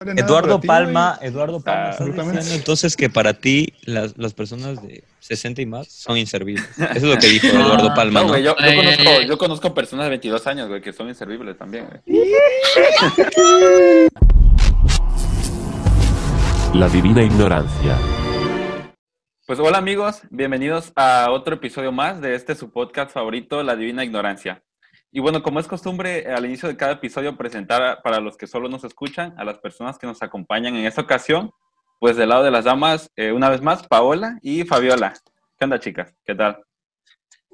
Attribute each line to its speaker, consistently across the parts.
Speaker 1: sirve nada
Speaker 2: Eduardo
Speaker 1: para ti,
Speaker 2: Palma,
Speaker 1: güey.
Speaker 2: Eduardo Palma, estás
Speaker 1: absolutamente.
Speaker 2: diciendo entonces que para ti las, las personas de 60 y más son inservibles. Eso es lo que dijo Eduardo
Speaker 3: Ah,
Speaker 2: Palma,
Speaker 3: No,
Speaker 2: ¿no?
Speaker 3: güey, yo, yo
Speaker 4: Ay,
Speaker 3: conozco,
Speaker 4: ay, ay.
Speaker 3: yo conozco personas de 22 años, güey, que son inservibles también, güey.
Speaker 5: La divina ignorancia.
Speaker 3: Pues hola amigos, bienvenidos a otro episodio más de este su podcast favorito, La Divina Ignorancia. Y bueno, como es costumbre, al inicio de cada episodio presentar a- para los que solo nos escuchan, a las personas que nos acompañan en esta ocasión, pues del lado de las damas, eh, una vez más, Paola y Fabiola. ¿Qué onda chicas? ¿Qué tal?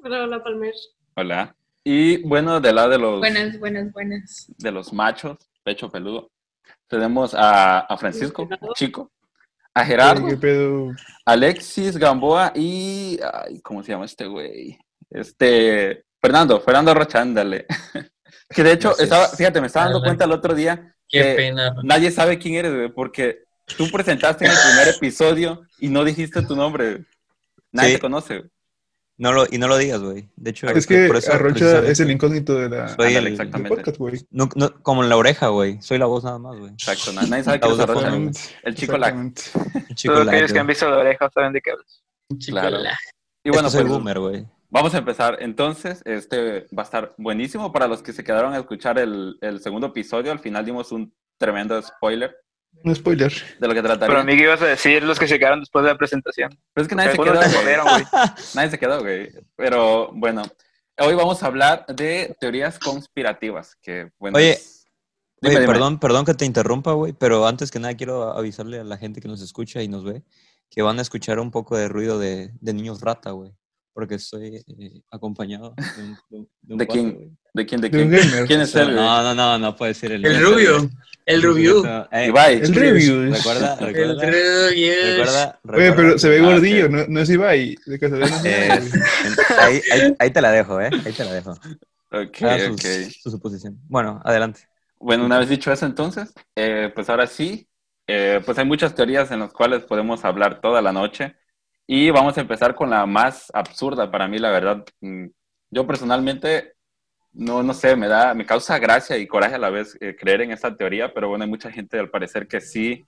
Speaker 6: Hola, hola, Palmer.
Speaker 3: Hola. Y bueno, del lado de los,
Speaker 7: Buenas, buenas, buenas.
Speaker 3: de los machos, pecho peludo, tenemos a, a Francisco, chico, a Gerardo.
Speaker 1: Güey, ¿Qué pedo?
Speaker 3: Alexis Gamboa y. Ay, ¿Cómo se llama este güey? Este. Fernando, Fernando Rocha, ándale. Que de hecho,
Speaker 2: Gracias.
Speaker 3: estaba, fíjate, me estaba dando
Speaker 4: Ándale.
Speaker 3: cuenta el otro día.
Speaker 4: Qué
Speaker 3: Eh,
Speaker 4: pena. pues,
Speaker 3: Nadie sabe quién eres, güey, porque tú presentaste en el primer episodio y no dijiste tu nombre. güey. Nadie
Speaker 2: Sí.
Speaker 3: te conoce. güey.
Speaker 2: No lo, y no lo digas, güey. De hecho,
Speaker 1: Es que
Speaker 2: por eso-
Speaker 1: Arrocha
Speaker 2: precisamente,
Speaker 1: es el incógnito de la,
Speaker 2: Ah, soy
Speaker 3: Ándale,
Speaker 2: el-
Speaker 1: del
Speaker 3: exactamente.
Speaker 1: podcast, güey.
Speaker 2: no- no, como en la oreja, güey. Soy la voz nada más, güey.
Speaker 3: Exacto, na- nadie sabe quién es
Speaker 2: Causa
Speaker 3: Rocha.
Speaker 2: fama.
Speaker 3: güey. El chico la.
Speaker 1: Exactamente.
Speaker 2: Un chico
Speaker 8: Todos
Speaker 2: light,
Speaker 8: aquellos que han
Speaker 2: güey.
Speaker 8: visto la oreja saben de qué hablas.
Speaker 3: claro.
Speaker 4: Chicola.
Speaker 3: Y bueno,
Speaker 2: Es que soy
Speaker 3: pues,
Speaker 2: boomer, güey.
Speaker 3: Vamos a empezar. Entonces, este va a estar buenísimo para los que se quedaron a escuchar el, el segundo episodio. Al final dimos un tremendo spoiler
Speaker 1: Un spoiler.
Speaker 3: de lo que trataría.
Speaker 8: Pero a mí que ibas a decir los que se quedaron después de la presentación.
Speaker 3: Pero es que nadie Ah, se quedó,
Speaker 8: Algunos se
Speaker 3: güey.
Speaker 8: jodieron, güey.
Speaker 3: Nadie se quedó, güey. Pero bueno, hoy vamos a hablar de teorías conspirativas. Que, bueno,
Speaker 2: Oye,
Speaker 3: es- Dime,
Speaker 2: Oye,
Speaker 3: dime.
Speaker 2: perdón, perdón que te interrumpa, güey, pero antes que nada quiero avisarle a la gente que nos escucha y nos ve que van a escuchar un poco de ruido de, de niños rata, güey, porque estoy eh, acompañado de un, un cuate,
Speaker 3: ¿De quién?
Speaker 2: güey.
Speaker 3: ¿De quién? ¿De
Speaker 1: De un
Speaker 3: quién?
Speaker 1: gamer.
Speaker 3: ¿Quién es él? güey?
Speaker 2: No, no, no, no puede ser el
Speaker 4: El
Speaker 2: nombre,
Speaker 4: rubio.
Speaker 2: güey.
Speaker 4: El review.
Speaker 2: Eh,
Speaker 3: Ibai.
Speaker 1: El reviews.
Speaker 2: Recuerda,
Speaker 4: El
Speaker 2: recuerda,
Speaker 4: review.
Speaker 2: recuerda,
Speaker 1: Oye, pero se ve
Speaker 3: Ah,
Speaker 1: gordillo,
Speaker 3: ok.
Speaker 1: no, no es Ibai. De casualidad no es Ibai,
Speaker 2: Eh,
Speaker 1: güey.
Speaker 2: ahí, ahí- ahí te la dejo, ¿eh? Ahí te la dejo.
Speaker 3: Ok,
Speaker 2: Haga sus-
Speaker 3: ok.
Speaker 2: su suposición. Bueno, adelante.
Speaker 3: Bueno, una vez dicho eso, entonces, eh, pues ahora sí, eh, pues hay muchas teorías en las cuales podemos hablar toda la noche y vamos a empezar con la más absurda para mí, la verdad. Mm, Yo personalmente, no, no sé, me da, me causa gracia y coraje a la vez eh, creer en esta teoría, pero bueno, hay mucha gente al parecer que sí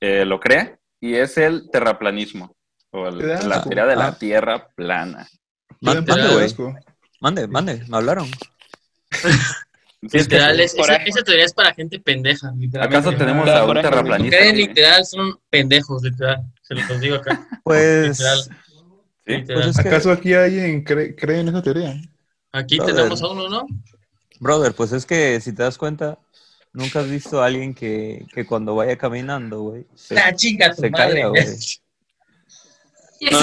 Speaker 3: eh, lo cree y es el terraplanismo o el-
Speaker 1: Te da
Speaker 3: la
Speaker 1: asco.
Speaker 3: teoría de la
Speaker 2: Ah.
Speaker 3: tierra plana.
Speaker 1: Me dan
Speaker 2: Mande,
Speaker 1: palo,
Speaker 2: güey.
Speaker 1: asco.
Speaker 2: Mande, mande, me hablaron.
Speaker 3: Sí, es que-
Speaker 4: Literal, es- esa,
Speaker 8: Coraje.
Speaker 4: esa teoría es para gente pendeja. literalmente.
Speaker 3: ¿Acaso tenemos
Speaker 8: da
Speaker 3: a un
Speaker 8: coraje,
Speaker 4: Los
Speaker 8: güey.
Speaker 4: que
Speaker 3: terraplanista?
Speaker 4: creen
Speaker 3: güey?
Speaker 4: literal son pendejos, literal. Se los digo acá.
Speaker 2: Pues,
Speaker 4: Literal,
Speaker 3: Sí.
Speaker 4: literal.
Speaker 2: pues es que-
Speaker 1: ¿Acaso aquí alguien cree, cree en esa teoría?
Speaker 4: Aquí
Speaker 2: Brother.
Speaker 4: tenemos a uno, ¿no?
Speaker 2: Brother, pues es que si te das cuenta, nunca has visto a alguien que, que cuando vaya caminando, güey. se-
Speaker 4: La Ah, chinga tu
Speaker 2: Se
Speaker 4: madre.
Speaker 2: calla, güey.
Speaker 6: Yes.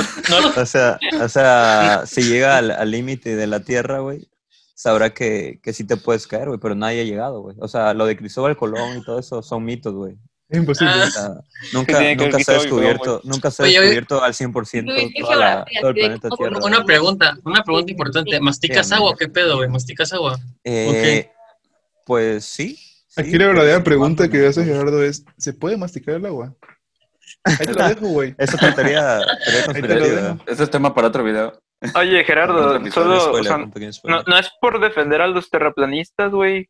Speaker 2: O sea, o sea, si llega al al límite de la tierra, güey, sabrá que, que sí te puedes caer, güey, pero nadie ha llegado, güey. O sea, lo de Cristóbal Colón y todo eso son mitos, güey.
Speaker 1: Es imposible.
Speaker 4: Ah,
Speaker 2: O sea, nunca,
Speaker 8: tiene que ver
Speaker 2: nunca se ha
Speaker 8: Cristóbal Colón,
Speaker 2: descubierto, nunca se ha
Speaker 4: Oye, oye.
Speaker 2: descubierto al
Speaker 6: Lo dije
Speaker 2: 100% toda la-
Speaker 6: geografía,
Speaker 2: todo el
Speaker 6: así de
Speaker 2: planeta
Speaker 6: como
Speaker 2: Tierra.
Speaker 6: uno-
Speaker 2: güey.
Speaker 4: Una pregunta, una pregunta importante. ¿Masticas
Speaker 2: Sí, amigo.
Speaker 4: agua o qué pedo, güey? ¿Masticas agua?
Speaker 2: Eh, Pues sí. sí,
Speaker 1: Aquí la
Speaker 2: pues,
Speaker 1: verdadera
Speaker 2: sí,
Speaker 1: pregunta que
Speaker 2: cuando-
Speaker 1: hace Gerardo es, ¿se puede masticar el agua? Ahí te lo dejo, güey.
Speaker 2: Es otra teoría, teoría
Speaker 1: Ahí te lo
Speaker 2: conspirativa.
Speaker 1: dejo.
Speaker 3: Ese es tema para otro video.
Speaker 8: Oye,
Speaker 3: Otro
Speaker 8: Gerardo,
Speaker 3: episodio
Speaker 2: Un
Speaker 8: solo, o
Speaker 2: spoiler,
Speaker 8: sea,
Speaker 2: un pequeño
Speaker 8: no,
Speaker 2: spoiler.
Speaker 8: no es por defender a los terraplanistas, güey,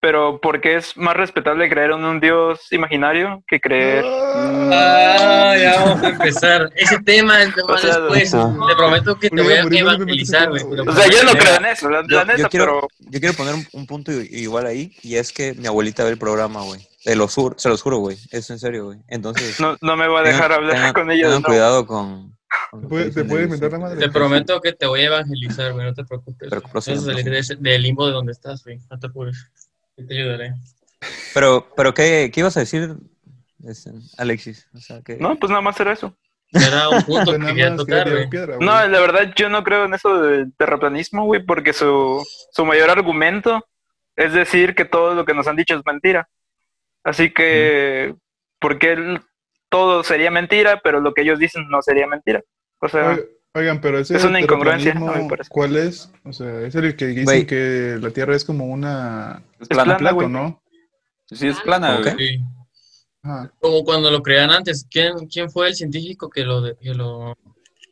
Speaker 8: pero porque es más respetable creer en un dios imaginario que creer.
Speaker 4: Ah, ya vamos a empezar. Ese tema es de
Speaker 8: O sea,
Speaker 4: después. Te prometo que te
Speaker 1: Murió,
Speaker 4: voy a
Speaker 1: murió, murió,
Speaker 4: evangelizar, güey.
Speaker 1: murió.
Speaker 8: O sea, yo no
Speaker 4: Mira,
Speaker 8: creo en eso, la,
Speaker 2: yo-
Speaker 8: la neta,
Speaker 2: yo quiero-
Speaker 8: pero
Speaker 2: Yo quiero poner un, un punto i- igual ahí, y es que mi abuelita ve el programa, güey. Se los, juro- se los juro, güey. Es en serio, güey. Entonces.
Speaker 8: no, no me va a dejar
Speaker 2: tengan-
Speaker 8: hablar
Speaker 2: tengan-
Speaker 8: con ella.
Speaker 2: Tengan
Speaker 8: no.
Speaker 2: cuidado con. con
Speaker 1: Te
Speaker 2: lo
Speaker 1: puede-
Speaker 2: que
Speaker 1: te
Speaker 2: dicen
Speaker 1: puede
Speaker 2: de-
Speaker 1: inventar la madre.
Speaker 4: Te prometo que te voy a evangelizar, güey. No te preocupes.
Speaker 2: Pero
Speaker 4: Vas a
Speaker 2: prosigue,
Speaker 4: salir de ese- del limbo de donde estás, güey. No te apures. Yo te ayudaré.
Speaker 2: Pero, pero ¿qué, ¿qué ibas a decir, este, Alexis? O sea, que.
Speaker 8: No, pues nada más era eso.
Speaker 4: Era un punto
Speaker 1: Pues
Speaker 4: que
Speaker 1: nada más
Speaker 4: quería
Speaker 1: quería
Speaker 4: tocar,
Speaker 1: tirar
Speaker 4: güey.
Speaker 1: piedra, güey.
Speaker 8: No, la verdad yo no creo en eso del terraplanismo, güey, porque su, su mayor argumento es decir que todo lo que nos han dicho es mentira. Así que, porque él- todo sería mentira, pero lo que ellos dicen no sería mentira. O sea,
Speaker 1: Oigan, Oigan, pero ese
Speaker 8: Es una incongruencia, a mí me
Speaker 1: terraplanismo,
Speaker 8: parece.
Speaker 1: ¿Cuál es? O sea, es el que dicen
Speaker 2: Güey.
Speaker 1: que la Tierra es como una
Speaker 3: Es
Speaker 8: Es
Speaker 3: plana.
Speaker 8: plana.
Speaker 1: plato,
Speaker 8: güey.
Speaker 1: ¿no?
Speaker 3: Sí, es plana,
Speaker 2: Ok.
Speaker 3: güey.
Speaker 4: Sí.
Speaker 1: Ajá.
Speaker 4: Como cuando lo creían antes. ¿Quién, quién fue el científico que lo, de- que lo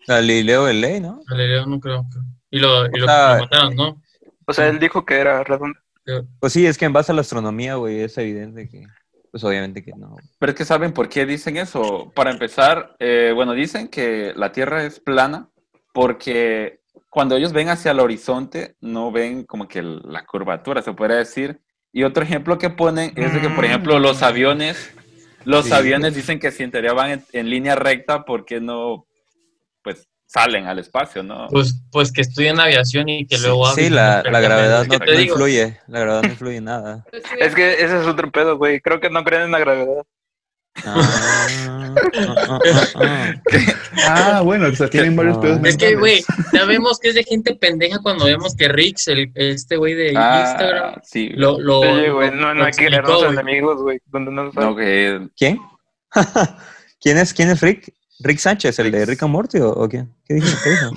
Speaker 2: Galileo Galilei, ¿no?
Speaker 4: Galileo, no creo. creo. Y lo, y lo,
Speaker 2: sea,
Speaker 4: lo mataron, ¿no?
Speaker 8: o sea él dijo que era redonda.
Speaker 2: Pues sí, es que en base a la astronomía, güey, es evidente que. Pues obviamente que no.
Speaker 3: Pero es que saben por qué dicen eso. Para empezar, eh, bueno, dicen que la Tierra es plana porque cuando ellos ven hacia el horizonte no ven como que el- la curvatura, se podría decir. Y otro ejemplo que ponen es de que, por ejemplo, los aviones, los
Speaker 2: Sí.
Speaker 3: aviones dicen que si en teoría van en, en línea recta, ¿por qué no, pues, salen al espacio, no?
Speaker 4: Pues, pues que estudien aviación y que luego
Speaker 2: Sí,
Speaker 4: hablen
Speaker 2: la, la gravedad
Speaker 4: perfectamente.
Speaker 2: no,
Speaker 4: ¿Qué te
Speaker 2: no
Speaker 4: digo?
Speaker 2: influye. La gravedad no influye en nada.
Speaker 8: Es que ese es otro pedo, güey. Creo que no creen en la gravedad.
Speaker 2: Ah, ah, ah, ah.
Speaker 1: Ah, bueno, o sea, tienen varios
Speaker 2: No.
Speaker 1: pedos.
Speaker 4: Es que,
Speaker 1: mentales.
Speaker 4: güey, ya vemos que es de gente pendeja cuando vemos que Rix, el, este güey de
Speaker 3: Ah,
Speaker 4: Instagram,
Speaker 3: sí.
Speaker 4: lo, lo,
Speaker 8: Oye, güey,
Speaker 4: lo-
Speaker 8: Oh, no, no
Speaker 4: lo
Speaker 8: hay que
Speaker 4: explicó,
Speaker 8: creernos
Speaker 4: güey.
Speaker 8: enemigos, güey. Cuando no
Speaker 3: No,
Speaker 8: lo saben.
Speaker 3: que-
Speaker 2: ¿Quién? ¿Quién es, quién es Rick? ¿Rick Sánchez, el de Rick and Morty o, o quién? ¿Qué dijo? ¿Qué dijo?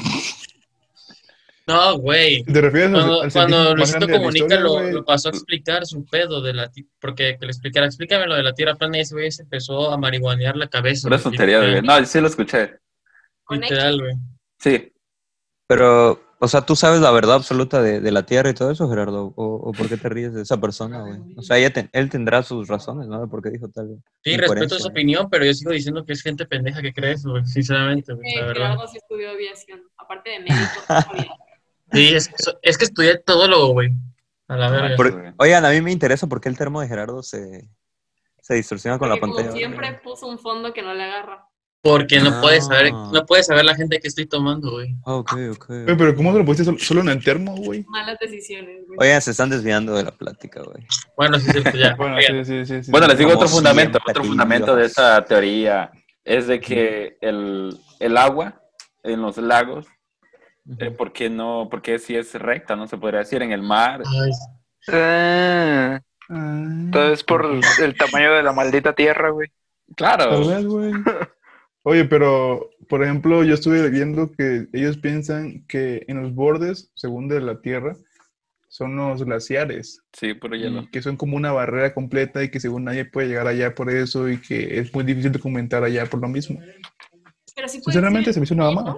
Speaker 4: No, güey.
Speaker 1: ¿Te refieres al-
Speaker 4: Cuando,
Speaker 1: al
Speaker 4: cuando
Speaker 1: científico más grande de la
Speaker 4: Luisito Comunica
Speaker 1: historia,
Speaker 4: lo,
Speaker 1: güey?
Speaker 4: lo pasó a explicar su pedo de la ti- porque que le explicara, explícame lo de la tierra plana y ese güey se empezó a marihuanear la cabeza.
Speaker 3: Una
Speaker 4: güey,
Speaker 3: tontería, güey.
Speaker 4: literal,
Speaker 3: No, sí lo escuché.
Speaker 4: Literal, güey.
Speaker 3: Sí.
Speaker 2: Pero, o sea, ¿tú sabes la verdad absoluta de, de la Tierra y todo eso, Gerardo? ¿O, o por qué te ríes de esa persona, güey? O sea, ella te- él tendrá sus razones, ¿no? ¿Por qué dijo tal? vez.
Speaker 4: Sí,
Speaker 2: Incoherencia,
Speaker 4: respeto su
Speaker 2: güey.
Speaker 4: opinión, pero yo sigo diciendo que es gente pendeja que cree eso, güey, sinceramente, güey, la verdad.
Speaker 6: Gerardo sí eh, estudió aviación, aparte de médico. sabía.
Speaker 4: Sí, es, es que estudié todólogo, güey. A este, la verga.
Speaker 2: Por- oigan, a mí me interesa por qué el termo de Gerardo se, se distorsiona con la
Speaker 6: Porque
Speaker 2: pantalla.
Speaker 6: como siempre puso un fondo que no le agarra.
Speaker 4: Porque no
Speaker 2: Ah.
Speaker 4: puedes saber, no puedes saber la gente que estoy tomando, güey.
Speaker 2: Ah, ok, ok.
Speaker 1: Güey, pero ¿cómo se lo pusiste solo, solo en el termo, güey?
Speaker 6: Malas decisiones, güey.
Speaker 2: Oigan, se están desviando de la plática, güey.
Speaker 4: Bueno, sí, es cierto, ya.
Speaker 1: Bueno,
Speaker 4: Oigan,
Speaker 1: sí, sí, sí, sí.
Speaker 3: Bueno, les digo
Speaker 2: Como
Speaker 1: Ah,
Speaker 3: otro fundamento.
Speaker 2: siempre,
Speaker 3: Otro
Speaker 2: tío.
Speaker 3: fundamento de esta teoría es de que el, el agua en los lagos, eh, ¿por qué no? Porque si es recta, no se podría decir en el mar.
Speaker 4: ay,
Speaker 8: Ah, todo es por el tamaño de la maldita tierra, güey.
Speaker 1: Tal
Speaker 3: Claro.
Speaker 1: vez, güey. Oye, pero, por ejemplo, yo estuve viendo que ellos piensan que en los bordes, según de la Tierra, son los glaciares,
Speaker 3: Sí, puro
Speaker 1: y
Speaker 3: hielo.
Speaker 1: que son como una barrera completa y que según nadie puede llegar allá por eso y que es muy difícil documentar allá por lo mismo.
Speaker 6: Pero sí puede
Speaker 1: Sinceramente
Speaker 6: ser.
Speaker 1: se me hizo una mamada.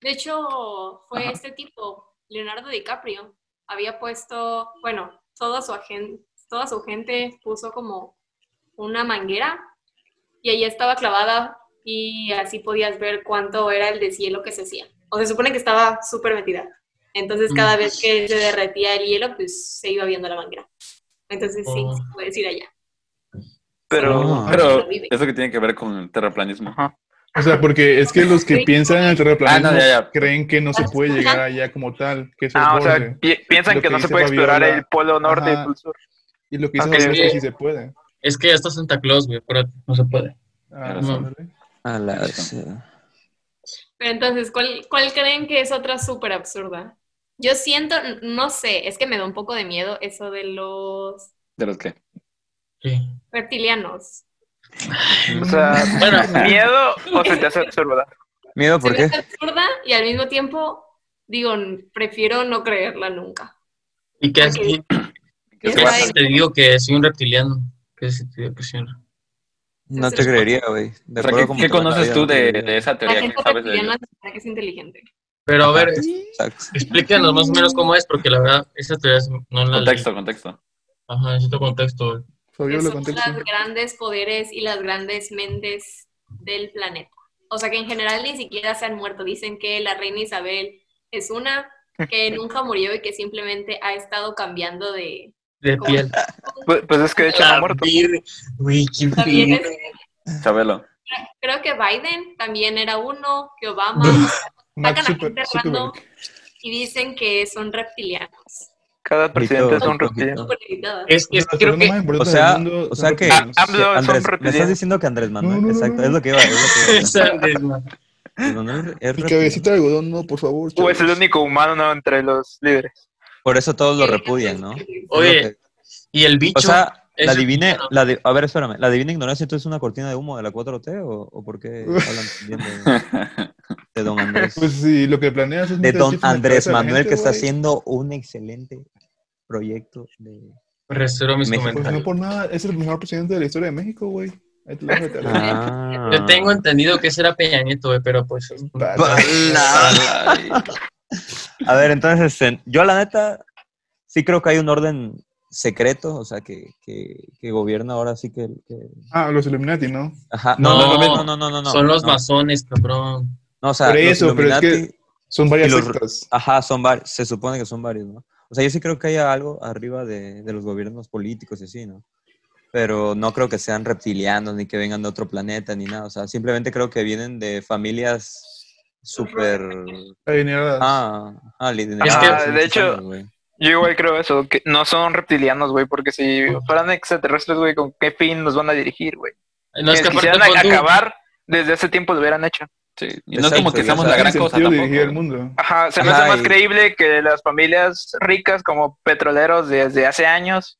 Speaker 6: De hecho, fue
Speaker 3: Ajá.
Speaker 6: este tipo, Leonardo DiCaprio, había puesto, bueno, toda su, agen- toda su gente puso como una manguera y ahí estaba clavada y así podías ver cuánto era el deshielo que se hacía. O se supone que estaba súper metida. Entonces cada
Speaker 4: Mm.
Speaker 6: vez que se derretía el hielo, pues se iba viendo la manguera. Entonces sí,
Speaker 4: Oh.
Speaker 6: se puede ir allá.
Speaker 8: Pero,
Speaker 2: Ah.
Speaker 3: Pero eso que tiene que ver con el terraplanismo.
Speaker 1: O sea, porque es que los que
Speaker 6: Sí.
Speaker 1: piensan en el terraplanismo
Speaker 3: Ah, no, ya, ya.
Speaker 1: creen que no se puede llegar allá como tal, que es el
Speaker 8: ah, o sea,
Speaker 1: borde.
Speaker 8: pi- piensan
Speaker 1: eh. Lo
Speaker 8: que,
Speaker 1: que
Speaker 8: no se
Speaker 1: dice
Speaker 8: puede explorar
Speaker 1: Fabiola.
Speaker 8: el polo norte y
Speaker 1: Ajá.
Speaker 8: el polo sur.
Speaker 1: Y lo que hizo
Speaker 8: Ok,
Speaker 1: Javier es que
Speaker 4: ok.
Speaker 1: sí se puede.
Speaker 4: Es que ya está Santa Claus, güey, pero no se puede.
Speaker 1: Ah,
Speaker 3: Tienes
Speaker 4: razón.
Speaker 1: ándale.
Speaker 2: A la...
Speaker 6: Pero entonces, ¿cuál, cuál creen que es otra súper absurda? Yo siento, n- no sé, es que me da un poco de miedo eso de los
Speaker 3: ¿De los que?
Speaker 4: Sí.
Speaker 6: reptilianos.
Speaker 8: O sea,
Speaker 4: Bueno.
Speaker 8: miedo o se te hace absurda.
Speaker 2: ¿Miedo por
Speaker 6: Se
Speaker 2: qué?
Speaker 6: me hace absurda y al mismo tiempo, digo, n- prefiero no creerla nunca.
Speaker 4: Y que es,
Speaker 6: Ok.
Speaker 4: y-
Speaker 3: que
Speaker 6: Es
Speaker 3: se
Speaker 6: guay.
Speaker 3: basan.
Speaker 4: te digo que soy un reptiliano. Que se te presiona.
Speaker 2: No te creería, güey. De
Speaker 3: O sea,
Speaker 2: acuerdo
Speaker 3: ¿Qué,
Speaker 2: con
Speaker 3: qué
Speaker 2: tu
Speaker 3: conoces
Speaker 2: mentalidad,
Speaker 3: tú
Speaker 2: no te
Speaker 3: de,
Speaker 2: creería.
Speaker 3: de esa
Speaker 6: La
Speaker 3: teoría? ¿Qué
Speaker 6: gente
Speaker 3: sabes de ella?
Speaker 6: reptiliana se supone que es inteligente.
Speaker 4: Pero a ver,
Speaker 2: Exacto.
Speaker 4: explícanos más o menos cómo es, porque la verdad, esa teoría es- no la. leí.
Speaker 3: Contexto, contexto.
Speaker 4: Ajá, necesito contexto, güey.
Speaker 6: Que
Speaker 1: Fabiola,
Speaker 6: son
Speaker 1: contexto.
Speaker 6: los grandes poderes y las grandes mentes del planeta. O sea que en general ni siquiera se han muerto. Dicen que la reina Isabel es una que nunca murió y que simplemente ha estado cambiando de...
Speaker 4: De piel.
Speaker 8: Pues, pues es que de hecho
Speaker 2: Ah,
Speaker 8: no ha
Speaker 4: La
Speaker 8: muerto.
Speaker 4: vir- Güey, qué
Speaker 6: También
Speaker 4: vir-
Speaker 6: es
Speaker 3: Chabelo.
Speaker 6: creo que Biden también era uno, que Obama,
Speaker 1: Mark
Speaker 6: sacan a
Speaker 1: Zucker-
Speaker 6: gente
Speaker 1: Zuckerberg.
Speaker 6: y dicen que son reptilianos.
Speaker 8: Cada presidente es un
Speaker 2: Poquito,
Speaker 8: reptiliano.
Speaker 6: Súper irritadas.
Speaker 4: Es
Speaker 1: Una
Speaker 4: que
Speaker 1: de
Speaker 4: es-
Speaker 1: las
Speaker 4: creo
Speaker 1: personas
Speaker 4: que.
Speaker 1: más
Speaker 2: O
Speaker 1: importantes
Speaker 2: sea,
Speaker 1: del mundo
Speaker 2: o
Speaker 1: son
Speaker 2: sea que...
Speaker 1: reptilianos.
Speaker 8: Ah, AMLO es un
Speaker 2: Andrés, me estás
Speaker 8: reptiliano.
Speaker 2: diciendo que Andrés Manuel.
Speaker 1: No, no, no,
Speaker 2: Exacto,
Speaker 1: no.
Speaker 2: es lo que iba. Es lo que iba.
Speaker 4: Esa misma.
Speaker 2: Andrés Manuel es
Speaker 1: Mi
Speaker 2: reptiliano.
Speaker 1: cabecita de algodón, no, por favor.
Speaker 8: O es el
Speaker 1: chavos.
Speaker 8: único humano ¿no? entre los líderes.
Speaker 2: Por eso todos lo repudian, ¿no?
Speaker 4: Oye,
Speaker 2: Es lo que-
Speaker 4: Y el bicho.
Speaker 2: o sea,
Speaker 4: es
Speaker 2: la
Speaker 4: el
Speaker 2: divina,
Speaker 4: villano.
Speaker 2: la di- a ver, espérame, ¿la divina ignorancia entonces es una cortina de humo de la 4T o, o por qué hablan bien de, de don Andrés?
Speaker 1: Pues sí, lo que planeas es
Speaker 2: De
Speaker 1: meter
Speaker 2: don
Speaker 1: chips en la
Speaker 2: Andrés
Speaker 1: cabeza de la
Speaker 2: Manuel, que
Speaker 1: gente,
Speaker 2: está
Speaker 1: güey.
Speaker 2: haciendo un excelente proyecto de...
Speaker 4: Reservo mis
Speaker 2: México.
Speaker 1: Pues no
Speaker 4: comentarios.
Speaker 1: por nada, es el mejor presidente de la historia de México, güey. Ahí te lo dejo de tarea.
Speaker 2: pues, Ah.
Speaker 4: Yo tengo entendido que ese era Peña Nieto, güey, pero pues.
Speaker 1: Pasa.
Speaker 2: A ver, entonces, este, yo la neta sí creo que hay un orden secreto, o sea, que, que, que gobierna ahora sí que... que-
Speaker 1: Ah, los Illuminati, ¿no?
Speaker 2: Ajá. No, no,
Speaker 4: No,
Speaker 2: no, no, no, no, no,
Speaker 4: Son los
Speaker 2: no.
Speaker 4: masones, cabrón.
Speaker 2: No, o sea,
Speaker 1: Por
Speaker 2: los
Speaker 1: eso, pero es que-
Speaker 2: Illuminati-
Speaker 1: Son varias
Speaker 2: Y los-
Speaker 1: sectas.
Speaker 2: Ajá, son varios, se supone que son varios, ¿no? O sea, yo sí creo que hay algo arriba de, de los gobiernos políticos y así, ¿no? Pero no creo que sean reptilianos, ni que vengan de otro planeta, ni nada. O sea, simplemente creo que vienen de familias súper...
Speaker 1: Adineradas.
Speaker 2: Ah, ah,
Speaker 4: Es que-
Speaker 8: de hecho- Yo igual creo eso, que no son reptilianos, güey, porque si fueran extraterrestres, güey, ¿con qué fin nos van a dirigir, güey?
Speaker 4: No es
Speaker 8: Si
Speaker 4: que aparte
Speaker 8: quisieran
Speaker 4: pon tú-
Speaker 8: acabar, desde ese tiempo lo hubieran hecho.
Speaker 3: Sí. Y no es
Speaker 2: Exacto,
Speaker 3: como que
Speaker 2: ya
Speaker 3: seamos la
Speaker 2: sabes.
Speaker 3: gran
Speaker 1: Tiene
Speaker 3: cosa
Speaker 1: sentido dirigir el
Speaker 3: tampoco.
Speaker 1: mundo.
Speaker 8: Ajá, se me
Speaker 2: Ajá,
Speaker 8: hace más
Speaker 2: y-
Speaker 8: creíble que las familias ricas como petroleros desde hace años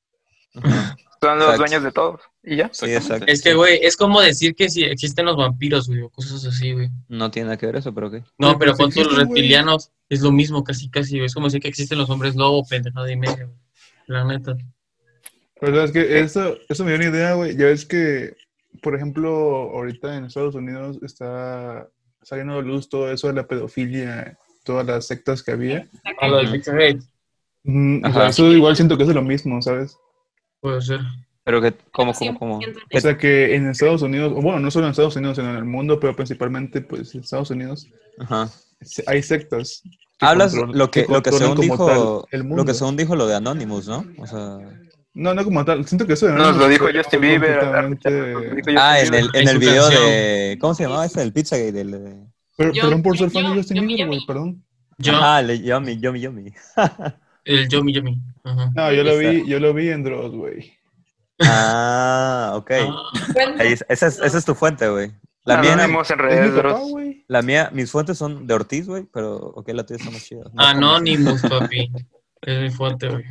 Speaker 8: son los
Speaker 2: Exacto.
Speaker 8: dueños de todo. Y ya.
Speaker 2: Sí, exacto.
Speaker 4: Es que, güey, es como decir que si existen los vampiros, güey, o cosas así, güey.
Speaker 2: No tiene nada que ver eso, pero ¿qué?
Speaker 4: No,
Speaker 1: Güey,
Speaker 4: pero
Speaker 1: pues
Speaker 4: con todos los
Speaker 1: existen, güey.
Speaker 4: reptilianos es lo mismo, casi, casi, güey. Es como decir que existen los hombres lobo, pendejada y media, güey. La neta.
Speaker 1: Pero sabes que eso, eso me dio una idea, güey. Ya ves que, por ejemplo, ahorita en Estados Unidos está saliendo a luz todo eso de la pedofilia, todas las sectas que había.
Speaker 4: A Ah, lo del Pixar Hate,
Speaker 1: Mm, o sea,
Speaker 2: Ajá.
Speaker 1: eso igual siento que es lo mismo, ¿sabes?
Speaker 4: puede ser.
Speaker 2: Pero que, ¿cómo, cómo, cómo?
Speaker 6: 100%.
Speaker 1: O sea que en Estados Unidos, o bueno, no solo en Estados Unidos, sino en el mundo, pero principalmente pues en Estados Unidos,
Speaker 2: Ajá.
Speaker 1: se- hay sectas. que
Speaker 2: Hablas
Speaker 1: control-
Speaker 2: lo que, lo que
Speaker 1: controlan
Speaker 2: según
Speaker 1: como
Speaker 2: dijo,
Speaker 1: tal el
Speaker 2: lo
Speaker 1: mundo.
Speaker 2: que según dijo lo de Anonymous, ¿no? O sea...
Speaker 1: No, no como tal. Siento que eso de
Speaker 8: Nos lo
Speaker 1: Anonymous
Speaker 8: dijo
Speaker 1: fue
Speaker 8: Justin Bieber.
Speaker 1: completamente-
Speaker 8: nos lo dijo Justin
Speaker 2: Ah, en
Speaker 8: Bieber.
Speaker 2: el, en
Speaker 4: En
Speaker 2: el
Speaker 4: su
Speaker 2: video
Speaker 4: canción.
Speaker 2: de. ¿Cómo se llamaba ese? El Pizzagate. del eh, de-
Speaker 1: Pero-
Speaker 6: Yo-
Speaker 1: perdón por ser
Speaker 6: yo-
Speaker 1: fan de Justin
Speaker 6: yo-
Speaker 1: Bieber,
Speaker 6: yo-
Speaker 1: güey, perdón.
Speaker 4: Yo,
Speaker 2: Ah, el Yomi, Yomi, Yomi.
Speaker 4: el Yomi Yomi. Ajá.
Speaker 1: No, yo lo
Speaker 2: Ahí
Speaker 1: vi,
Speaker 2: está.
Speaker 1: yo lo vi en Dross, güey.
Speaker 2: Ah, ok.
Speaker 4: Ah,
Speaker 6: Bueno,
Speaker 2: Ahí es- esa, es, esa es tu fuente, güey. La mía,
Speaker 8: Anónimos en
Speaker 1: Es mi
Speaker 8: redes,
Speaker 1: papá,
Speaker 8: bros.
Speaker 1: güey.
Speaker 2: la mía, mis fuentes son de Ortiz, güey, pero ok, la tuya está más chida. Más
Speaker 4: Ah, Anonymous, papi. Es muy fuerte, güey.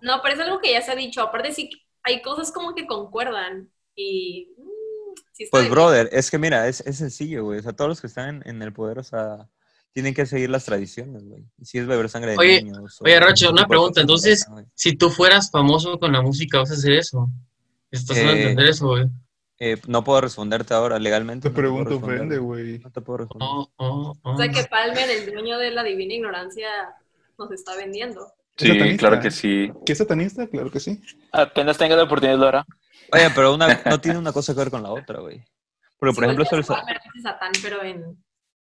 Speaker 6: no, pero es algo que ya se ha dicho. Aparte, sí, que hay cosas como que concuerdan. Y. mm, sí está
Speaker 2: Pues,
Speaker 6: de-
Speaker 2: brother, es que mira, es, es sencillo, güey. O sea, todos los que están en, en el poder, o sea, tienen que seguir las tradiciones, güey. Si es beber sangre de
Speaker 4: Oye,
Speaker 2: niños. o-
Speaker 4: oye, Rocho,
Speaker 2: ese tipo
Speaker 4: una
Speaker 2: de
Speaker 4: pregunta,
Speaker 2: cosas,
Speaker 4: entonces,
Speaker 2: güey.
Speaker 4: Si tú fueras famoso con la música, vas a hacer eso. Estás dando a
Speaker 2: Eh,
Speaker 4: entender eso, güey.
Speaker 2: Eh, no puedo responderte ahora
Speaker 1: Te
Speaker 2: legalmente. no puedo
Speaker 1: pregunto,
Speaker 2: responder.
Speaker 1: ofende, güey.
Speaker 2: No te puedo responder.
Speaker 4: Oh, oh, oh.
Speaker 6: O sea, que Palmer, el dueño de la divina ignorancia, nos está vendiendo.
Speaker 3: Sí,
Speaker 1: Satanista.
Speaker 3: claro que sí.
Speaker 1: ¿Qué es satanista? Claro que sí.
Speaker 8: Apenas tenga la oportunidad, Laura.
Speaker 2: Oye, pero una, no tiene una cosa que ver con la otra, güey. Porque, por
Speaker 6: Sí,
Speaker 2: ejemplo,
Speaker 6: pues,
Speaker 2: esto es...
Speaker 6: ya Palmer dice Satán, pero en,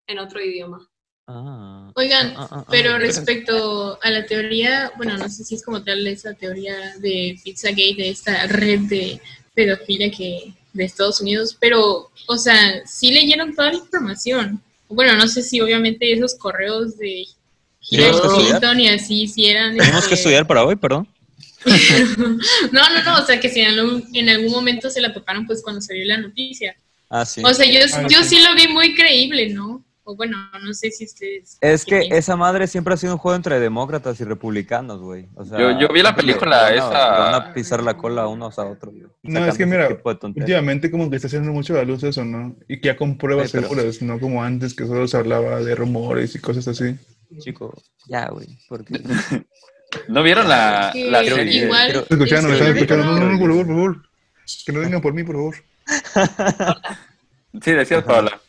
Speaker 6: en otro idioma.
Speaker 2: Ah,
Speaker 4: Pues,
Speaker 7: Oigan,
Speaker 2: ah, ah, ah.
Speaker 7: pero respecto a la teoría, bueno, no sé si es como tal esa teoría de Pizzagate, de esta red de pedofilia que de Estados Unidos, pero, o sea, sí leyeron toda la información. Bueno, no sé si obviamente esos correos de
Speaker 2: Tenemos que
Speaker 7: Hillary
Speaker 2: estudiar.
Speaker 7: Clinton y así si eran...
Speaker 2: Tenemos que
Speaker 4: eh,
Speaker 7: este,
Speaker 2: estudiar para hoy, perdón.
Speaker 7: No, no, no, o sea, que si en algún, en algún momento se la toparon pues cuando se dio la noticia.
Speaker 2: Ah, sí.
Speaker 4: pues,
Speaker 7: O sea, yo,
Speaker 1: Ah,
Speaker 7: yo
Speaker 1: sí.
Speaker 7: sí lo vi muy creíble, ¿no? O bueno, no sé si ustedes...
Speaker 2: Es que
Speaker 7: creen.
Speaker 2: esa madre siempre ha sido un juego entre demócratas y republicanos, güey. O sea,
Speaker 3: Yo- yo vi la
Speaker 2: siempre le-
Speaker 3: película
Speaker 2: le van a-
Speaker 3: esa-
Speaker 2: le Van a pisar la cola unos a otros. güey.
Speaker 1: No,
Speaker 2: Sacando
Speaker 1: es que
Speaker 2: ese
Speaker 1: mira,
Speaker 2: tipo de tonterías.
Speaker 1: Últimamente como que está haciendo mucho la luz eso, ¿no? Y que ya con pruebas
Speaker 2: Sí, pero-
Speaker 1: seguras, no como antes que solo se hablaba de rumores y cosas así.
Speaker 2: Chico, ya, güey. Porque...
Speaker 3: ¿No vieron la,
Speaker 7: Que
Speaker 3: la
Speaker 2: Creo que-
Speaker 3: serie?
Speaker 7: igual
Speaker 2: creo-
Speaker 1: ¿Están escuchando?
Speaker 7: este,
Speaker 1: ¿Están escuchando?
Speaker 7: pero-
Speaker 1: No, no, no, por favor, por favor. Que no vengan por mí, por favor.
Speaker 3: Sí, decías, Paola.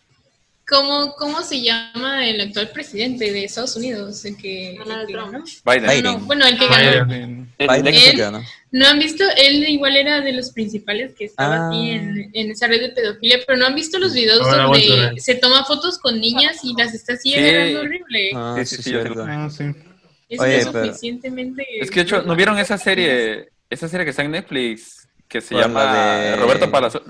Speaker 7: ¿Cómo, ¿Cómo se llama el actual presidente de Estados Unidos? El que,
Speaker 6: Donald
Speaker 7: el que
Speaker 6: Trump.
Speaker 7: ganó.
Speaker 3: Biden. Eh,
Speaker 2: Biden.
Speaker 7: No, bueno, el que
Speaker 4: Biden.
Speaker 7: ganó.
Speaker 2: Biden
Speaker 7: Él-
Speaker 2: se queda, ¿no?
Speaker 7: ¿No han visto? Él igual era de los principales que estaba
Speaker 2: Ah.
Speaker 7: así en, en esa red de pedofilia, pero ¿no han visto los videos
Speaker 4: Ahora voy a
Speaker 1: ¿eh?
Speaker 7: donde
Speaker 4: ver.
Speaker 7: se toma fotos con niñas y las está así
Speaker 3: Sí.
Speaker 7: agarrando horrible?
Speaker 2: Ah,
Speaker 3: Sí, sí,
Speaker 2: sí,
Speaker 3: sí,
Speaker 2: sí,
Speaker 3: yo
Speaker 2: verdad.
Speaker 1: Ah, sí.
Speaker 7: Es
Speaker 2: Oye,
Speaker 7: que es
Speaker 2: pero-
Speaker 7: suficientemente...
Speaker 3: Es que, de hecho, ¿no vieron esa serie? Esa serie que está en Netflix, que se
Speaker 2: Con la
Speaker 3: llama
Speaker 2: de-
Speaker 3: Roberto Palazzo.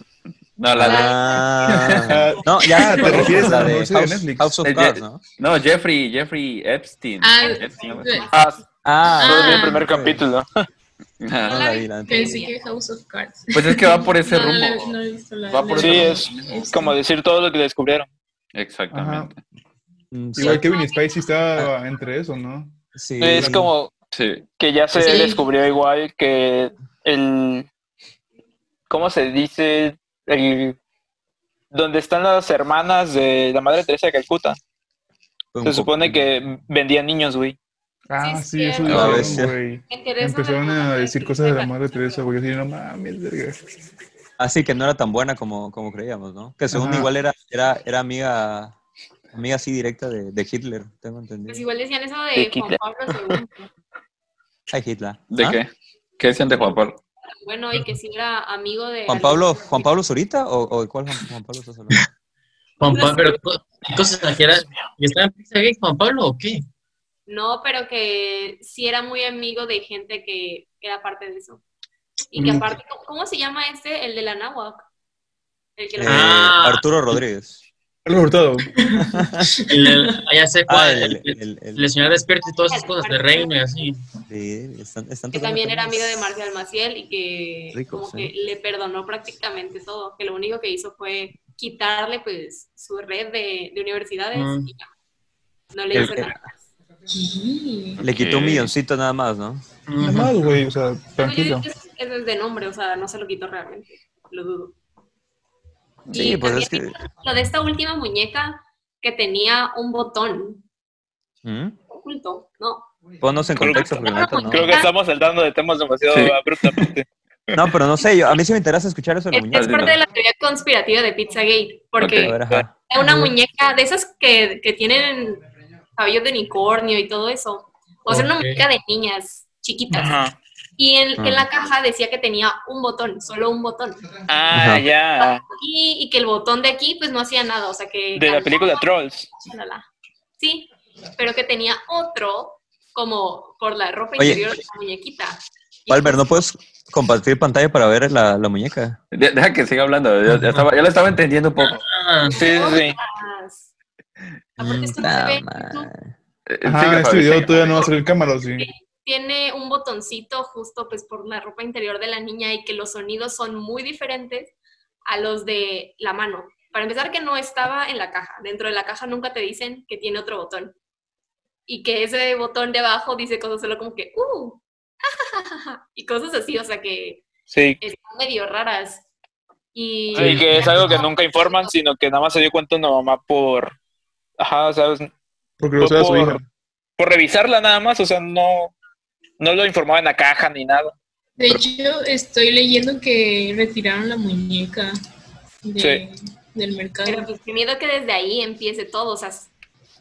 Speaker 3: No, la de...
Speaker 2: Ah, no, ya
Speaker 1: Ah, te refieres
Speaker 2: la
Speaker 1: a la
Speaker 2: de
Speaker 1: noche de
Speaker 2: House,
Speaker 1: Netflix.
Speaker 2: House of
Speaker 3: El de-
Speaker 2: Cards, ¿no?
Speaker 3: No, Jeffrey, Jeffrey Epstein.
Speaker 7: Ah,
Speaker 3: Epstein, algo así.
Speaker 8: Ah,
Speaker 2: Ah,
Speaker 7: solo vi el
Speaker 8: el primer
Speaker 2: ok.
Speaker 8: capítulo.
Speaker 2: No
Speaker 3: Ajá.
Speaker 2: la vi, la neta.
Speaker 7: Pensé que House of Cards.
Speaker 3: Pues es que va por ese
Speaker 7: No, no, Ah, la-
Speaker 3: rumbo.
Speaker 7: no he visto la...
Speaker 3: Va por
Speaker 7: la-
Speaker 8: Sí,
Speaker 3: ese
Speaker 8: es
Speaker 3: rumbo.
Speaker 8: Como decir todo lo que descubrieron.
Speaker 3: Exactamente.
Speaker 2: Mm, sí,
Speaker 1: Igual Kevin Spacey estaba entre eso, ¿no?
Speaker 2: sí.
Speaker 8: Es como
Speaker 3: Sí.
Speaker 8: que ya se
Speaker 7: Sí.
Speaker 8: descubrió igual que el ¿cómo se dice? el donde están las hermanas de la madre Teresa de Calcuta.
Speaker 2: Fue un
Speaker 8: Se
Speaker 2: poco-
Speaker 8: supone que vendían niños, güey.
Speaker 1: Ah,
Speaker 6: Sí,
Speaker 1: sí,
Speaker 6: es
Speaker 1: eso
Speaker 6: cierto.
Speaker 1: dijeron,
Speaker 2: Ah, sí.
Speaker 1: güey.
Speaker 6: En Teresa
Speaker 1: Empezaron
Speaker 6: de la
Speaker 1: a
Speaker 6: Madre
Speaker 1: decir cosas de la madre Teresa, güey. Yo dije, no mames, verga.
Speaker 2: Así que no era tan buena como, como creíamos, ¿no? Que según
Speaker 1: Ajá.
Speaker 2: igual era, era, era amiga, amiga así directa de, de Hitler, tengo
Speaker 6: Pues
Speaker 2: entendido.
Speaker 6: igual decían eso de
Speaker 8: De
Speaker 6: Juan
Speaker 8: Hitler.
Speaker 6: Pablo II.
Speaker 2: Ay, Hitler.
Speaker 3: ¿De
Speaker 2: ¿Ah?
Speaker 3: qué? ¿Qué decían de Juan Pablo?
Speaker 6: Bueno, y que si era amigo de...
Speaker 2: ¿Juan Pablo, Juan Pablo Zurita o, o de cuál Juan, Juan Pablo estás hablando?
Speaker 4: Juan Pablo, pero co- cosas aquí era- ¿Y estaba en pizza gay Juan Pablo o qué?
Speaker 6: No, pero que sí era muy amigo de gente que era parte de eso. Y que
Speaker 4: Mm.
Speaker 6: aparte, ¿cómo- ¿cómo se llama este? El de la náhuatl. El que
Speaker 2: Eh,
Speaker 6: lo-
Speaker 4: Ah.
Speaker 2: Arturo Rodríguez.
Speaker 1: Carlos Hurtado.
Speaker 4: El- el- ya sé cuál,
Speaker 2: Ah,
Speaker 4: el,
Speaker 2: el,
Speaker 4: el,
Speaker 2: el- el-
Speaker 4: señor despierto y todas esas cosas de reino y así.
Speaker 2: sí, están- están
Speaker 6: que
Speaker 2: tocando
Speaker 6: también era
Speaker 2: temas.
Speaker 6: amigo de Marcial Maciel y que
Speaker 2: Rico,
Speaker 6: como
Speaker 2: sí.
Speaker 6: que le perdonó prácticamente todo, que lo único que hizo fue quitarle pues su red de, de universidades
Speaker 4: Mm.
Speaker 6: y ya. No le
Speaker 3: El
Speaker 6: hizo
Speaker 3: que-
Speaker 6: nada.
Speaker 7: Sí.
Speaker 2: Le quitó un
Speaker 3: Ok.
Speaker 2: milloncito nada más, ¿no?
Speaker 1: Nada más, güey, o sea,
Speaker 6: Pero yo
Speaker 1: tranquilo.
Speaker 6: digo que es, es de nombre, o sea, no se lo quitó realmente, lo dudo.
Speaker 2: Sí,
Speaker 6: Y
Speaker 2: pues es que.
Speaker 6: también Lo de esta última muñeca que tenía un botón
Speaker 2: ¿Mm?
Speaker 6: oculto, ¿no?
Speaker 2: Ponnos en
Speaker 8: Creo que-
Speaker 2: contexto, porque la neta no.
Speaker 8: Creo que estamos saltando de temas demasiado
Speaker 3: Sí.
Speaker 8: abruptamente.
Speaker 2: No, pero no sé, yo, a mí sí me interesa escuchar eso de
Speaker 6: Es,
Speaker 2: la
Speaker 6: es
Speaker 2: muñeca.
Speaker 6: parte de la teoría conspirativa de Pizzagate, porque...
Speaker 2: A ver, ajá.
Speaker 6: Era una muñeca de esas que, que tienen cabellos de unicornio y todo eso. O sea, una
Speaker 4: Ok.
Speaker 6: muñeca de niñas chiquitas.
Speaker 8: Ajá.
Speaker 6: Y en, en
Speaker 2: Ah.
Speaker 6: la caja decía que tenía un botón, solo un botón.
Speaker 8: Ah,
Speaker 2: Ajá.
Speaker 8: ya.
Speaker 6: Y, y que el botón de aquí, pues no hacía nada. O sea, que.
Speaker 8: Ah. De la película Trolls.
Speaker 6: Chalala. Sí, pero que tenía otro, como por la ropa
Speaker 2: Oye.
Speaker 6: interior de la muñequita. Y-
Speaker 2: Albert, ¿no puedes compartir pantalla para ver la, la muñeca?
Speaker 3: De- Deja que siga hablando, ya, ya estaba, ya lo estaba entendiendo un poco.
Speaker 4: Ah,
Speaker 8: Sí, sí, sí.
Speaker 6: Aparte, esto
Speaker 2: Mm,
Speaker 6: no se ve en
Speaker 2: tama.
Speaker 6: YouTube.
Speaker 3: Eh, sigue,
Speaker 1: Ajá, este
Speaker 3: Fabi,
Speaker 1: video
Speaker 3: sigue.
Speaker 1: todavía no va a salir en cámara, sí.
Speaker 6: tiene un botoncito justo pues por la ropa interior de la niña y que los sonidos son muy diferentes a los de la mano. Para empezar que no estaba en la caja. Dentro de la caja nunca te dicen que tiene otro botón. Y que ese botón de abajo dice cosas solo como que uh ajajaja", y cosas así, o sea que
Speaker 8: Sí.
Speaker 6: están medio raras. Y
Speaker 8: Sí, que es algo que nunca informan, sino que nada más se dio cuenta una mamá por. Ajá, ¿sabes?
Speaker 1: Porque lo sabe su
Speaker 8: Por-
Speaker 1: hija.
Speaker 8: Por revisarla nada más, o sea, no. No lo informaba en la caja ni nada.
Speaker 7: De hecho, estoy leyendo que retiraron la muñeca de- del
Speaker 6: Pero
Speaker 7: mercado.
Speaker 6: pues qué miedo que desde ahí empiece todo, o sea,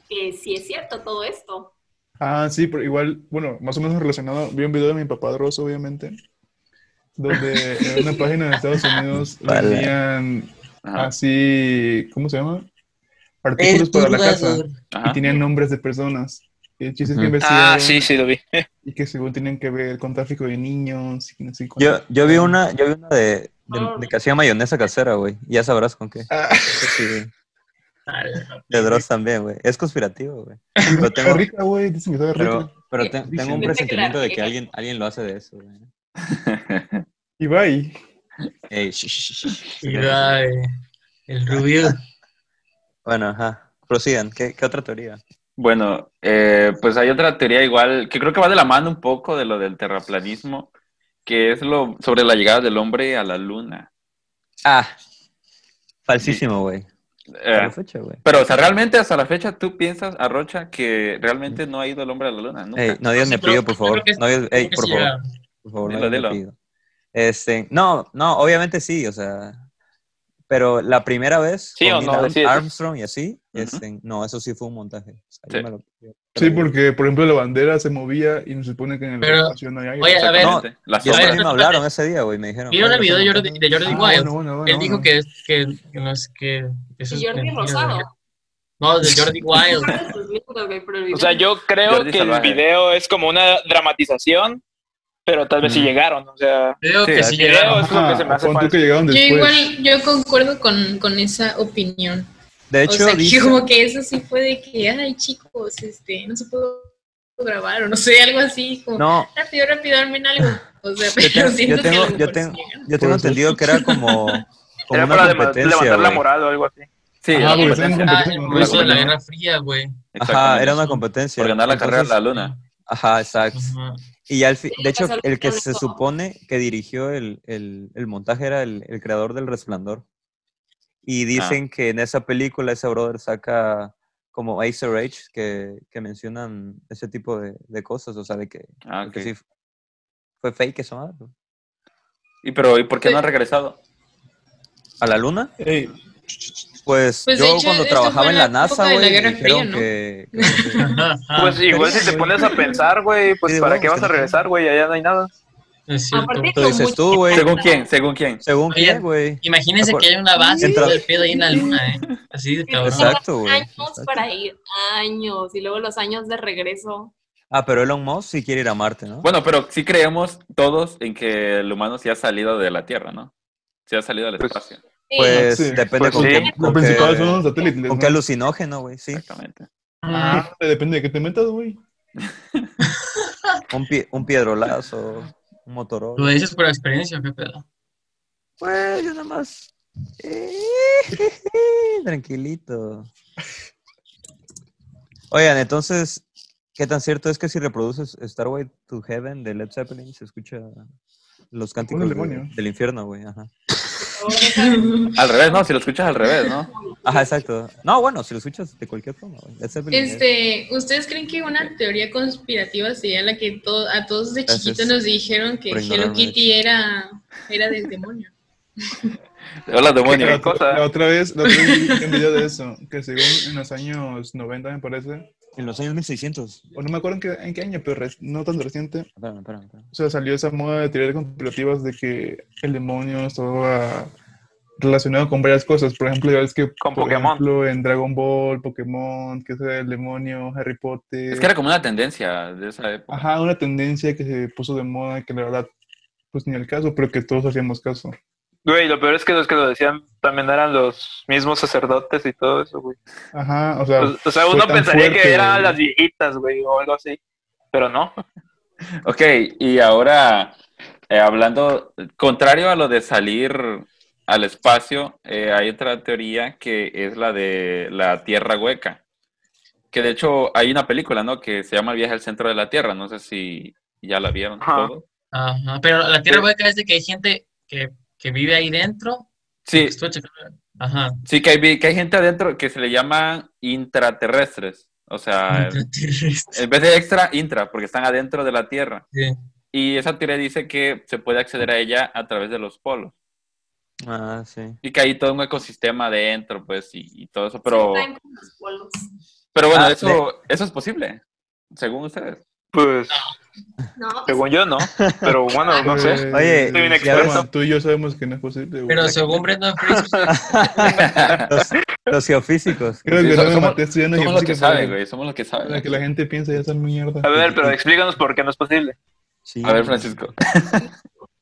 Speaker 6: que sí es cierto todo esto.
Speaker 1: Ah, sí, pero igual, bueno, más o menos relacionado. Vi un video de mi papá Dross, obviamente, donde en una página de Estados Unidos
Speaker 2: Vale. Ah.
Speaker 1: vendían Ah,
Speaker 3: Ajá,
Speaker 1: así, ¿cómo se llama? Artículos para la casa y
Speaker 3: ajá.
Speaker 1: tenían nombres de personas. Y el chiste es que
Speaker 2: Ah. Ujú.
Speaker 8: Ah,
Speaker 1: investigaron
Speaker 8: sí, sí, lo vi.
Speaker 1: y que según tienen que ver con tráfico de niños y no sé cuánto.
Speaker 2: Yo, yo vi una, yo vi una de, de, de que hacía mayonesa casera, güey. Ya sabrás con qué.
Speaker 1: Ah,
Speaker 2: Sí,
Speaker 4: ah,
Speaker 2: de Dross también, güey. Es conspirativo, güey. Pero
Speaker 1: sabe
Speaker 2: tengo,
Speaker 1: rica, güey, dicen que sabe rica.
Speaker 2: pero, pero te- tengo un
Speaker 1: Dicen.
Speaker 2: presentimiento de que alguien, alguien lo hace de eso, güey.
Speaker 1: Y bye.
Speaker 2: Ey, sh- sh- sh- sh.
Speaker 4: y va, eh, el rubio.
Speaker 2: Bueno, ajá. Prosigan, ¿qué, qué otra teoría?
Speaker 3: Bueno, eh, pues hay otra teoría igual que creo que va de la mano un poco de lo del terraplanismo, que es lo sobre la llegada del hombre a la luna.
Speaker 2: Ah, falsísimo, güey. Hasta
Speaker 3: Eh,
Speaker 2: la fecha, güey.
Speaker 3: pero, o sea, realmente hasta la fecha tú piensas, Arrocha, que realmente no ha ido el hombre a la luna, nunca.
Speaker 2: Ey, no digas me
Speaker 4: Yo creo-
Speaker 2: pido, por
Speaker 4: yo
Speaker 2: favor.
Speaker 4: creo que-
Speaker 2: No digas, ey,
Speaker 4: Creo que
Speaker 2: por
Speaker 4: sí,
Speaker 2: favor.
Speaker 4: ya.
Speaker 2: Por favor,
Speaker 3: Dilo,
Speaker 2: no digas me
Speaker 3: dilo.
Speaker 2: pido. Este, no, no, obviamente sí, o sea, pero la primera vez
Speaker 8: Sí o
Speaker 2: con
Speaker 8: no,
Speaker 2: Neil Ar-
Speaker 8: decide.
Speaker 2: Armstrong y así,
Speaker 3: Ujú.
Speaker 2: este, no, eso sí fue un montaje. O sea, yo
Speaker 3: Sí.
Speaker 2: me lo- yo-
Speaker 1: Sí,
Speaker 2: pero-
Speaker 1: porque, por ejemplo, la bandera se movía y se supone que en el
Speaker 4: Pero-
Speaker 1: espacio no hay aire.
Speaker 4: Oye, a ver,
Speaker 2: No,
Speaker 3: la
Speaker 2: Yo
Speaker 4: A
Speaker 2: a
Speaker 4: ver,
Speaker 2: mí me hablaron ese día, güey, me dijeron.
Speaker 4: ¿vieron el
Speaker 2: "Oye,
Speaker 4: video de
Speaker 2: ¿no
Speaker 4: Jordi,
Speaker 2: estás
Speaker 4: de Jordi
Speaker 1: Ah,
Speaker 4: Wild?
Speaker 1: bueno, bueno, bueno,
Speaker 4: Él dijo
Speaker 1: bueno.
Speaker 4: que, que, que no es que... Eso es
Speaker 6: Y Jordi
Speaker 4: mentira,
Speaker 6: Rosado.
Speaker 4: güey. No, de Jordi Wild.
Speaker 6: Sus miedos, güey, pero el
Speaker 8: O sea,
Speaker 6: video-
Speaker 8: yo creo
Speaker 3: Jordi
Speaker 8: que el
Speaker 3: Salvaje.
Speaker 8: video es como una dramatización, pero tal vez sí
Speaker 2: Mm.
Speaker 8: llegaron. O sea,
Speaker 4: Creo
Speaker 3: Sí,
Speaker 4: que
Speaker 3: así
Speaker 4: sí
Speaker 8: es.
Speaker 4: llegaron.
Speaker 8: es lo que se me hace
Speaker 1: pon tú
Speaker 8: falso.
Speaker 1: que llegaron
Speaker 7: Yo
Speaker 1: después.
Speaker 7: igual, yo concuerdo con, con esa opinión.
Speaker 2: De
Speaker 7: o
Speaker 2: hecho,
Speaker 7: sea, que
Speaker 2: dice-
Speaker 7: como que eso sí fue de que, ay chicos, este, no se pudo grabar o no sé, algo así, como
Speaker 2: no,
Speaker 7: rápido, rápido, armen algo. O sea, pero
Speaker 2: yo tengo,
Speaker 7: siento
Speaker 2: yo
Speaker 7: que a
Speaker 2: tengo,
Speaker 7: lo
Speaker 2: yo
Speaker 7: mejor
Speaker 2: tengo,
Speaker 7: sí llegaron.
Speaker 2: yo tengo
Speaker 1: Puede ser.
Speaker 2: entendido que era como, como
Speaker 8: era
Speaker 2: una
Speaker 8: para leva-
Speaker 2: competencia,
Speaker 8: levantar la
Speaker 2: güey.
Speaker 8: moral o algo así.
Speaker 3: Sí,
Speaker 1: Ajá,
Speaker 3: la
Speaker 1: porque
Speaker 3: competencia.
Speaker 1: están en
Speaker 4: Ah,
Speaker 1: competencia
Speaker 4: el
Speaker 1: con
Speaker 4: momento de la
Speaker 1: Guerra
Speaker 4: Guerra Fría, güey.
Speaker 2: Ajá, era una
Speaker 3: Exactamente.
Speaker 2: competencia.
Speaker 3: Por ganar la
Speaker 2: Entonces-
Speaker 3: carrera a la luna.
Speaker 2: Ajá, exacto.
Speaker 4: Ajá.
Speaker 2: Y ya, al fi- de hecho,
Speaker 6: pasó
Speaker 2: el que
Speaker 6: con
Speaker 2: se
Speaker 6: eso.
Speaker 2: supone que dirigió el, el- el montaje era el, el creador del Resplandor.
Speaker 7: Ah.
Speaker 2: Y dicen que en esa película ese brother saca como Ace or Age, que, que mencionan ese tipo de, de cosas, o sea, de que,
Speaker 3: Ah,
Speaker 2: de que
Speaker 3: ok.
Speaker 2: sí fue fake eso, ¿ah?
Speaker 3: ¿Y pero y por qué no ha regresado?
Speaker 2: ¿A la luna?
Speaker 1: Ey,
Speaker 2: Pues,
Speaker 7: Pues, de
Speaker 2: yo
Speaker 7: hecho,
Speaker 2: cuando
Speaker 7: esto
Speaker 2: trabajaba en
Speaker 7: fue en
Speaker 2: la
Speaker 7: la
Speaker 2: NASA,
Speaker 7: época de la
Speaker 2: güey,
Speaker 7: Guerra Fría,
Speaker 2: dijeron
Speaker 7: ¿no?
Speaker 2: que...
Speaker 4: Ajá.
Speaker 8: Pues igual si
Speaker 1: sí,
Speaker 8: te
Speaker 1: güey.
Speaker 8: pones a pensar, güey, pues
Speaker 2: Sí,
Speaker 8: ¿para
Speaker 2: vamos,
Speaker 8: qué vas
Speaker 2: que
Speaker 8: a
Speaker 2: no
Speaker 8: regresar, güey? Allá no hay nada.
Speaker 4: Es cierto.
Speaker 6: Aparte-
Speaker 2: Lo dices tú, güey.
Speaker 3: ¿Según quién? ¿Según quién?
Speaker 2: Según
Speaker 4: Oye,
Speaker 2: quién, güey.
Speaker 4: Imagínense
Speaker 2: Apar-
Speaker 4: que hay una base
Speaker 2: Entra-
Speaker 4: todo el pedo ahí en la luna, ¿eh? Así de cabrón.
Speaker 2: Exacto, güey.
Speaker 6: años
Speaker 2: Exacto.
Speaker 6: para ir, años, y luego los años de regreso.
Speaker 2: Ah, pero Elon Musk sí quiere ir a Marte, ¿no?
Speaker 3: Bueno, pero sí creemos todos en que el humano sí ha salido de la Tierra, ¿no? Sí ha salido al
Speaker 8: Pues-
Speaker 3: espacio.
Speaker 6: Sí,
Speaker 2: pues
Speaker 1: Sí,
Speaker 2: depende
Speaker 8: pues
Speaker 2: con
Speaker 8: sí.
Speaker 2: qué.
Speaker 1: Lo
Speaker 2: con
Speaker 1: principal
Speaker 2: qué-
Speaker 1: son los satélites,
Speaker 2: con
Speaker 1: ¿no?
Speaker 2: qué alucinógeno, güey, sí.
Speaker 3: Exactamente.
Speaker 4: Ah,
Speaker 1: Depende de qué te metas, güey.
Speaker 2: Un, pie- un piedrolazo, un Motorola.
Speaker 4: ¿Lo dices por experiencia o qué pedo?
Speaker 2: Pues yo nada más. Eh, Tranquilito. Oigan, entonces, ¿qué tan cierto es que si reproduces Starway to Heaven de Led Zeppelin se escucha los cánticos de-
Speaker 1: demonio.
Speaker 2: del infierno, güey? Ajá.
Speaker 6: por favor,
Speaker 3: Al revés, ¿no? Si lo escuchas al revés, ¿no?
Speaker 2: Ajá, exacto. No, bueno, si lo escuchas de cualquier forma, güey. Led Zeppelin es-
Speaker 7: Este, ¿ustedes creen que una teoría conspirativa sería la que to- a todos de
Speaker 2: Gracias
Speaker 7: chiquitos nos dijeron que
Speaker 2: por
Speaker 7: Hello
Speaker 2: ignorarme.
Speaker 7: Kitty era, era del demonio?
Speaker 3: Hola,
Speaker 8: Qué
Speaker 3: demonio.
Speaker 8: loco. cosa.
Speaker 1: La otra vez, la otra vez vi un video de eso, que según en los años 90, me parece,
Speaker 2: En los años 1600.
Speaker 1: o no me acuerdo en qué, en qué año, pero re- no tan reciente,
Speaker 2: Espérame, espérame, espérame.
Speaker 1: o sea, salió esa moda de teorías conspirativas de que el demonio estaba relacionado con varias cosas. Por ejemplo, ya ves que
Speaker 8: Con
Speaker 1: por
Speaker 8: Pokémon.
Speaker 1: ejemplo, en Dragon Ball, Pokémon, que es el demonio, Harry Potter.
Speaker 3: Es que era como una tendencia de esa época.
Speaker 1: Ajá, una tendencia que se puso de moda que la verdad, pues ni el caso, pero que todos hacíamos caso.
Speaker 8: Güey, lo peor es que los que lo decían también eran los mismos sacerdotes y todo eso, güey.
Speaker 1: Ajá, o sea,
Speaker 8: Pues, O, o sea,
Speaker 1: fue
Speaker 8: uno
Speaker 1: tan
Speaker 8: pensaría que
Speaker 1: fuerte,
Speaker 8: eran
Speaker 1: güey.
Speaker 8: las viejitas, güey, o algo así. Pero no.
Speaker 3: Ok, y ahora, eh, hablando, contrario a lo de salir al espacio, eh, hay otra teoría que es la de la Tierra Hueca. Que de hecho hay una película, ¿no? Que se llama El viaje al centro de la Tierra. No sé si ya la vieron
Speaker 8: Ajá.
Speaker 3: todos.
Speaker 4: Ajá. Pero la tierra hueca es de que hay gente que, que vive ahí dentro.
Speaker 3: Sí,
Speaker 4: Estuve checando. Ajá.
Speaker 3: sí que hay, que hay gente adentro que se le llama intraterrestres. O sea,
Speaker 4: Extraterrestre.
Speaker 3: en vez de extra, intra, porque están adentro de la Tierra.
Speaker 4: Sí.
Speaker 3: Y esa teoría dice que se puede acceder a ella a través de los polos.
Speaker 2: Ah, sí.
Speaker 3: Y que hay todo un ecosistema adentro, pues, y, y todo eso. Pero,
Speaker 6: traen con los polos.
Speaker 3: pero bueno,
Speaker 2: Ah,
Speaker 3: eso, eso es posible, según ustedes.
Speaker 8: Pues,
Speaker 6: No, pues,
Speaker 8: según yo, no. Pero bueno, no sé.
Speaker 1: Eh,
Speaker 2: Oye,
Speaker 8: Soy un
Speaker 1: ya
Speaker 8: experto.
Speaker 1: ves, tú y yo sabemos que no es posible. güey.
Speaker 4: Pero según Brendan Fraser,
Speaker 2: Los, los geofísicos.
Speaker 1: Creo que
Speaker 3: Sí,
Speaker 1: no me
Speaker 3: somos-
Speaker 1: maté estudiando
Speaker 3: Somos los que
Speaker 1: geofísica,
Speaker 3: saben,
Speaker 1: pero
Speaker 3: güey, somos los que
Speaker 1: La
Speaker 3: saben.
Speaker 1: que la gente piensa ya esa mierda.
Speaker 8: A ver, pero explícanos por qué no es posible.
Speaker 2: Sí,
Speaker 3: A ver,
Speaker 2: güey.
Speaker 3: Francisco.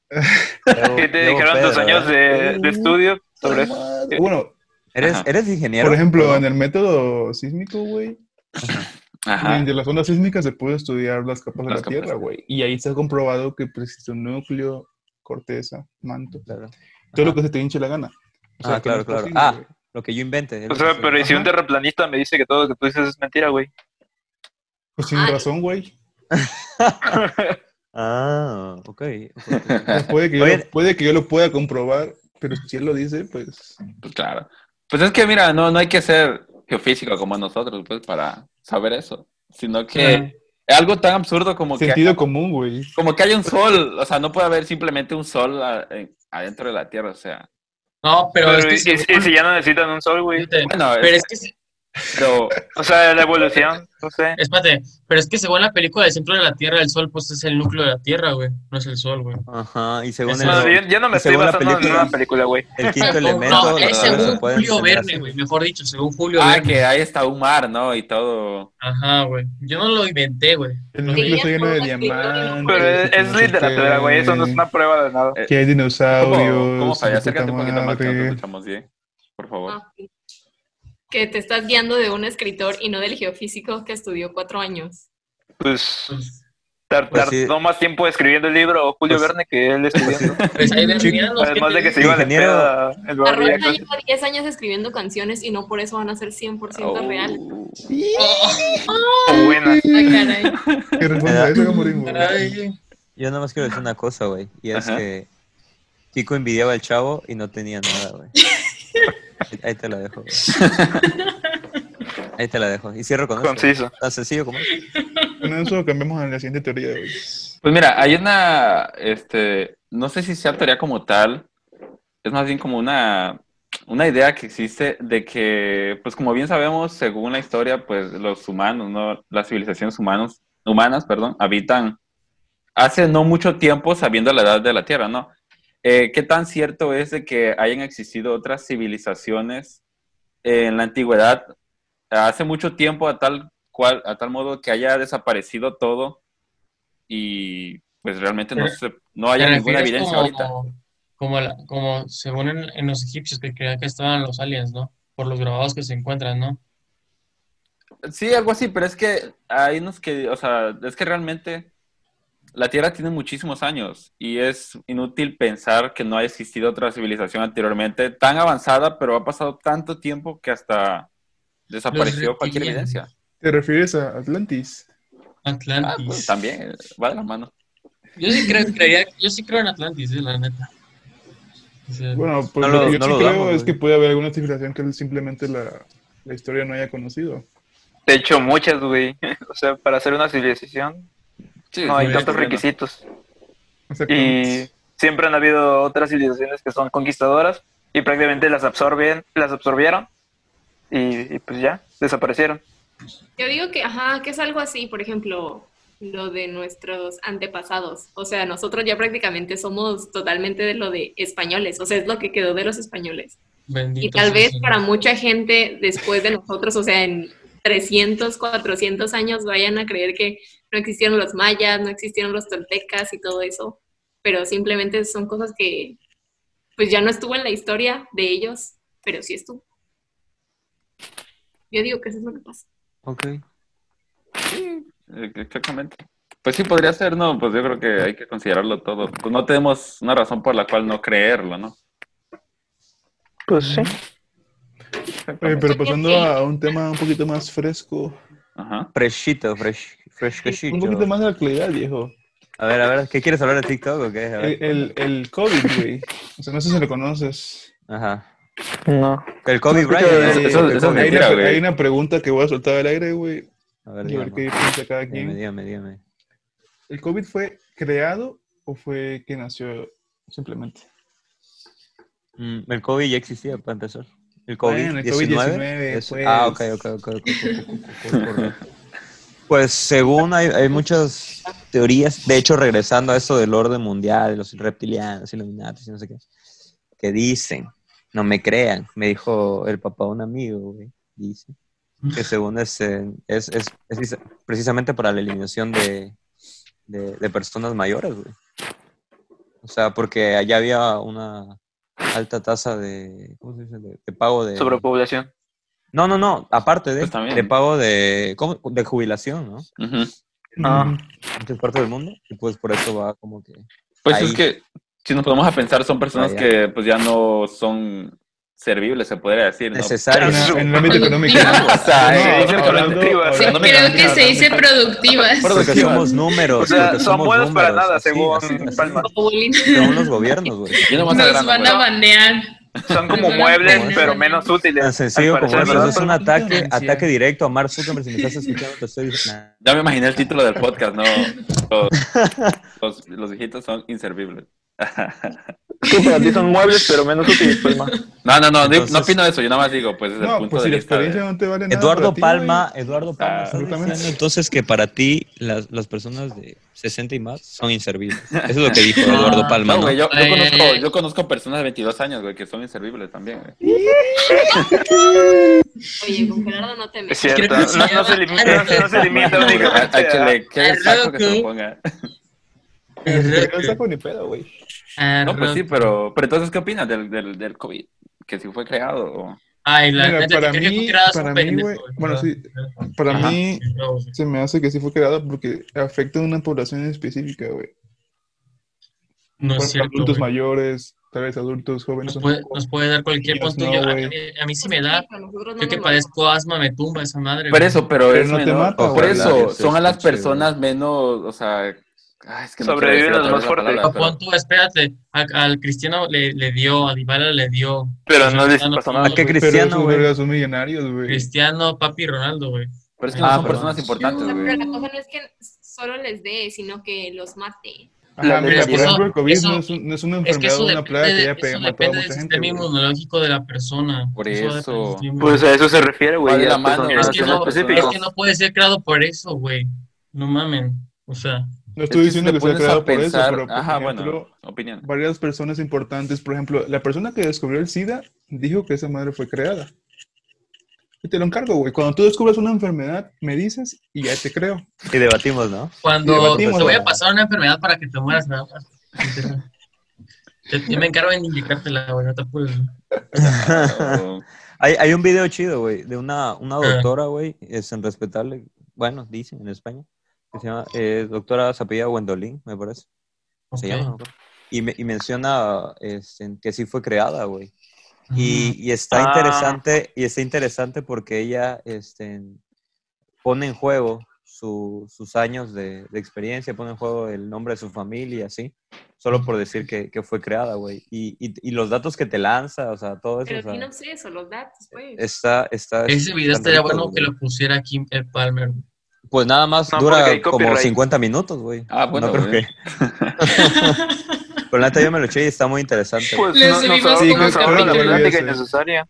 Speaker 2: Luego-
Speaker 8: ¿Qué te
Speaker 2: luego
Speaker 8: dijeron tus
Speaker 2: pedo,
Speaker 8: años
Speaker 2: ¿eh?
Speaker 8: de, de estudio sobre eso?
Speaker 1: Bueno,
Speaker 2: ¿Eres,
Speaker 3: Ajá.
Speaker 2: eres ingeniero?
Speaker 1: por ejemplo, en
Speaker 2: ¿no?
Speaker 1: el método sísmico, güey,
Speaker 3: Ajá.
Speaker 1: de las ondas sísmicas se puede estudiar las capas de
Speaker 3: Las
Speaker 1: la
Speaker 3: capas.
Speaker 1: Tierra, güey. Y ahí se ha comprobado que pues, existe un núcleo, corteza, manto,
Speaker 2: Claro.
Speaker 1: todo
Speaker 2: Ajá.
Speaker 1: lo que se te hinche la gana. O sea,
Speaker 2: Ah,
Speaker 1: que no
Speaker 2: claro,
Speaker 1: es
Speaker 2: claro.
Speaker 1: posible,
Speaker 2: Ah,
Speaker 1: güey.
Speaker 2: lo que yo invente. es
Speaker 8: O
Speaker 2: lo que
Speaker 8: sea,
Speaker 2: soy.
Speaker 8: pero ¿y si un
Speaker 1: Ajá.
Speaker 8: terraplanista me dice que todo lo que tú dices es mentira, güey?
Speaker 1: Pues tiene razón, güey.
Speaker 2: Ah, ok. ok, ok.
Speaker 1: O sea, puede, que yo
Speaker 2: Oye.
Speaker 1: lo, puede que yo lo pueda comprobar, pero si él lo dice, pues...
Speaker 3: Pues claro. Pues es que, mira, no, no hay que ser geofísico como nosotros, pues, para saber eso. Sino que es algo tan absurdo como
Speaker 1: sentido
Speaker 3: que...
Speaker 1: común, güey.
Speaker 3: Como que hay un sol, o sea, no puede haber simplemente un sol a- en- adentro de la Tierra, o sea.
Speaker 4: No, pero,
Speaker 8: Pero,
Speaker 4: es que
Speaker 8: ¿y, y-
Speaker 4: según-
Speaker 8: y si ya no necesitan un sol, güey?
Speaker 4: Espérate,
Speaker 3: Bueno,
Speaker 4: pero
Speaker 3: es,
Speaker 4: es que se-
Speaker 3: pero-
Speaker 8: O sea, la evolución, no sé.
Speaker 4: espérate, pero es que según la película del centro de la Tierra, el sol pues es el núcleo de la Tierra, güey, no es el sol, güey.
Speaker 2: Ajá, y según
Speaker 4: Eso
Speaker 2: el,
Speaker 4: no
Speaker 8: Bueno, yo, yo no me
Speaker 2: y
Speaker 8: estoy
Speaker 2: según la
Speaker 8: basando en
Speaker 2: película-
Speaker 8: una película, güey.
Speaker 2: el quinto
Speaker 4: No,
Speaker 2: elemento,
Speaker 4: no,
Speaker 2: las
Speaker 4: es
Speaker 3: verdad,
Speaker 4: según
Speaker 2: cosas pueden
Speaker 4: Julio
Speaker 2: tener
Speaker 4: Verne,
Speaker 2: así.
Speaker 4: güey, mejor dicho, según Julio
Speaker 3: ah,
Speaker 4: Verne.
Speaker 3: que ahí está un mar, ¿no? Y todo.
Speaker 4: Ajá, güey. Yo no lo inventé, güey.
Speaker 1: El
Speaker 4: Lo-
Speaker 1: núcleo está
Speaker 6: Sí,
Speaker 1: lleno de
Speaker 6: es como un escritor,
Speaker 1: diamantes.
Speaker 8: Pero es,
Speaker 1: que
Speaker 8: es
Speaker 1: no sé
Speaker 8: literatura,
Speaker 1: qué.
Speaker 8: güey. Eso no es una prueba de nada.
Speaker 1: Que hay dinosaurios.
Speaker 3: ¿Cómo, cómo falla?
Speaker 1: su
Speaker 3: Acércate un
Speaker 1: puta
Speaker 3: poquito más que no te
Speaker 1: madre.
Speaker 3: escuchamos bien, por favor.
Speaker 6: ah, sí. que te estás guiando de un escritor y no del geofísico que estudió cuatro años.
Speaker 8: Pues
Speaker 4: Pues,
Speaker 8: tar-
Speaker 2: Pues sí.
Speaker 8: tardó más tiempo escribiendo el libro Julio
Speaker 2: Pues-
Speaker 8: Verne que él estudiando.
Speaker 4: pues ahí
Speaker 2: Chico,
Speaker 4: vendrían los
Speaker 8: Además de que
Speaker 4: te-
Speaker 8: se iba de
Speaker 2: Ingeniero-
Speaker 8: pedo el barrio.
Speaker 6: Arroyo lleva 10 años escribiendo canciones y no por eso van a ser 100%
Speaker 3: Oh.
Speaker 6: real.
Speaker 4: "Oh,
Speaker 8: Buena.
Speaker 7: Ah, caray.
Speaker 1: ¿Qué respuesta
Speaker 2: da-
Speaker 1: es esa, Gamorín, güey?
Speaker 4: Ay,
Speaker 2: Yo nada más quiero decir una cosa, güey, y es
Speaker 3: Ajá.
Speaker 2: que Kiko envidiaba al chavo y no tenía nada, güey. Ahí- Ahí te la dejo, güey. Ahí te la dejo. Y cierro con eso.
Speaker 8: Conciso.
Speaker 2: Tan sencillo como eso.
Speaker 1: Con eso cambiamos a la siguiente teoría, güey.
Speaker 3: Pues mira, hay una, este, no sé si sea teoría como tal, es más bien como una, una idea que existe de que, pues como bien sabemos, según la historia, pues los humanos, ¿no? Las civilizaciones humanos, humanas, perdón, habitan hace no mucho tiempo sabiendo la edad de la Tierra, ¿no? Eh, ¿Qué tan cierto es de que hayan existido otras civilizaciones en la antigüedad hace mucho tiempo a tal cual, a tal modo que haya desaparecido todo y pues realmente no,
Speaker 4: Pero,
Speaker 3: se- no haya
Speaker 4: Eh, ¿Te
Speaker 3: ninguna
Speaker 4: refieres
Speaker 3: evidencia
Speaker 4: como,
Speaker 3: ahorita?
Speaker 4: Como, la- como según en, en los egipcios que creían que estaban los aliens, ¿no? Por los grabados que se encuentran, ¿no?
Speaker 3: Sí, algo así, pero es que hay unos que, o sea, es que realmente la Tierra tiene muchísimos años y es inútil pensar que no haya existido otra civilización anteriormente tan avanzada, pero ha pasado tanto tiempo que hasta desapareció cualquier
Speaker 4: reptilianos.
Speaker 3: evidencia.
Speaker 1: ¿Te refieres a Atlantis?
Speaker 3: Ah, pues,
Speaker 4: Atlantis.
Speaker 3: también va de la mano.
Speaker 4: yo sí creo, creía- yo sí creo en Atlantis, eh, la neta. O sea,
Speaker 1: Bueno, pues
Speaker 2: No
Speaker 1: lo,
Speaker 2: lo-
Speaker 1: que yo
Speaker 2: no
Speaker 1: sí
Speaker 2: lo
Speaker 1: creo
Speaker 2: damos,
Speaker 1: es que
Speaker 2: güey.
Speaker 1: puede haber alguna civilización que simplemente la, la historia no haya conocido.
Speaker 8: De hecho, muchas, güey. O sea, para hacer una civilización
Speaker 3: Sí,
Speaker 8: no hay
Speaker 3: muy
Speaker 8: tantos
Speaker 3: bien.
Speaker 8: requisitos.
Speaker 3: Eh,
Speaker 1: Exactamente. Eh,
Speaker 8: Y siempre han habido otras civilizaciones que son conquistadoras y prácticamente las absorben, las absorbieron y, y pues ya, desaparecieron.
Speaker 6: Yo digo que, ajá, que es algo así, por ejemplo, lo de nuestros antepasados. O sea, nosotros ya prácticamente somos totalmente de lo de españoles. O sea, es lo que quedó de los españoles.
Speaker 4: bendito
Speaker 6: Y tal
Speaker 4: sea
Speaker 6: vez
Speaker 4: el
Speaker 6: para
Speaker 4: Señor.
Speaker 6: mucha gente después de nosotros, o sea, en 300, 400 años vayan a creer que no existieron los mayas, no existieron los toltecas y todo eso. Pero simplemente son cosas que, pues ya no estuvo en la historia de ellos, pero sí estuvo. Yo digo que eso es lo que pasa.
Speaker 2: Ok.
Speaker 3: Eh, Exactamente. Pues sí, podría ser, ¿no? Pues yo creo que hay que considerarlo todo. Pues no tenemos una razón por la cual no creerlo, ¿no?
Speaker 8: Pues sí.
Speaker 1: Oye, pero pasando a un tema un poquito más fresco,
Speaker 3: Ajá.
Speaker 2: Freshito, fresh,
Speaker 1: un poquito
Speaker 2: fresquecito.
Speaker 1: más de actualidad, viejo.
Speaker 2: A ver, a ver, ¿qué quieres hablar de TikTok o qué? A ver.
Speaker 1: El, el, el COVID, güey. O sea, no sé si lo conoces.
Speaker 2: Ajá.
Speaker 8: No.
Speaker 2: El Kobe
Speaker 1: Escucha, eh,
Speaker 2: Bryant. ¿no?
Speaker 3: eso-
Speaker 2: El
Speaker 3: eso es
Speaker 2: Kobe.
Speaker 1: hay,
Speaker 3: mentira,
Speaker 1: una,
Speaker 3: güey.
Speaker 1: hay una pregunta que voy a soltar al aire, güey.
Speaker 2: A ver,
Speaker 1: Y a ver qué
Speaker 2: dígame.
Speaker 1: piensa cada
Speaker 2: Dígame,
Speaker 1: quien.
Speaker 2: dígame, dígame.
Speaker 1: ¿El COVID fue creado o fue que nació simplemente?
Speaker 2: Mm, el COVID ya existía para empezar. El COVID-19.
Speaker 1: Bueno, el COVID-19,
Speaker 2: es- Ah, ok,
Speaker 1: pues.
Speaker 2: ok, ok. ok, ok, ok, correcto. Pues según hay, hay muchas teorías, de hecho regresando a eso del orden mundial, de los reptilianos, iluminatis y no sé qué, que dicen, no me crean, me dijo el papá de un amigo, güey, dice,
Speaker 1: Mm.
Speaker 2: que según es, eh, es, es- es precisamente para la eliminación de, de- de personas mayores, güey. O sea, porque allá había una alta tasa de, ¿cómo se dice? De, de pago de...
Speaker 8: Sobrepoblación.
Speaker 2: No, no, no, aparte de,
Speaker 3: Pues también.
Speaker 2: de pago de, ¿cómo? de jubilación, ¿no?
Speaker 3: Ujú.
Speaker 8: Ah.
Speaker 2: En muchas partes del mundo, y pues por eso va como que...
Speaker 3: Pues
Speaker 2: Ahí.
Speaker 3: es que, si nos podemos a pensar, son personas
Speaker 2: Allá.
Speaker 3: que pues ya no son servibles, se podría decir, ¿no?
Speaker 2: Necesarias.
Speaker 1: En, la- en el ámbito económico.
Speaker 7: Productivas.
Speaker 3: O sea, eh,
Speaker 8: no,
Speaker 1: hablando-
Speaker 8: productivas.
Speaker 1: hablando-
Speaker 7: Sí,
Speaker 3: no me
Speaker 7: creo
Speaker 3: cambies,
Speaker 7: que se dice productivas.
Speaker 2: Porque
Speaker 3: Productivas.
Speaker 2: somos números.
Speaker 8: O sea,
Speaker 2: porque
Speaker 8: son
Speaker 2: somos
Speaker 8: buenos para
Speaker 2: números,
Speaker 8: nada,
Speaker 2: así,
Speaker 8: según
Speaker 2: así, así,
Speaker 8: Palma.
Speaker 6: Bullying.
Speaker 2: Según los gobiernos, güey.
Speaker 3: Yo nomás al
Speaker 7: Nos
Speaker 3: grano,
Speaker 7: van
Speaker 3: güey.
Speaker 7: a banear.
Speaker 8: Son como
Speaker 7: Nos van a
Speaker 8: muebles,
Speaker 2: poner-
Speaker 8: pero menos útiles.
Speaker 2: Tan sencillo
Speaker 8: al
Speaker 2: como
Speaker 8: parecer,
Speaker 2: eso.
Speaker 8: ¿verdad?
Speaker 2: Es un
Speaker 1: Son
Speaker 2: ataque,
Speaker 1: ignorancia.
Speaker 2: ataque directo a Mark Zuckerberg. Si me estás escuchando, te estoy diciendo...
Speaker 3: Ya me imaginé el título del podcast, ¿no? Los, los- los viejitos son inservibles.
Speaker 8: Sí, para ti son muebles, pero menos útiles, pues, Palma.
Speaker 3: No, no, no, di- no
Speaker 2: Entonces-
Speaker 3: opino eso, yo nada más digo, pues desde el
Speaker 1: No,
Speaker 3: punto
Speaker 1: pues
Speaker 3: de
Speaker 1: si la
Speaker 3: vista de-
Speaker 1: experiencia no te vale nada.
Speaker 2: Eduardo
Speaker 1: para ti,
Speaker 2: Palma, Eduardo Palma,
Speaker 3: Ah,
Speaker 2: estás
Speaker 1: absolutamente.
Speaker 2: diciendo entonces que para ti las, las personas de 60 y más son inservibles. Eso es lo que dijo Eduardo Palma,
Speaker 3: No,
Speaker 2: ¿no?
Speaker 3: güey, yo, yo
Speaker 7: Eh.
Speaker 4: Ay,
Speaker 3: conozco,
Speaker 4: ay, ay.
Speaker 3: yo conozco personas de 22 años, güey, que son inservibles también, güey.
Speaker 6: Oye, con Gerardo no te
Speaker 8: Es
Speaker 6: metas.
Speaker 8: cierto.
Speaker 4: Creo que se
Speaker 8: No, no se
Speaker 4: llama-
Speaker 8: limita, no se limita
Speaker 1: este,
Speaker 8: únicamente a-
Speaker 1: ah,
Speaker 3: Échale, ¿qué
Speaker 4: Ay,
Speaker 3: saco que se
Speaker 4: loco.
Speaker 3: lo ponga?
Speaker 1: güey. No saco ni pedo, güey.
Speaker 4: Ah,
Speaker 3: No, pues sí,
Speaker 4: rock.
Speaker 3: pero, pero entonces, ¿qué opinas del, del, del COVID? Que si fue creado o...
Speaker 4: Ay, la
Speaker 1: Mira,
Speaker 4: neta,
Speaker 1: para
Speaker 4: creo que
Speaker 1: mí-
Speaker 4: tú creabas un
Speaker 1: para mí,
Speaker 4: pendejo,
Speaker 1: güey,
Speaker 4: güey,
Speaker 1: bueno,
Speaker 4: ¿verdad?
Speaker 1: sí, Para
Speaker 3: Ajá.
Speaker 1: mí
Speaker 4: No, güey.
Speaker 1: se me hace que sí fue creado porque afecta a una población específica, güey.
Speaker 4: No
Speaker 1: Por ejemplo,
Speaker 4: es cierto,
Speaker 1: adultos
Speaker 4: güey.
Speaker 1: mayores, tal vez adultos jóvenes.
Speaker 4: Nos
Speaker 1: un
Speaker 4: puede,
Speaker 1: poco.
Speaker 4: nos puede dar cualquier
Speaker 1: Niños,
Speaker 4: punto.
Speaker 1: no,
Speaker 4: yo, a, a
Speaker 1: güey.
Speaker 4: mí, a mí sí me da.
Speaker 6: Nosotros no
Speaker 4: Yo que
Speaker 6: nos
Speaker 4: padezco asma me tumba esa madre.
Speaker 3: Por
Speaker 4: güey.
Speaker 3: eso, pero,
Speaker 1: Pero
Speaker 3: es
Speaker 1: no te
Speaker 3: menor.
Speaker 1: mata,
Speaker 3: por
Speaker 1: güey.
Speaker 3: eso,
Speaker 2: Ojalá,
Speaker 3: son a las
Speaker 2: sí, sí,
Speaker 3: personas menos, o sea... ay, es que no quiero
Speaker 8: Sobreviven
Speaker 3: decir otra vez
Speaker 8: los más
Speaker 3: la
Speaker 8: fuertes.
Speaker 3: palabra,
Speaker 4: Pero pon tú, espérate. a- al Cristiano le, le dio, a Dybala le dio.
Speaker 8: Pero no les
Speaker 4: Cristiano,
Speaker 8: pasó
Speaker 4: Ronaldo,
Speaker 2: ¿A
Speaker 8: nada.
Speaker 2: qué
Speaker 4: güey.
Speaker 1: Pero
Speaker 2: Cristiano,
Speaker 1: esos
Speaker 2: güey?
Speaker 1: vergas son millonarios, güey.
Speaker 4: Cristiano, papi, Ronaldo, güey.
Speaker 3: Pero es que no
Speaker 2: Ah,
Speaker 3: son
Speaker 2: perdón.
Speaker 3: personas importantes,
Speaker 6: Pero
Speaker 3: güey.
Speaker 6: la cosa no es que solo les dé, sino que los mate.
Speaker 1: Ajá,
Speaker 8: La
Speaker 1: mira, por
Speaker 4: letalidad.
Speaker 1: ejemplo, el COVID
Speaker 4: Eso-
Speaker 1: no, es un- no es una
Speaker 4: Es que
Speaker 1: enfermedad,
Speaker 4: eso
Speaker 1: una plaga que
Speaker 4: depende, de,
Speaker 1: ya pe-
Speaker 4: eso
Speaker 1: mató a
Speaker 4: depende del
Speaker 1: mucha gente.
Speaker 4: sistema
Speaker 1: güey.
Speaker 4: inmunológico de la persona.
Speaker 3: Por
Speaker 4: depende
Speaker 3: eso.
Speaker 4: del sistema
Speaker 8: Pues eh, a eso se refiere,
Speaker 3: Va
Speaker 8: güey.
Speaker 3: de
Speaker 8: a
Speaker 3: la
Speaker 8: que
Speaker 3: mano,
Speaker 8: son
Speaker 3: ¿no?
Speaker 4: Es que
Speaker 8: relaciones
Speaker 4: no,
Speaker 3: específico.
Speaker 4: es que no puede ser creado por eso, güey. No mamen. O sea,
Speaker 1: No estoy
Speaker 3: Es que si
Speaker 1: diciendo
Speaker 3: te
Speaker 1: que sea
Speaker 3: pones a
Speaker 1: creado por eso,
Speaker 3: pensar-
Speaker 1: pero por
Speaker 3: Ajá,
Speaker 1: ejemplo,
Speaker 3: bueno, opinión.
Speaker 1: varias personas importantes, por ejemplo, la persona que descubrió el SIDA dijo que esa madre fue creada. Y te lo encargo, güey. Cuando tú descubres una enfermedad, me dices y ya te creo.
Speaker 2: Y debatimos, ¿no?
Speaker 4: Cuando te
Speaker 1: Debatimos,
Speaker 4: voy a
Speaker 2: ¿no?
Speaker 4: pasar una enfermedad para que te mueras, nada más. Yo, yo me encargo en inyectártela, güey, no te apures.
Speaker 3: O-
Speaker 2: Hay, hay un video chido, güey, de una, una doctora, güey, es en respetable, bueno, dicen en España, que se llama eh, doctora Zapilla Wendolín, me parece, se
Speaker 4: Ok.
Speaker 2: llama. ¿no? Y, me- y menciona este, que sí fue creada, güey.
Speaker 4: Mm.
Speaker 2: Y, y está
Speaker 8: Ah.
Speaker 2: interesante, y está interesante porque ella este, pone en juego su- sus años de, de experiencia, pone en juego el nombre de su familia y así, solo por decir que, que fue creada, güey. Y, y, y los datos que te lanza, o sea, todo eso.
Speaker 6: Pero
Speaker 2: o sea,
Speaker 6: aquí no sé eso, los datos, pues.
Speaker 2: Está, está.
Speaker 4: Ese video
Speaker 2: está
Speaker 4: estaría
Speaker 2: rico,
Speaker 4: bueno
Speaker 2: güey.
Speaker 4: que lo pusiera Kim eh, Palmer. güey.
Speaker 2: Pues nada más
Speaker 8: No, porque
Speaker 2: dura
Speaker 8: hay
Speaker 2: como
Speaker 8: copyright.
Speaker 2: 50 minutos, güey.
Speaker 3: Ah, bueno,
Speaker 2: No creo
Speaker 3: güey.
Speaker 2: que- Pero la neta yo me lo eché y está muy interesante.
Speaker 8: Pues
Speaker 7: Les
Speaker 8: no, nos
Speaker 7: subimos
Speaker 8: ahorra-
Speaker 7: como
Speaker 8: nos
Speaker 7: un
Speaker 8: ahorra la
Speaker 7: capítulo.
Speaker 8: plática
Speaker 1: Sí.
Speaker 8: innecesaria.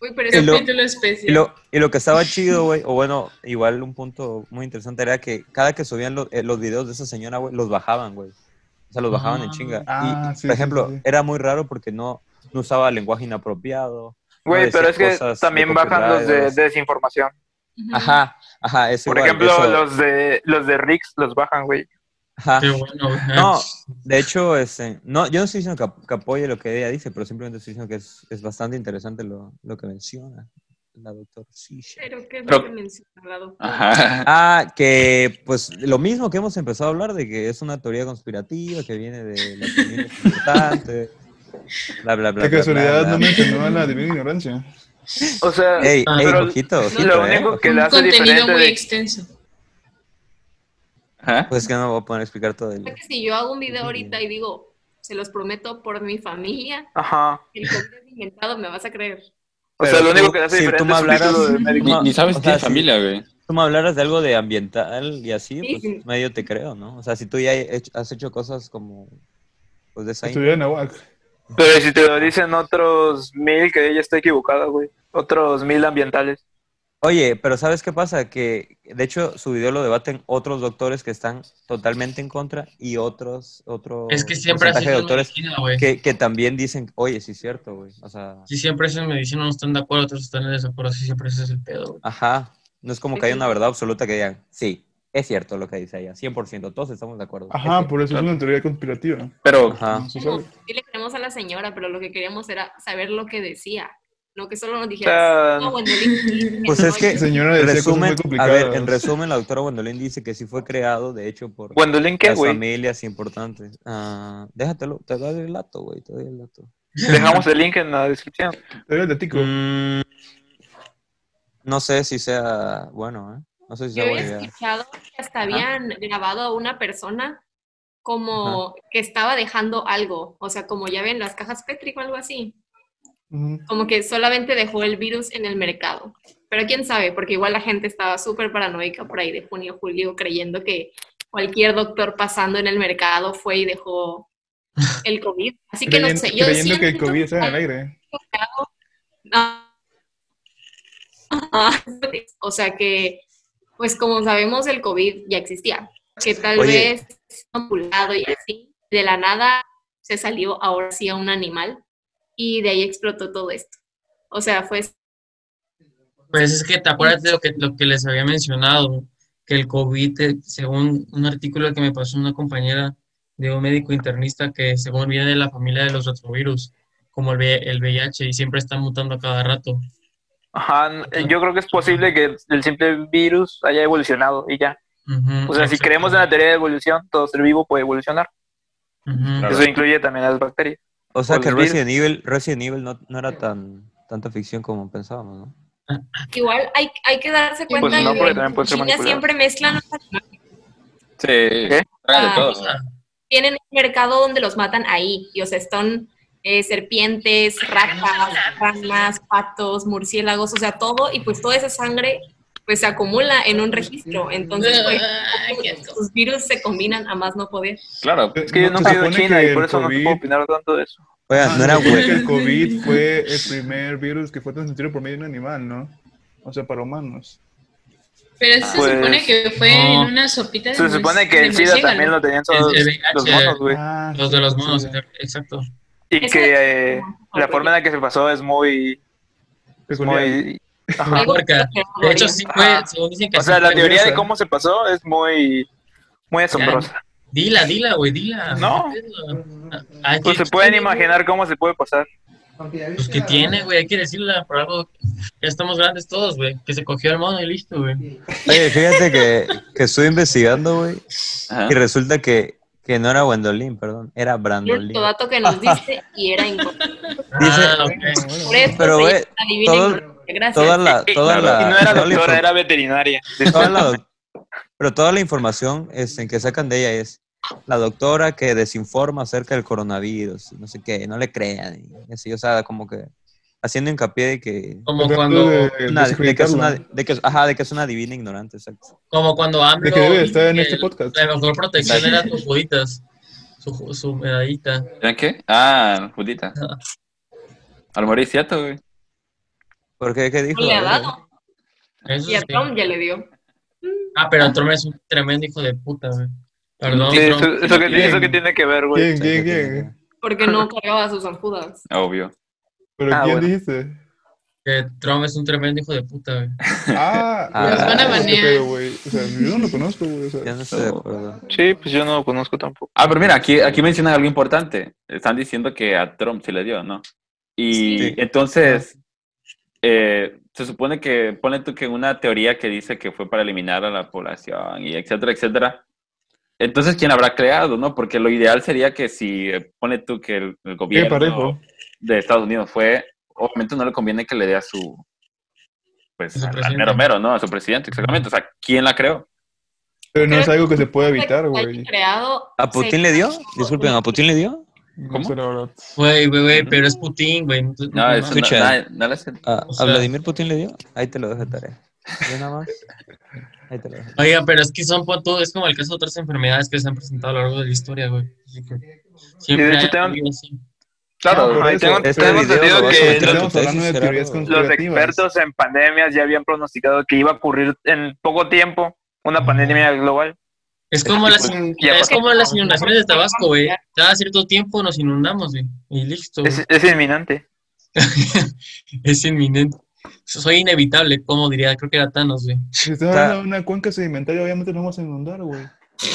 Speaker 6: Uy, pero
Speaker 2: Y
Speaker 6: eso
Speaker 2: lo-
Speaker 7: Capítulo
Speaker 2: Y
Speaker 7: especial.
Speaker 2: lo, y lo que estaba chido, güey, o bueno, igual un punto muy interesante era que cada que subían lo- eh, los videos de esa señora, güey, los bajaban, güey. O sea, los bajaban en
Speaker 4: Ah.
Speaker 2: chinga. Y,
Speaker 1: Ah, sí,
Speaker 2: por
Speaker 1: sí,
Speaker 2: ejemplo,
Speaker 1: sí, sí.
Speaker 2: era muy raro porque no, no usaba lenguaje inapropiado. no
Speaker 8: Güey, pero
Speaker 2: decía
Speaker 8: es que
Speaker 2: cosas de
Speaker 8: también bajan los de
Speaker 2: copyright,
Speaker 8: desinformación.
Speaker 6: Ujú.
Speaker 2: Ajá, ajá, eso
Speaker 8: Por
Speaker 2: igual,
Speaker 8: ejemplo,
Speaker 2: eso-
Speaker 8: los de los de Rix los bajan, güey.
Speaker 2: ajá.
Speaker 4: Qué bueno, güey.
Speaker 2: Ah, No, de hecho, este, no, yo no estoy diciendo que, ap- que apoye lo que ella dice, pero simplemente estoy diciendo que es, es bastante interesante lo, lo que menciona la doctora Sisha.
Speaker 6: Pero qué es
Speaker 3: Pero-
Speaker 6: lo que mencionado.
Speaker 3: Ajá.
Speaker 2: Ah, que pues lo mismo que hemos empezado a hablar de que es una teoría conspirativa que viene de la familia importante, bla, bla, bla.
Speaker 1: De
Speaker 2: bla,
Speaker 1: casualidad
Speaker 2: bla,
Speaker 1: no
Speaker 2: bla.
Speaker 1: mencionó a la divina ignorancia.
Speaker 8: O sea,
Speaker 2: Ey,
Speaker 4: Ah,
Speaker 2: ey,
Speaker 8: pero
Speaker 2: ojito, ojito,
Speaker 8: lo
Speaker 2: eh,
Speaker 8: único
Speaker 2: ojito.
Speaker 8: que le
Speaker 7: Un
Speaker 8: hace
Speaker 7: contenido
Speaker 8: diferente
Speaker 7: muy
Speaker 8: de
Speaker 7: extenso.
Speaker 3: Ajá.
Speaker 2: Pues que no me voy a poner a explicar todo el...
Speaker 6: Creo que si yo hago un video ahorita y digo, se los prometo por mi familia,
Speaker 8: Ajá.
Speaker 6: el COVID es inventado, me vas a creer.
Speaker 8: O
Speaker 2: Pero
Speaker 8: sea, lo
Speaker 2: tú-
Speaker 8: único que le hace
Speaker 2: si tú
Speaker 8: diferente
Speaker 2: me
Speaker 8: es un título
Speaker 2: hablaras-
Speaker 8: de médico.
Speaker 2: pues No,
Speaker 3: Ni, ni sabes
Speaker 2: o
Speaker 3: qué
Speaker 2: sea,
Speaker 3: es familia, güey.
Speaker 2: tú me hablaras de algo de ambiental y así,
Speaker 6: Sí, sí.
Speaker 2: pues medio te creo, ¿no? O sea, si tú ya he hecho- has hecho cosas como pues de esa índole.
Speaker 1: Estudió en Aguac.
Speaker 8: Pero si te lo dicen otros mil que ella está equivocada, güey. Otros mil ambientales.
Speaker 2: Oye, pero ¿sabes qué pasa? Que de hecho su video lo debaten otros doctores que están totalmente en contra y otros otro
Speaker 4: Es que siempre así
Speaker 2: porcentaje de
Speaker 4: es
Speaker 2: doctores
Speaker 4: medicina, güey.
Speaker 2: que, que también dicen, oye, sí es cierto, güey. O sea,
Speaker 4: Si siempre eso en medicina no están de acuerdo, otros están en desacuerdo, así siempre ese es el pedo, güey.
Speaker 2: ajá, no es como que haya una verdad absoluta que digan, sí, es cierto lo que dice ella, 100%, todos estamos de acuerdo.
Speaker 1: Ajá,
Speaker 2: Es
Speaker 1: por eso es una teoría conspirativa.
Speaker 3: Pero,
Speaker 2: cierto".
Speaker 8: Ah.
Speaker 2: Ajá.
Speaker 1: No se
Speaker 6: Como,
Speaker 1: sabe.
Speaker 6: sí le creemos a la señora, pero lo que queríamos era saber lo que decía. No que solo nos
Speaker 8: sea,
Speaker 6: dijeras, "No, Gwendolyn,
Speaker 2: Pues es que-
Speaker 1: Señora decía
Speaker 2: Resumen,
Speaker 1: cosas muy
Speaker 2: a ver, en
Speaker 1: complicadas.
Speaker 2: resumen, la doctora Wendolin dice que sí fue creado, de hecho, por
Speaker 8: Gwendolyn, ¿qué,
Speaker 2: las
Speaker 8: güey?
Speaker 2: familias importantes. Ah, déjatelo, te doy el dato, güey, te doy el dato.
Speaker 8: Dejamos el link en la descripción.
Speaker 1: Teoría de Tico.
Speaker 2: Mm, no sé si sea bueno, ¿eh? No sé si
Speaker 6: Yo
Speaker 2: sea buena
Speaker 6: había
Speaker 2: idea.
Speaker 6: escuchado que hasta habían grabado a una persona como que estaba dejando algo, o sea, como ya ven las cajas Petri o algo así,
Speaker 8: Mm.
Speaker 1: Ujú.
Speaker 6: como que solamente dejó el virus en el mercado. Pero quién sabe, porque igual la gente estaba súper paranoica por ahí de junio, julio, creyendo que cualquier doctor pasando en el mercado fue y dejó el COVID. Así que no
Speaker 1: Creyendo,
Speaker 6: sé, yo
Speaker 1: creyendo que el
Speaker 6: siento
Speaker 1: COVID está en el
Speaker 6: algo-
Speaker 1: aire.
Speaker 6: Ah. Ah, O sea que, pues como sabemos, el COVID ya existía, que tal
Speaker 2: Oye.
Speaker 6: vez manipulado y así, de la nada se salió ahora sí a un animal y de ahí explotó todo esto. O sea, fue
Speaker 4: Pues es que te acuerdas de lo que, lo que les había mencionado, que el COVID, eh, según un artículo que me pasó una compañera de un médico internista, que según viene de la familia de los retrovirus, como el, V- el VIH, y siempre está mutando a cada rato.
Speaker 8: Ajá, eh, yo creo que es posible que el simple virus haya evolucionado y ya.
Speaker 4: Ujú,
Speaker 2: Mm,
Speaker 8: O sea, si
Speaker 4: exacto.
Speaker 8: creemos en la teoría de evolución, todo ser vivo puede evolucionar.
Speaker 4: Ujú.
Speaker 3: Claro.
Speaker 8: Eso incluye también a las bacterias.
Speaker 2: O sea
Speaker 8: Por
Speaker 2: que
Speaker 8: los
Speaker 2: Resident Evil, Resident Evil no, no era tan tanta ficción como pensábamos, ¿no?
Speaker 6: igual hay, hay que darse
Speaker 7: Pues
Speaker 6: cuenta
Speaker 7: no,
Speaker 6: que
Speaker 7: porque
Speaker 8: también puede ser
Speaker 6: en China
Speaker 8: manipulado.
Speaker 6: siempre mezclan los animales,
Speaker 3: sí, traga de
Speaker 6: Ah,
Speaker 3: todo.
Speaker 6: tienen un mercado donde los matan ahí, y o sea, están eh, serpientes, ratas, ranas, patos, murciélagos, o sea, todo, y pues toda esa sangre pues se acumula en un registro, entonces pues
Speaker 7: Ah, qué asco.
Speaker 6: Los virus se combinan a más no poder.
Speaker 3: Claro.
Speaker 8: Es que yo
Speaker 1: No, se
Speaker 8: nunca he ido a
Speaker 1: supone
Speaker 8: China
Speaker 1: que
Speaker 8: y por
Speaker 1: el
Speaker 8: eso no te
Speaker 1: COVID
Speaker 8: puedo opinar tanto de eso.
Speaker 2: Oiga, Ah, no era
Speaker 1: se supone que
Speaker 2: güey.
Speaker 1: el COVID fue el primer virus que fue transmitido por medio de un animal, ¿no? O sea, para humanos.
Speaker 7: Pero se
Speaker 8: Pues,
Speaker 7: supone que fue
Speaker 4: no.
Speaker 7: en una sopita de
Speaker 8: Se
Speaker 7: mue-
Speaker 8: supone que
Speaker 7: de
Speaker 8: el SIDA
Speaker 7: murciélago.
Speaker 8: también lo tenían
Speaker 4: El-
Speaker 8: todos
Speaker 4: el
Speaker 8: los
Speaker 4: VIH,
Speaker 8: monos, güey.
Speaker 1: Ah,
Speaker 4: Los de los
Speaker 1: sí,
Speaker 4: monos,
Speaker 1: sí.
Speaker 4: exacto.
Speaker 8: Y que eh, la forma en la que se pasó es muy... es
Speaker 1: Peculiar.
Speaker 8: muy-
Speaker 4: Muy
Speaker 8: Ajá.
Speaker 4: puerca. De hecho, sí fue,
Speaker 8: Ah.
Speaker 4: según dicen que
Speaker 8: O
Speaker 4: sí
Speaker 8: sea, la
Speaker 4: fue-
Speaker 8: teoría de cómo se pasó es muy... Muy asombrosa.
Speaker 4: Dila, dila, güey, dila.
Speaker 8: No.
Speaker 4: Hay
Speaker 8: Pues
Speaker 4: que-
Speaker 8: se pueden imaginar cómo se puede pasar.
Speaker 4: Pues que tiene, güey, hay que decirla por algo. Ya estamos grandes todos, güey. Que se cogió el mono y listo, güey.
Speaker 2: Oye, fíjate que, que estuve investigando, güey,
Speaker 1: Pues,
Speaker 3: Ajá.
Speaker 2: y resulta que, que no era Wendolin, perdón, era Brandolin.
Speaker 6: Cierto dato que nos diste y era incorrecto.
Speaker 2: Dice-
Speaker 4: Ah, ok.
Speaker 6: Por eso
Speaker 2: Pero,
Speaker 6: se
Speaker 2: güey,
Speaker 6: llama adivina
Speaker 2: todo-
Speaker 6: incorrecto. Gracias.
Speaker 2: Toda la,
Speaker 8: Y-
Speaker 2: Ah, toda
Speaker 8: y
Speaker 2: la,
Speaker 8: no era
Speaker 2: toda la
Speaker 8: doctora,
Speaker 2: infor-
Speaker 8: era veterinaria.
Speaker 2: toda la doc- pero toda la información este, que sacan de ella es la doctora que desinforma acerca del coronavirus, y no sé qué, no le crean, y así, o sea, como que haciendo hincapié de que,
Speaker 4: Como
Speaker 1: Tratando
Speaker 4: cuando,
Speaker 1: de
Speaker 2: una- de que es una,
Speaker 1: desacreditarla.
Speaker 2: de que, ajá, de que es una divina ignorante, exacto.
Speaker 4: como cuando AMLO
Speaker 1: De que debe de estar en
Speaker 4: dijo
Speaker 1: este
Speaker 4: que
Speaker 1: podcast.
Speaker 4: La mejor protección era tus juditas. Su, ju- su medallita.
Speaker 3: ¿Ya qué? Ah, Judita. Al morir cierto, güey.
Speaker 2: Porque, ¿qué dijo?
Speaker 6: No le ha
Speaker 2: Eh,
Speaker 6: dado.
Speaker 4: Eso
Speaker 6: Y a
Speaker 4: sí.
Speaker 6: Trump ya le dio.
Speaker 4: Ah, pero Trump es un tremendo hijo de puta, güey. Perdón,
Speaker 8: Sí,
Speaker 4: Trump.
Speaker 8: eso, eso que,
Speaker 1: Bien.
Speaker 8: eso que tiene que ver, güey.
Speaker 1: ¿Quién,
Speaker 2: o sea, que
Speaker 1: quién, quién?
Speaker 2: tiene-
Speaker 6: Porque no cargaba sus anjudas.
Speaker 3: Obvio.
Speaker 1: ¿Pero
Speaker 8: Ah,
Speaker 1: quién
Speaker 8: bueno.
Speaker 1: dijiste?
Speaker 4: que Trump es un tremendo hijo de puta, güey.
Speaker 1: Ah,
Speaker 2: Ah. Los van a
Speaker 1: ese
Speaker 7: banear.
Speaker 1: pedo, güey. O sea, yo no lo conozco, güey. O
Speaker 2: Ya
Speaker 1: sea,
Speaker 2: no estoy de acuerdo.
Speaker 8: Sí, pues yo no lo conozco tampoco.
Speaker 3: Ah, pero mira, aquí, aquí mencionan algo importante. Están diciendo que a Trump se le dio, ¿no? Y
Speaker 2: Sí.
Speaker 3: entonces, eh, se supone que, ponle tú que una teoría que dice que fue para eliminar a la población y etcétera, etcétera. Entonces, ¿quién habrá creado, no? Porque lo ideal sería que si, eh, ponle tú que el, el
Speaker 1: qué
Speaker 3: gobierno
Speaker 1: parejo.
Speaker 3: de Estados Unidos fue, obviamente no le conviene que le dé a su, pues,
Speaker 4: A su
Speaker 3: al- al
Speaker 4: presidente.
Speaker 3: mero mero, ¿no? A su presidente, exactamente. O sea, ¿quién la creó?
Speaker 1: Pero no
Speaker 6: Creo
Speaker 1: es algo que se puede
Speaker 6: que
Speaker 1: evitar,
Speaker 6: haya
Speaker 1: güey.
Speaker 6: creado-
Speaker 2: ¿A Putin le dio? Disculpen, ¿a Putin le dio?
Speaker 1: No
Speaker 3: ¿Cómo?
Speaker 1: sé la verdad.
Speaker 4: Güey, güey, güey, pero es Putin, güey. No,
Speaker 3: No, eso no,
Speaker 2: Escucha.
Speaker 3: nada- nada le hace-
Speaker 2: ¿A,
Speaker 4: O
Speaker 2: Ah, a
Speaker 4: sea-
Speaker 2: Vladimir Putin le dio? Ahí te lo dejo de tarea. Yo nada más. Ahí te lo dejo.
Speaker 4: Oiga, pero es que son pon tú, es como el caso de otras enfermedades que se han presentado a lo largo de la historia, güey. Así que
Speaker 8: Y de
Speaker 4: Siempre
Speaker 8: hecho
Speaker 4: hay
Speaker 8: tengo-
Speaker 4: algo así.
Speaker 1: No,
Speaker 8: Claro,
Speaker 1: por
Speaker 8: ahí
Speaker 1: eso,
Speaker 8: tengo,
Speaker 1: este
Speaker 8: tengo
Speaker 1: video
Speaker 8: entendido
Speaker 1: lo vas a
Speaker 8: que
Speaker 1: meter en
Speaker 8: los,
Speaker 1: Estamos hablando de teorías
Speaker 2: Gerardo.
Speaker 8: los
Speaker 1: Creativas.
Speaker 8: expertos en pandemias ya habían pronosticado que iba a ocurrir en poco tiempo una
Speaker 1: Ah.
Speaker 8: pandemia global. pues,
Speaker 4: Es como las,
Speaker 2: pues,
Speaker 4: in-
Speaker 8: ya,
Speaker 4: es
Speaker 8: porque-
Speaker 4: como las inundaciones de Tabasco, güey. Cada cierto tiempo nos inundamos, güey. Y listo. güey.
Speaker 8: Es, es inminente.
Speaker 4: es inminente. Soy inevitable, como diría, creo que era Thanos, güey.
Speaker 1: Si estás
Speaker 2: Está-
Speaker 1: hablando de una cuenca sedimentaria, obviamente nos vamos a inundar, güey.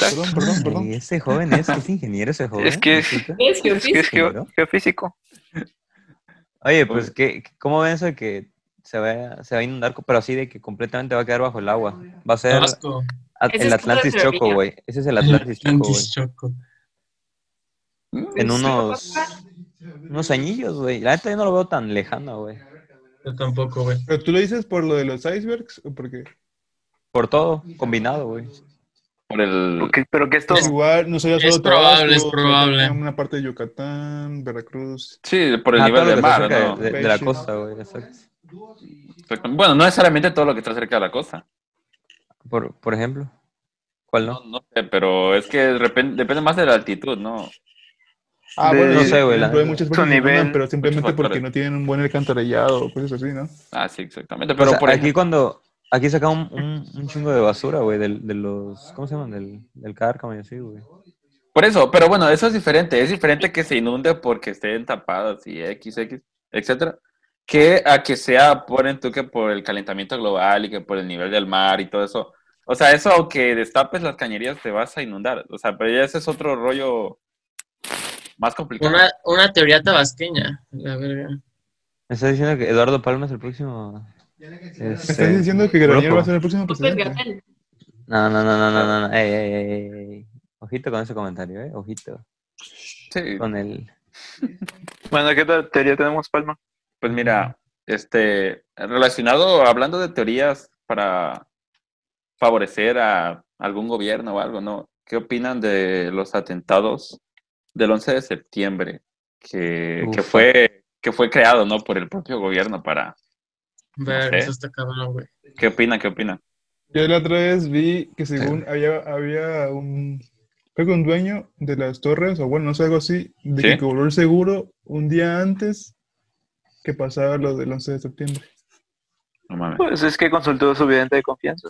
Speaker 1: Perdón, perdón,
Speaker 2: Y
Speaker 1: perdón.
Speaker 2: ese joven es, es ingeniero ese joven.
Speaker 8: Es que-
Speaker 2: disculpe.
Speaker 6: Es que
Speaker 8: Es que es geo-
Speaker 2: Claro.
Speaker 8: geofísico.
Speaker 2: Oye, pues, ¿qué, ¿cómo ven eso de que se va, se va a inundar, co- pero así de que completamente va a quedar bajo el agua? Va a ser
Speaker 4: Tabasco.
Speaker 2: a-
Speaker 6: Ese
Speaker 2: el
Speaker 6: es
Speaker 2: Atlantis
Speaker 6: pura teoría.
Speaker 2: Choco, güey. Ese es el Atlantis Choco, güey.
Speaker 4: Atlantis Choco.
Speaker 2: En unos, unos añillos, güey. La neta yo no lo veo tan lejano, güey.
Speaker 4: Yo tampoco, güey.
Speaker 1: ¿Pero tú lo dices por lo de los icebergs o por qué?
Speaker 2: Por todo, combinado, güey.
Speaker 3: por el...
Speaker 8: Porque- pero que esto.
Speaker 1: Igual, no sería
Speaker 4: es
Speaker 1: solo
Speaker 4: probable, es
Speaker 1: Tabasco,
Speaker 4: probable.
Speaker 1: también Una parte de Yucatán, Veracruz.
Speaker 3: Sí, por el
Speaker 2: Ah,
Speaker 3: nivel
Speaker 2: todo lo
Speaker 3: del
Speaker 2: que está
Speaker 3: mar,
Speaker 2: cerca
Speaker 3: ¿no?
Speaker 2: de, de- de la
Speaker 1: Sí.
Speaker 2: costa, güey. Exacto.
Speaker 3: Exacto. Bueno, no necesariamente todo lo que está cerca de la costa.
Speaker 2: Por, por ejemplo. ¿Cuál no?
Speaker 3: No, no sé, pero es que de repente- depende más de la altitud, ¿no?
Speaker 1: Ah,
Speaker 8: De-
Speaker 1: bueno,
Speaker 8: no
Speaker 1: sí,
Speaker 2: sé, güey,
Speaker 1: por
Speaker 2: la-
Speaker 1: ejemplo, hay muchas
Speaker 8: su
Speaker 1: personas que
Speaker 8: nivel,
Speaker 1: inundan, pero simplemente
Speaker 3: muchos
Speaker 1: porque
Speaker 3: factores.
Speaker 1: no tienen un buen alcantarillado, cosas así, ¿no?
Speaker 3: Ah, sí, exactamente.
Speaker 2: Pero
Speaker 3: Pero por
Speaker 2: aquí
Speaker 3: ejemplo,
Speaker 2: cuando... Aquí saca un, un, un chingo de basura, güey, del- de los... ¿Cómo se llaman? Del, del cárcamo y así, güey.
Speaker 3: por eso, pero bueno, eso es diferente. Es diferente que se inunde porque estén tapadas y X, X, etcétera, que a que sea, ponen tú que por el calentamiento global y que por el nivel del mar y todo eso. O sea, eso aunque destapes las cañerías te vas a inundar. O sea, pero ya ese es otro rollo más complicado.
Speaker 4: Una, una teoría tabasqueña. La verga.
Speaker 2: Me estás diciendo que Eduardo Palma es el próximo.
Speaker 1: ¿Me estás
Speaker 2: este,
Speaker 1: diciendo que
Speaker 2: Loco.
Speaker 1: Granier va a ser el próximo
Speaker 4: Pues
Speaker 6: López
Speaker 1: presidente?
Speaker 6: Gatel.
Speaker 2: No, no, no, no, no, no, no. Ey, ey, ey, ey, ey. Ojito con ese comentario, eh. Ojito.
Speaker 3: Sí.
Speaker 2: Con el.
Speaker 8: Bueno, ¿qué otra teoría tenemos, Palma?
Speaker 3: Pues mira, este, relacionado, hablando de teorías para favorecer a algún gobierno o algo, ¿no? ¿Qué opinan de los atentados del 11 de septiembre que, que
Speaker 2: Ufa.
Speaker 3: fue que fue creado, ¿no? Por el propio gobierno para...
Speaker 4: Ver,
Speaker 3: sé.
Speaker 4: eso está cabrón, güey.
Speaker 3: ¿Qué opinan? ¿Qué opinan?
Speaker 1: Yo la otra vez vi que según había, había un, creo que un dueño de las torres, o bueno, no sé, algo así, de
Speaker 3: ¿Sí?
Speaker 1: que cobró el seguro un día antes que pasaba lo del 11 de septiembre.
Speaker 3: No mames.
Speaker 8: Pues es que consultó a su vidente de confianza.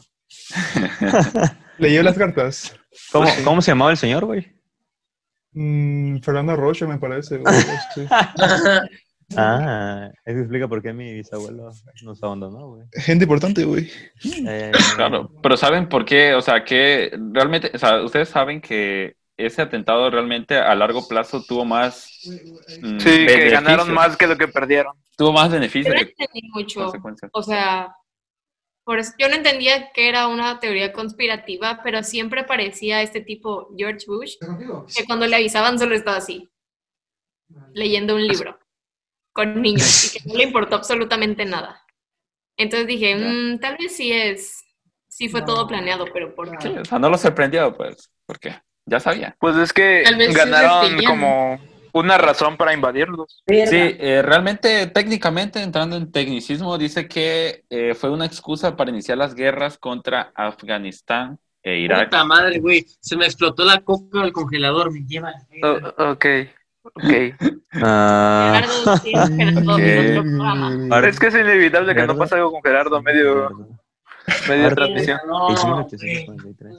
Speaker 1: Leyó las cartas.
Speaker 2: ¿Cómo,
Speaker 8: Pues
Speaker 2: ¿Cómo se llamaba el señor, güey?
Speaker 1: Mm, Fernando Rocha, me parece. güey, sí.
Speaker 2: Ah, eso explica por qué mi bisabuelo nos abandonó, güey.
Speaker 1: Gente importante, güey.
Speaker 2: Eh,
Speaker 3: Claro, pero ¿saben por qué? O sea, que realmente, o sea, ustedes saben que ese atentado realmente a largo plazo tuvo más. mm,
Speaker 8: Sí, que
Speaker 3: beneficios,
Speaker 8: ganaron más que lo que perdieron.
Speaker 3: Tuvo más
Speaker 6: Yo
Speaker 3: beneficios
Speaker 6: no
Speaker 3: que
Speaker 6: entendí mucho.
Speaker 3: consecuencias.
Speaker 6: O sea, por eso, yo no entendía que era una teoría conspirativa, pero siempre parecía este tipo, George Bush, que cuando le avisaban solo estaba así, leyendo un libro con niños y que no le importó absolutamente nada. Entonces dije,
Speaker 3: Ya.
Speaker 6: "Mm, tal vez sí es, sí fue todo planeado, pero ¿por
Speaker 3: Sí,
Speaker 6: qué?
Speaker 3: o sea, no lo sorprendió, pues, porque ya sabía.
Speaker 8: Pues es que
Speaker 7: Tal vez sí
Speaker 8: ganaron
Speaker 7: les
Speaker 8: como una razón para invadirlos.
Speaker 3: Sí, eh, realmente, técnicamente, entrando en tecnicismo, dice que eh, fue una excusa para iniciar las guerras contra Afganistán e Irak.
Speaker 4: Puta madre, güey. Se me explotó la coca del congelador, me lleva. la verga.
Speaker 2: Oh,
Speaker 8: O- ok, ok.
Speaker 2: ah,
Speaker 6: Gerardo, sí, Gerardo, en otro programa.
Speaker 2: Ahora-
Speaker 8: Es que es inevitable que no
Speaker 2: ¿Verdad?
Speaker 8: pase algo con Gerardo medio, medio
Speaker 2: Ahora-
Speaker 8: transmisión.
Speaker 4: No,
Speaker 2: Ah, 1843.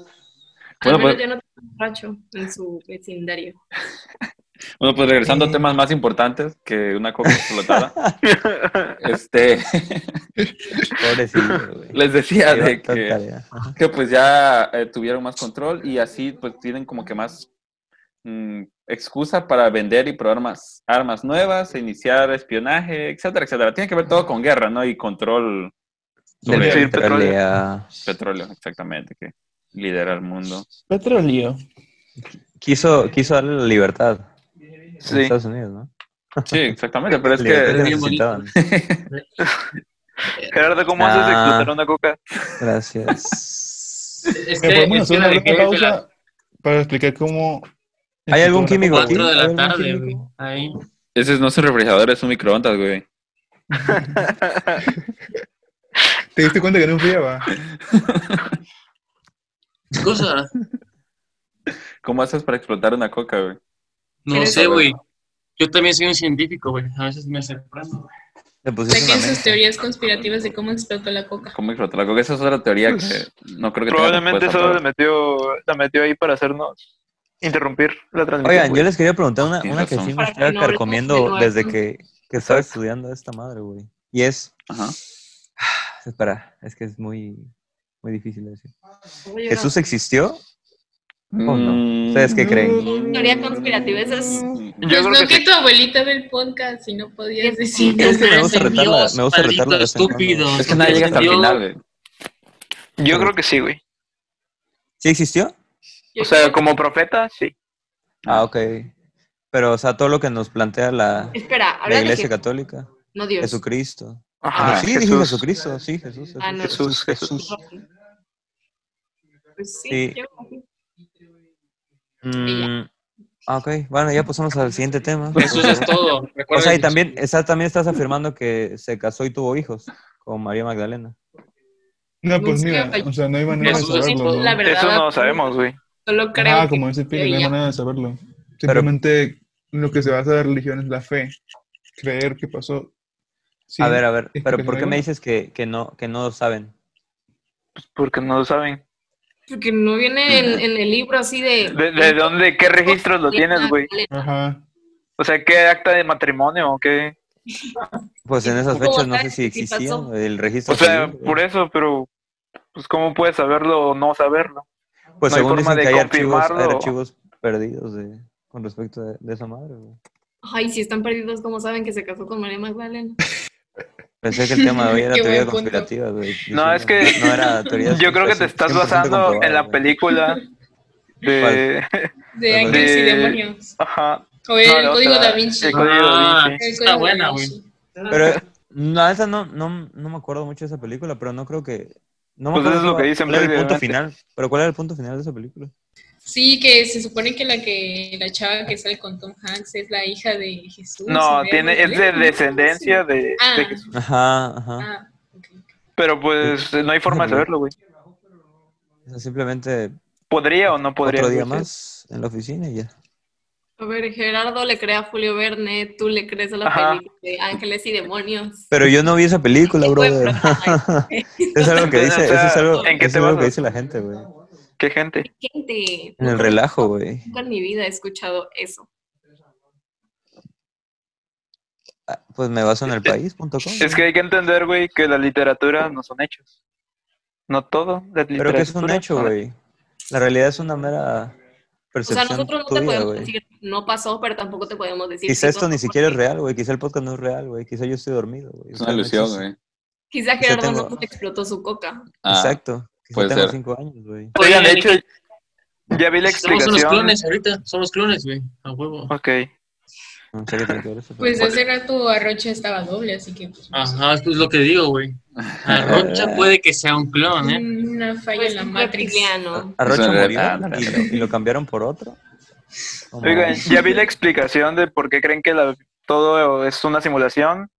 Speaker 3: Bueno,
Speaker 6: Al menos
Speaker 3: pues-
Speaker 6: yo no tengo un borracho en su vecindario.
Speaker 3: Bueno, pues regresando a temas más importantes que una coca explotada. este,
Speaker 2: Pobrecito, güey.
Speaker 3: les
Speaker 2: Iba
Speaker 3: decía de
Speaker 2: a tal
Speaker 3: que,
Speaker 2: tarea. Ajá.
Speaker 3: que pues ya eh, tuvieron más control y así pues tienen como que más mm, excusa para vender y probar más armas nuevas, iniciar espionaje, etcétera, etcétera. Tiene que ver todo con guerra, ¿no? Y control
Speaker 2: Del
Speaker 3: sobre
Speaker 8: Sí,
Speaker 3: el
Speaker 8: petróleo.
Speaker 2: petróleo.
Speaker 3: petróleo, exactamente, que lidera el mundo.
Speaker 9: Petróleo.
Speaker 3: Eh,
Speaker 2: Quiso, quiso darle la libertad en
Speaker 8: Sí.
Speaker 2: Estados Unidos, ¿no?
Speaker 3: Sí, exactamente, pero es
Speaker 2: Libertad
Speaker 3: que...
Speaker 4: bien bonito.
Speaker 2: necesitaban.
Speaker 8: Gerardo, ¿cómo haces de
Speaker 2: Ah.
Speaker 8: explotar una coca?
Speaker 2: Gracias.
Speaker 1: Mira,
Speaker 4: Es que,
Speaker 1: podemos
Speaker 4: es que
Speaker 1: hacer
Speaker 4: la
Speaker 1: una
Speaker 4: dejé
Speaker 1: breve
Speaker 4: de la
Speaker 1: pausa para explicar cómo.
Speaker 2: ¿Hay algún químico aquí?
Speaker 4: 4 de
Speaker 2: ¿Hay
Speaker 4: la
Speaker 2: algún
Speaker 4: tarde,
Speaker 2: químico?
Speaker 4: güey. Ahí.
Speaker 3: Ese no es un refrigerador, es un microondas, güey.
Speaker 1: ¿Te diste cuenta que no enfriaba?
Speaker 4: Cosa,
Speaker 3: ¿Cómo haces para explotar una coca, güey?
Speaker 4: no
Speaker 6: ¿Quieres
Speaker 4: sé,
Speaker 6: saber?
Speaker 4: güey. Yo también soy un científico, güey. A veces me sorprendo. güey.
Speaker 2: Le pusiste una
Speaker 7: Saquen sus
Speaker 2: mezcla.
Speaker 7: teorías conspirativas de cómo explotó la coca.
Speaker 3: ¿Cómo explotó la coca? Esa es otra teoría que no creo que tenga
Speaker 8: Pues, Probablemente
Speaker 3: respuesta, pero-
Speaker 8: solo la metió, la metió ahí para hacernos interrumpir la transmisión.
Speaker 2: Oigan, yo les quería preguntar una,
Speaker 3: Tienes
Speaker 2: una que
Speaker 3: razón.
Speaker 2: sí me
Speaker 6: Para
Speaker 2: estaba
Speaker 6: que no hablemos de
Speaker 2: carcomiendo
Speaker 6: nuevo.
Speaker 2: desde que, que estaba estudiando esta madre, güey. Y es,
Speaker 3: Ajá.
Speaker 2: espera, es que es muy, muy difícil de decir.
Speaker 6: ¿Cómo yo no?
Speaker 2: ¿Jesús existió? Oh,
Speaker 3: Mm.
Speaker 2: no. ¿Ustedes qué creen?
Speaker 6: Teoría conspirativa, esa es
Speaker 8: Yo
Speaker 7: Pues
Speaker 8: creo
Speaker 7: no
Speaker 8: que
Speaker 7: que,
Speaker 8: sí.
Speaker 7: tu abuelita ve el podcast y no podías
Speaker 6: Es-
Speaker 7: decir
Speaker 2: es que me gusta
Speaker 4: Dios,
Speaker 2: retarla, me gusta
Speaker 4: maldito
Speaker 2: retarla de vez en cuando.
Speaker 4: estúpido.
Speaker 3: Es que nadie llega hasta el
Speaker 4: Yo-
Speaker 3: final, güey.
Speaker 8: Yo creo que sí, güey.
Speaker 2: ¿Sí existió?
Speaker 6: yo
Speaker 8: O sea,
Speaker 6: creo-
Speaker 8: como profeta, sí.
Speaker 2: Ah, ok. Pero, o sea, todo lo que nos plantea la,
Speaker 6: Espera,
Speaker 2: la
Speaker 6: habla de
Speaker 2: Iglesia
Speaker 6: Jesús,
Speaker 2: Católica,
Speaker 6: no Dios.
Speaker 2: Jesucristo.
Speaker 3: Ah,
Speaker 8: Ajá,
Speaker 2: sí, dije Jesucristo, sí, Jesús.
Speaker 6: Ah, no.
Speaker 8: Jesús, Jesús.
Speaker 6: Pues sí,
Speaker 2: Sí.
Speaker 6: yo creo que sí.
Speaker 2: Mm, ah, ok, bueno, ya pasamos al siguiente tema.
Speaker 8: Pues
Speaker 4: Eso ya es todo.
Speaker 2: O
Speaker 4: Recuerden
Speaker 2: sea, y
Speaker 4: que-
Speaker 2: también, está, también estás afirmando que se casó y tuvo hijos con María Magdalena.
Speaker 1: No, pues
Speaker 6: Busca
Speaker 1: mira,
Speaker 6: fallo-
Speaker 1: o sea, no hay manera de
Speaker 4: Eso es
Speaker 1: saberlo.
Speaker 6: La
Speaker 1: ¿no?
Speaker 6: verdad,
Speaker 8: Eso no lo sabemos, güey.
Speaker 6: Solo creo
Speaker 1: Ah,
Speaker 6: que
Speaker 1: como dice Pili, no hay
Speaker 6: ella-
Speaker 1: manera de saberlo. Simplemente lo que se basa la religión es la fe, creer que pasó. Sí,
Speaker 2: a ver, a ver,
Speaker 1: es
Speaker 2: pero
Speaker 1: que
Speaker 2: ¿por
Speaker 1: no
Speaker 2: qué
Speaker 1: hay
Speaker 2: me
Speaker 1: una.
Speaker 2: dices que, que no que no saben?
Speaker 8: Porque no lo saben.
Speaker 6: porque no viene en, en el libro así de...
Speaker 8: ¿De, de dónde, qué registros lo tienes, güey?
Speaker 1: Ajá.
Speaker 8: O sea, ¿qué acta de matrimonio o qué?
Speaker 2: Pues en esas
Speaker 6: ¿Cómo
Speaker 2: fechas no sé
Speaker 6: saben
Speaker 2: si
Speaker 6: si
Speaker 2: existía
Speaker 6: pasó?
Speaker 2: el registro.
Speaker 8: O sea,
Speaker 2: civil,
Speaker 8: por eso, pero pues cómo puedes saberlo o no saberlo.
Speaker 2: pues
Speaker 8: no hay
Speaker 2: según
Speaker 8: forma
Speaker 2: dicen que
Speaker 8: de
Speaker 2: hay archivos, hay
Speaker 8: confirmarlo.
Speaker 2: archivos perdidos de, con respecto de, de esa madre. güey.
Speaker 6: Ay, si están perdidos, ¿cómo saben que se casó con María Magdalena?
Speaker 2: Pensé que el tema de hoy era
Speaker 7: Qué
Speaker 2: teoría
Speaker 7: buen punto.
Speaker 2: conspirativa. güey,
Speaker 8: No,
Speaker 2: diciendo
Speaker 8: es que-
Speaker 2: no era teoría
Speaker 8: Yo creo que te estás
Speaker 2: 100%
Speaker 8: basando en la
Speaker 2: comprobada, güey.
Speaker 8: película de...
Speaker 7: de
Speaker 2: Ajá.
Speaker 7: ángeles y
Speaker 8: De-
Speaker 7: demonios.
Speaker 8: Ajá.
Speaker 7: O el
Speaker 8: No, la
Speaker 7: código
Speaker 8: otra,
Speaker 7: da Vinci.
Speaker 8: el Código Da
Speaker 4: Ah,
Speaker 8: Vinci.
Speaker 7: El
Speaker 4: está
Speaker 7: Código
Speaker 4: buena,
Speaker 7: Da
Speaker 4: güey.
Speaker 7: Vinci.
Speaker 2: Pero no, esa no, no, no me acuerdo mucho de esa película, pero no creo que. No me
Speaker 8: Pues
Speaker 2: acuerdo
Speaker 8: eso es lo que dicen
Speaker 2: ¿Cuál era el punto
Speaker 8: prácticamente.
Speaker 2: final? Pero ¿cuál era el punto final de esa película?
Speaker 7: Sí, que se supone que la que la chava que sale con Tom Hanks es la hija de Jesús.
Speaker 8: No,
Speaker 7: María
Speaker 8: tiene, es de
Speaker 7: Magdalena, ¿no?
Speaker 8: descendencia
Speaker 7: Sí.
Speaker 8: de, de
Speaker 7: Ah.
Speaker 8: Jesús.
Speaker 2: Ajá, ajá.
Speaker 7: Ah, ok, ok.
Speaker 8: Pero pues no hay forma de saberlo, güey.
Speaker 2: O sea, simplemente
Speaker 8: ¿Podría o no podría?
Speaker 2: otro día
Speaker 8: güey?
Speaker 2: más en la oficina y ya.
Speaker 6: A ver, Gerardo le cree a Julio Verne, tú le crees a la
Speaker 8: Ajá.
Speaker 6: película de Ángeles y Demonios.
Speaker 2: Pero yo no vi esa película,
Speaker 6: Qué buen
Speaker 2: brother.
Speaker 6: programa.
Speaker 2: es algo que
Speaker 8: Entonces,
Speaker 2: dice,
Speaker 8: o sea,
Speaker 2: eso es algo,
Speaker 8: ¿en qué
Speaker 2: eso
Speaker 8: te
Speaker 2: es algo
Speaker 8: basas?
Speaker 2: que dice la gente, güey.
Speaker 8: ¿Qué gente?
Speaker 6: Gente,
Speaker 2: En el relajo, güey.
Speaker 6: nunca en mi vida he escuchado eso.
Speaker 2: Ah, Pues me baso en el país.com.
Speaker 8: Es que hay que entender, güey, que la literatura no son hechos. No todo. La
Speaker 2: Pero que es un
Speaker 8: literatura
Speaker 2: hecho,
Speaker 8: son-
Speaker 2: güey. La realidad es una mera
Speaker 6: O sea,
Speaker 2: percepción
Speaker 6: nosotros no te
Speaker 2: tuya,
Speaker 6: podemos
Speaker 2: güey.
Speaker 6: decir, no pasó, pero tampoco te podemos decir.
Speaker 2: Quizá
Speaker 6: sí
Speaker 2: esto ni
Speaker 6: pasó,
Speaker 2: siquiera es
Speaker 6: porque
Speaker 2: real, güey. Quizá el podcast no es real, güey. Quizá yo estoy dormido, güey.
Speaker 3: Es
Speaker 2: Quizá
Speaker 3: una
Speaker 2: no
Speaker 3: ilusión,
Speaker 2: existe.
Speaker 3: güey.
Speaker 6: Quizá Gerardo
Speaker 2: tengo-
Speaker 6: no explotó su coca.
Speaker 3: Ah,
Speaker 2: Exacto. Quizá
Speaker 3: puede
Speaker 2: tengo
Speaker 3: ser.
Speaker 2: cinco años, güey.
Speaker 8: Oigan, de
Speaker 4: Oye,
Speaker 8: hecho, ya vi la
Speaker 4: Somos
Speaker 8: explicación.
Speaker 4: unos clones ahorita, somos clones, güey, a huevo.
Speaker 8: Ok.
Speaker 2: No sé qué tiene que ver eso.
Speaker 7: Pues
Speaker 2: pero-
Speaker 7: hace rato Arrocha estaba doble, así que
Speaker 2: Ah,
Speaker 7: pues,
Speaker 4: Ajá, esto es lo que digo, güey. Arrocha puede que sea un clon, ¿eh?
Speaker 7: una falla
Speaker 6: Pues
Speaker 7: en la
Speaker 6: un
Speaker 7: Matrix.
Speaker 6: reptiliano.
Speaker 2: Arrocha
Speaker 3: Eso no es
Speaker 2: murió
Speaker 3: nada.
Speaker 2: y lo, y lo cambiaron por otro. Oh,
Speaker 8: Oigan,
Speaker 2: man.
Speaker 8: ya vi la explicación de por qué creen que la- todo es una simulación.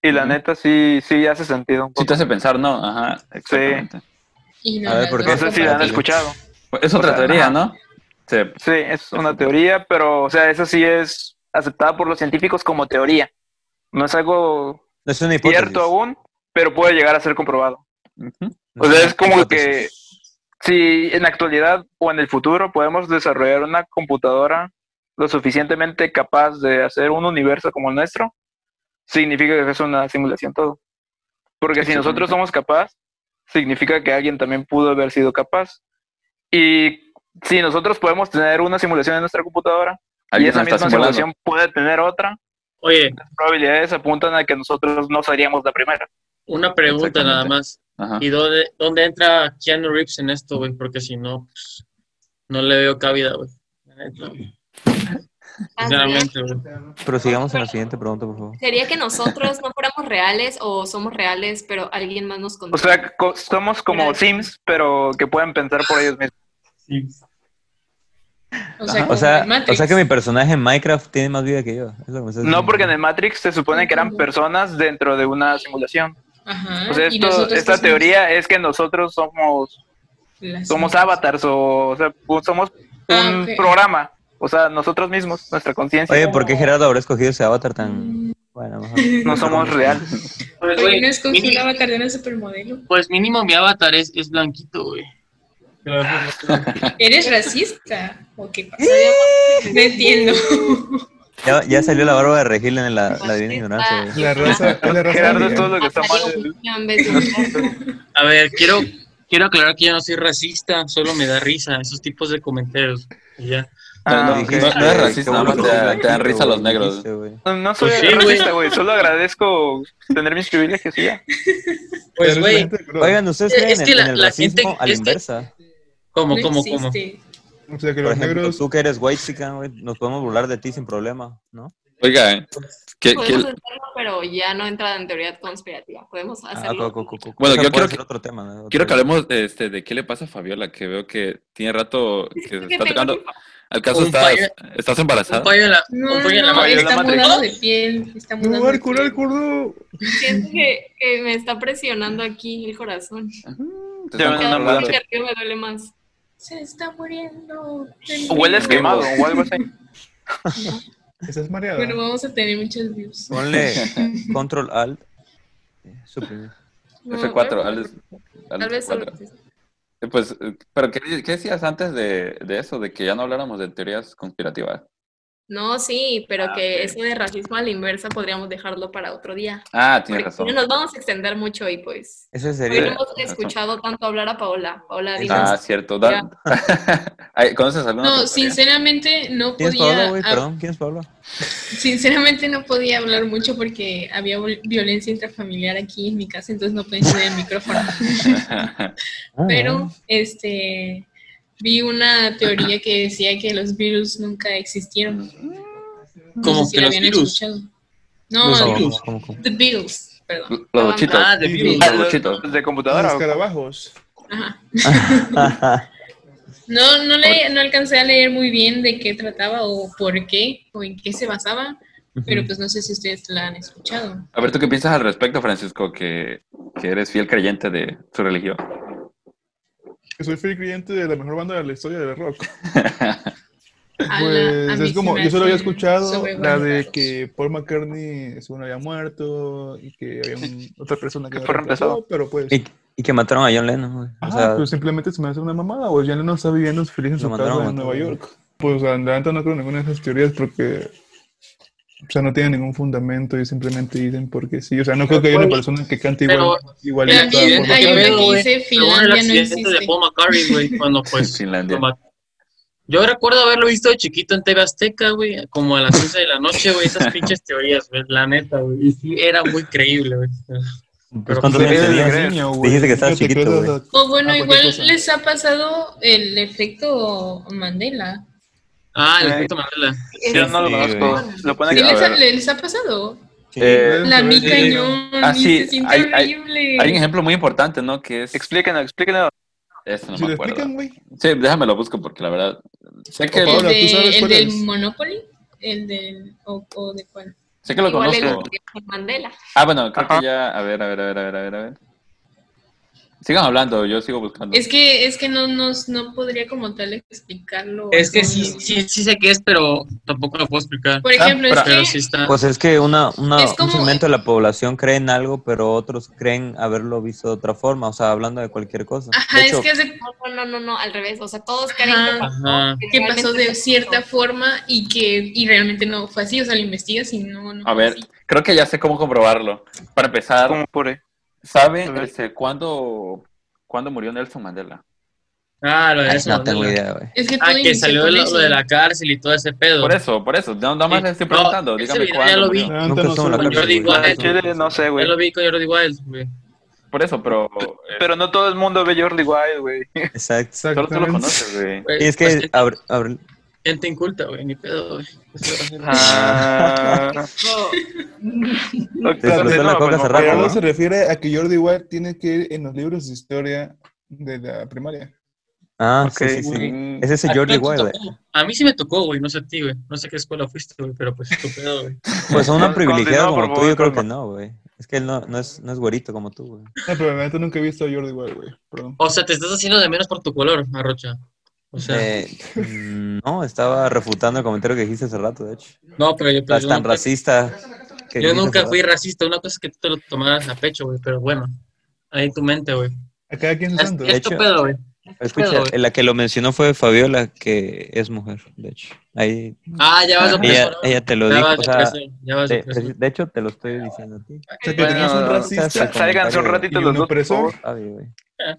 Speaker 8: Y la
Speaker 3: Ujú.
Speaker 8: neta sí, sí hace sentido un
Speaker 3: Sí te
Speaker 8: poco.
Speaker 3: hace pensar, ¿no? Ajá, exactamente.
Speaker 7: Y no,
Speaker 2: A ver,
Speaker 7: la
Speaker 2: ¿por qué?
Speaker 8: No
Speaker 7: otra
Speaker 8: sé si
Speaker 7: falla.
Speaker 8: la han escuchado.
Speaker 3: Pues Es otra
Speaker 8: O sea,
Speaker 3: teoría,
Speaker 8: ajá.
Speaker 3: ¿no? Se-
Speaker 8: Sí, es una teoría, pero, o sea, esa sí es aceptada por los científicos como teoría. No es algo
Speaker 2: No es una hipótesis.
Speaker 8: cierto aún, pero puede llegar a ser comprobado.
Speaker 3: Ujú.
Speaker 2: No
Speaker 8: o sea,
Speaker 2: una
Speaker 8: es como
Speaker 2: hipótesis.
Speaker 8: Si en la actualidad o en el futuro podemos desarrollar una computadora lo suficientemente capaz de hacer un universo como el nuestro, significa que es una simulación todo. Porque si nosotros
Speaker 3: Exactamente.
Speaker 8: somos capaz, significa que alguien también pudo haber sido capaz. Y si nosotros podemos tener una simulación en nuestra computadora, y
Speaker 3: Alguien
Speaker 8: esa
Speaker 3: nos está
Speaker 8: misma
Speaker 3: simulando.
Speaker 8: simulación puede tener otra.
Speaker 4: Oye,
Speaker 8: Las probabilidades apuntan a que nosotros no seríamos la primera.
Speaker 4: una pregunta nada
Speaker 3: Exactamente.
Speaker 4: más.
Speaker 3: Ajá.
Speaker 4: ¿Y dónde, dónde entra Keanu Reeves en esto, güey? Porque si no, pues, no le veo cabida, güey. La
Speaker 7: Ah,
Speaker 4: neta, güey. Sinceramente, güey.
Speaker 2: Prosigamos en la siguiente pregunta, por favor.
Speaker 6: ¿Sería que nosotros no fuéramos reales o somos reales, pero alguien más nos contó?
Speaker 8: O sea, co- somos como
Speaker 6: Gracias.
Speaker 8: Sims, pero que pueden pensar por ellos mismos.
Speaker 7: O sea,
Speaker 2: O
Speaker 7: como
Speaker 2: sea,
Speaker 7: en Matrix.
Speaker 2: o sea que mi personaje en Minecraft tiene más vida que yo. Es lo que me estás
Speaker 8: No
Speaker 2: diciendo.
Speaker 8: porque en el Matrix se supone que eran personas dentro de una simulación.
Speaker 7: Ajá.
Speaker 8: O sea,
Speaker 7: Ah, y
Speaker 8: esto-
Speaker 7: nosotros que
Speaker 8: esta
Speaker 7: somos
Speaker 8: teoría es que nosotros somos,
Speaker 7: las-
Speaker 8: somos avatars o, o sea, pu- somos
Speaker 7: Ah,
Speaker 8: un
Speaker 7: ok.
Speaker 8: programa. O sea, nosotros mismos, nuestra conciencia.
Speaker 2: Oye, ¿por qué Gerardo habrá escogido ese avatar tan...
Speaker 7: Mm,
Speaker 2: Bueno, mejor.
Speaker 8: No somos real.
Speaker 4: Pues,
Speaker 7: Oye,
Speaker 4: güey,
Speaker 7: no es con
Speaker 4: mínimo-
Speaker 7: una avatar de una supermodelo.
Speaker 4: pues mínimo mi avatar es, es blanquito, güey.
Speaker 7: ¿Eres racista? ¿O qué pasa? No entiendo.
Speaker 2: Ya, ya salió la barba de Regil en la,
Speaker 7: Pues
Speaker 2: la divina
Speaker 6: Fascista.
Speaker 2: ignorancia, güey.
Speaker 1: La raza, es la raza
Speaker 8: Gerardo
Speaker 1: aria.
Speaker 8: es todo lo que está mal. ¿eh?
Speaker 6: Mataría un niño en vez de un perro.
Speaker 4: A ver, quiero, quiero aclarar que yo no soy racista, solo me da risa esos tipos de comentarios. y ya.
Speaker 8: Ah,
Speaker 3: no,
Speaker 8: ok.
Speaker 3: no es racista, nada más te, te dan risa a los negros.
Speaker 8: No, no soy
Speaker 4: Pues sí, güey.
Speaker 8: racista, güey. Solo agradezco tener mis privilegios y ya.
Speaker 1: Pero
Speaker 4: Pues,
Speaker 1: es
Speaker 4: güey,
Speaker 1: gente de color.
Speaker 2: Oigan, ¿ustedes
Speaker 4: Es
Speaker 2: creen en,
Speaker 4: que la-
Speaker 2: en el
Speaker 4: la
Speaker 2: racismo
Speaker 4: gente-
Speaker 2: a la
Speaker 4: es que-
Speaker 2: inversa?
Speaker 4: como,
Speaker 7: No
Speaker 4: como, como.
Speaker 7: existe.
Speaker 1: O sea, que
Speaker 2: Por
Speaker 1: los
Speaker 2: ejemplo,
Speaker 1: negros.
Speaker 2: tú que eres white chican, güey, nos podemos burlar de ti sin problema, ¿no?
Speaker 3: Oiga, ¿eh? ¿Qué- qué-
Speaker 6: Podemos hacerlo, pero ya no entra en teoría conspirativa. Podemos
Speaker 2: Ah,
Speaker 7: Ah,
Speaker 6: hacerlo.
Speaker 2: co- co- co- co-
Speaker 3: Bueno,
Speaker 2: o sea, puede
Speaker 3: yo quiero
Speaker 2: ser
Speaker 3: que-
Speaker 2: otro tema, ¿no? Otro-
Speaker 3: quiero que hablemos este, de qué le pasa a Fabiola, que veo que tiene rato que se
Speaker 6: Creo que
Speaker 3: está
Speaker 6: tengo
Speaker 3: tocando.
Speaker 6: que-
Speaker 3: ¿Al caso
Speaker 4: Un
Speaker 3: estás,
Speaker 4: fallo-
Speaker 3: estás
Speaker 4: Un
Speaker 3: embarazada?
Speaker 4: pollo en la,
Speaker 7: No,
Speaker 4: un
Speaker 7: no,
Speaker 4: pollo en la Ah, mano.
Speaker 7: no,
Speaker 8: mayoría de
Speaker 7: está
Speaker 8: la
Speaker 7: mudado de piel. Está mudado
Speaker 1: No,
Speaker 7: de
Speaker 1: el culo, el
Speaker 7: piel.
Speaker 1: culo.
Speaker 6: Siento que, que me está presionando aquí el corazón.
Speaker 3: Ujú, te
Speaker 8: Ya
Speaker 3: están
Speaker 8: me-
Speaker 6: Cada
Speaker 8: no,
Speaker 6: vez
Speaker 8: no,
Speaker 6: que arriba me duele más.
Speaker 7: Se está muriendo. del
Speaker 8: Hueles
Speaker 7: miedo.
Speaker 8: quemado o algo así.
Speaker 1: Estás mareado.
Speaker 7: Bueno, vamos a tener muchos views.
Speaker 2: Ponle control alt. eh, suprimir.
Speaker 6: No,
Speaker 3: F4,
Speaker 6: tal vez-
Speaker 3: Alex.
Speaker 6: Tal vez
Speaker 3: Alex
Speaker 6: solo-
Speaker 3: F4. Eh, Pues, eh, pero ¿qué, qué decías antes de, de eso, de que ya no habláramos de teorías conspirativas?
Speaker 6: No, sí, pero
Speaker 3: Ah,
Speaker 6: que
Speaker 3: ok.
Speaker 6: eso de racismo a la inversa podríamos dejarlo para otro día.
Speaker 3: Ah, tienes
Speaker 6: Porque si
Speaker 3: razón.
Speaker 6: no nos vamos a extender mucho y pues.
Speaker 2: Ese
Speaker 6: Hoy no
Speaker 2: sería.
Speaker 6: hemos escuchado tanto hablar a Paola. Paola, dinos.
Speaker 3: Ah, cierto. Dan- Ay, ¿Conoces alguna
Speaker 7: No,
Speaker 3: otra teoría?
Speaker 7: sinceramente no
Speaker 2: ¿Quién es Paola,
Speaker 7: podía.
Speaker 2: güey?
Speaker 7: hab-
Speaker 2: Perdón, ¿quién es Paola?
Speaker 7: Sinceramente no podía hablar mucho porque había vol- violencia intrafamiliar aquí en mi casa, entonces no podía encender el micrófono. Ah,
Speaker 4: Ah,
Speaker 2: Ah,
Speaker 7: Pero este vi una teoría que decía que los virus nunca existieron. No
Speaker 4: Como
Speaker 7: sé si
Speaker 4: que
Speaker 7: la
Speaker 4: los
Speaker 7: habían
Speaker 4: virus.
Speaker 7: escuchado.
Speaker 2: No,
Speaker 7: No,
Speaker 2: no,
Speaker 4: virus.
Speaker 2: pues, ¿cómo, cómo?
Speaker 7: The Beatles, perdón.
Speaker 3: Los bochitos.
Speaker 4: Ah, de virus.
Speaker 8: Ah,
Speaker 3: Los
Speaker 8: los-
Speaker 3: bochitos.
Speaker 8: los de
Speaker 1: Los
Speaker 8: computadora. o-
Speaker 1: escarabajos.
Speaker 7: Ajá.
Speaker 2: Ajá.
Speaker 7: No, no, le, no alcancé a leer muy bien de qué trataba o por qué o en qué se basaba, pero pues no sé si ustedes la han escuchado.
Speaker 3: A ver, ¿tú qué piensas al respecto, Francisco? Que, que eres fiel creyente de su religión.
Speaker 1: Que soy fiel cliente de la mejor banda de la historia del rock.
Speaker 7: A la- a
Speaker 1: Pues
Speaker 7: mí
Speaker 1: es
Speaker 7: se
Speaker 1: como,
Speaker 7: me
Speaker 1: yo solo había
Speaker 7: hacen
Speaker 1: escuchado la
Speaker 7: sobrevalorados.
Speaker 1: de que Paul McCartney según había muerto y que había un- otra persona que
Speaker 8: Que
Speaker 1: lo
Speaker 8: fue
Speaker 1: reemplazó, pero pues...
Speaker 2: Y, y que mataron a John Lennon, güey. O
Speaker 1: Ah,
Speaker 2: sea,
Speaker 1: pues simplemente se me hace una mamada, güey. Ya no está viviendo feliz en
Speaker 2: Lo
Speaker 1: su
Speaker 2: mandaron
Speaker 1: casa
Speaker 2: a
Speaker 1: en
Speaker 2: matar,
Speaker 1: Nueva
Speaker 2: güey.
Speaker 1: York. Pues adelante no creo en ninguna de esas teorías porque, o sea, no tiene ningún fundamento y simplemente dicen porque sí. O sea, no creo que haya una
Speaker 4: Güey,
Speaker 1: persona que cante
Speaker 4: pero-
Speaker 1: igual, igualita.
Speaker 7: También
Speaker 1: porque-
Speaker 7: hay
Speaker 4: qué
Speaker 7: una
Speaker 4: pedo,
Speaker 7: que
Speaker 4: güey?
Speaker 7: dice
Speaker 4: Según el
Speaker 7: Finlandia no
Speaker 4: accidente de
Speaker 7: existe.
Speaker 4: Paul McCartney, güey, cuando pues
Speaker 3: Finlandia.
Speaker 4: lo mat- Yo recuerdo haberlo visto de chiquito en TV Azteca, güey, como a las 11 de la noche, güey, esas pinches teorías, güey, la neta, güey. Y sí, era muy creíble, güey.
Speaker 2: pues,
Speaker 4: pero
Speaker 2: ¿cuántos
Speaker 1: Sí,
Speaker 2: años
Speaker 1: eres
Speaker 2: tenías?
Speaker 1: niño, güey.
Speaker 2: Dijiste que estabas
Speaker 1: Nunca te
Speaker 2: chiquito,
Speaker 1: creas a-
Speaker 7: O bueno,
Speaker 1: a cualquier
Speaker 7: igual
Speaker 1: cosa.
Speaker 7: les ha pasado el efecto Mandela.
Speaker 4: Ah, el
Speaker 8: Ay.
Speaker 4: efecto Mandela.
Speaker 8: Yo no lo
Speaker 2: Sí,
Speaker 8: conozco.
Speaker 7: güey.
Speaker 8: Lo pone
Speaker 3: Sí,
Speaker 7: ¿Sí
Speaker 8: que
Speaker 3: a
Speaker 7: les, ha,
Speaker 3: ver.
Speaker 7: les ha pasado?
Speaker 2: Sí.
Speaker 3: Eh,
Speaker 7: La mi
Speaker 1: sí.
Speaker 7: cañón,
Speaker 3: Ah,
Speaker 7: y
Speaker 3: sí,
Speaker 7: se siente
Speaker 3: hay- hay-
Speaker 7: horrible.
Speaker 3: Hay un ejemplo muy importante, ¿no? Que es...
Speaker 8: Explíquenlo, explíquenlo.
Speaker 3: Este no
Speaker 1: Si
Speaker 3: me
Speaker 1: lo
Speaker 3: acuerdo.
Speaker 1: explican, güey.
Speaker 3: Sí, déjame lo busco porque la verdad... Sé que,
Speaker 1: O
Speaker 7: ¿El,
Speaker 1: Pablo, Paula,
Speaker 3: lo,
Speaker 7: de-
Speaker 1: ¿tú sabes
Speaker 7: el
Speaker 1: cuál
Speaker 7: del
Speaker 1: es?
Speaker 7: Monopoly? ¿El del... o, o de cuál?
Speaker 3: sé que lo
Speaker 6: Igual el
Speaker 3: conozco.
Speaker 6: de Mandela.
Speaker 3: Ah, bueno, creo
Speaker 8: Ajá.
Speaker 3: que ya... A ver, a ver, a ver, a ver, a ver, a ver. Sigan hablando, yo sigo buscando.
Speaker 7: Es que, es que no, nos no podría como tal explicarlo.
Speaker 4: Es que
Speaker 7: con-
Speaker 4: sí, sí, sí sé qué es, pero tampoco lo puedo explicar.
Speaker 7: Por ejemplo,
Speaker 3: Ah, pero-
Speaker 7: es
Speaker 4: Pero
Speaker 7: que...
Speaker 4: sí está.
Speaker 2: Pues es que una, una-
Speaker 7: Es como-
Speaker 2: un segmento de la población cree en algo, pero otros creen haberlo visto de otra forma, o sea, hablando de cualquier cosa.
Speaker 7: Ajá,
Speaker 2: de hecho,
Speaker 7: es que es de-
Speaker 6: No, no, no, no, no, al revés. O sea, todos creen
Speaker 7: Ajá.
Speaker 6: que pasó,
Speaker 4: Ajá.
Speaker 7: que
Speaker 6: realmente
Speaker 7: pasó de
Speaker 6: pasó.
Speaker 7: cierta forma y que y realmente no fue así, o sea, lo investigas y no, no
Speaker 3: A
Speaker 7: fue
Speaker 3: ver,
Speaker 7: así.
Speaker 3: creo que ya sé cómo comprobarlo. Para empezar,
Speaker 8: Como por ahí.
Speaker 3: ¿saben
Speaker 8: A ver.
Speaker 3: este, cuándo, cuándo murió Nelson Mandela?
Speaker 4: Ah, lo de
Speaker 2: ay,
Speaker 4: eso.
Speaker 2: no tengo
Speaker 4: Mandela.
Speaker 2: idea, güey.
Speaker 7: Es que todo
Speaker 4: Ah, que
Speaker 7: inició
Speaker 4: salió
Speaker 7: con
Speaker 4: lo,
Speaker 7: eso.
Speaker 4: lo de la cárcel y todo ese pedo.
Speaker 3: Por eso, por eso. No, nada más
Speaker 4: Sí.
Speaker 3: les estoy
Speaker 4: No,
Speaker 3: preguntando.
Speaker 4: ese
Speaker 3: Dígame
Speaker 4: video ya
Speaker 3: cuándo
Speaker 4: lo vi.
Speaker 3: murió.
Speaker 1: Nunca
Speaker 2: Nunca
Speaker 1: no
Speaker 2: estuvo en la
Speaker 1: supe.
Speaker 2: cárcel.
Speaker 4: digo,
Speaker 2: güey.
Speaker 4: ah,
Speaker 8: En Chile no sé,
Speaker 4: Yo
Speaker 8: güey.
Speaker 4: lo vi con Jordi Wild, güey.
Speaker 3: Por eso, pero... eh,
Speaker 8: Pero no todo el mundo ve Jordi Wild, güey.
Speaker 2: Exacto.
Speaker 3: Solo tú lo
Speaker 1: Exactamente.
Speaker 3: conoces, güey.
Speaker 4: Güey,
Speaker 2: Y es
Speaker 4: pues,
Speaker 2: que abr- abr-
Speaker 4: gente inculta, güey, ni pedo, güey.
Speaker 8: Ah. Ok,
Speaker 2: Disfrutar
Speaker 8: no,
Speaker 2: la coca
Speaker 8: pues,
Speaker 2: hace
Speaker 8: no,
Speaker 2: rato,
Speaker 1: Pero
Speaker 2: ¿no?
Speaker 1: no se refiere a que Jordi White tiene que ir en los libros de historia de la primaria.
Speaker 2: Ah,
Speaker 8: Ok,
Speaker 2: sí, sí, sí.
Speaker 3: Mm,
Speaker 2: Es ese
Speaker 4: ¿A ti
Speaker 2: Jordi
Speaker 4: no te
Speaker 2: Wild. güey.
Speaker 4: tocó? A mí sí me tocó, güey, no sé a ti, güey. No sé qué escuela fuiste, güey, pero pues tu pedo, güey.
Speaker 2: Pues a
Speaker 8: Continúa,
Speaker 2: una privilegiada
Speaker 8: por
Speaker 2: como tú,
Speaker 8: favor,
Speaker 2: yo creo que
Speaker 8: Carlos.
Speaker 2: no, güey. Es que él no, no, es, no es güerito como tú, güey.
Speaker 1: No, pero realmente nunca he visto a Jordi White, güey. Perdón.
Speaker 4: O sea, te estás haciendo de menos por tu color, Arrocha. O sea,
Speaker 2: Eh, mm, no, estaba refutando el comentario que dijiste hace rato, de hecho.
Speaker 4: no, pero yo, pero
Speaker 2: Estás
Speaker 4: yo
Speaker 2: tan
Speaker 4: Pues nunca,
Speaker 2: racista. que
Speaker 4: yo
Speaker 2: dijiste
Speaker 4: nunca
Speaker 2: hace
Speaker 4: fui
Speaker 2: rato.
Speaker 4: racista. Una cosa es que tú te lo tomaras a pecho, güey, pero bueno. Ahí en tu mente, güey.
Speaker 1: A cada quien su
Speaker 4: Es,
Speaker 1: santo.
Speaker 4: es
Speaker 2: De
Speaker 4: tu
Speaker 2: hecho-
Speaker 4: pedo, güey. Es tu pedo,
Speaker 2: Escucha,
Speaker 4: güey.
Speaker 2: la que lo mencionó fue Fabiola, que es mujer, de hecho. Ahí
Speaker 4: Ah, ya vas a
Speaker 2: ella,
Speaker 4: presionar.
Speaker 2: ella te lo
Speaker 4: Ya
Speaker 2: dijo.
Speaker 4: vas
Speaker 2: O
Speaker 4: a
Speaker 2: sea,
Speaker 4: presionar. Ya vas a
Speaker 2: de,
Speaker 4: presionar.
Speaker 2: de hecho, te lo estoy diciendo a ti.
Speaker 1: O sea, que
Speaker 8: Bueno,
Speaker 1: tenemos un
Speaker 8: no,
Speaker 1: racista.
Speaker 2: estás-
Speaker 8: Sálganse un ratito
Speaker 1: Y
Speaker 8: los
Speaker 1: un
Speaker 8: dos, por favor.
Speaker 1: opresor.
Speaker 2: Fabi, güey.
Speaker 3: Ah.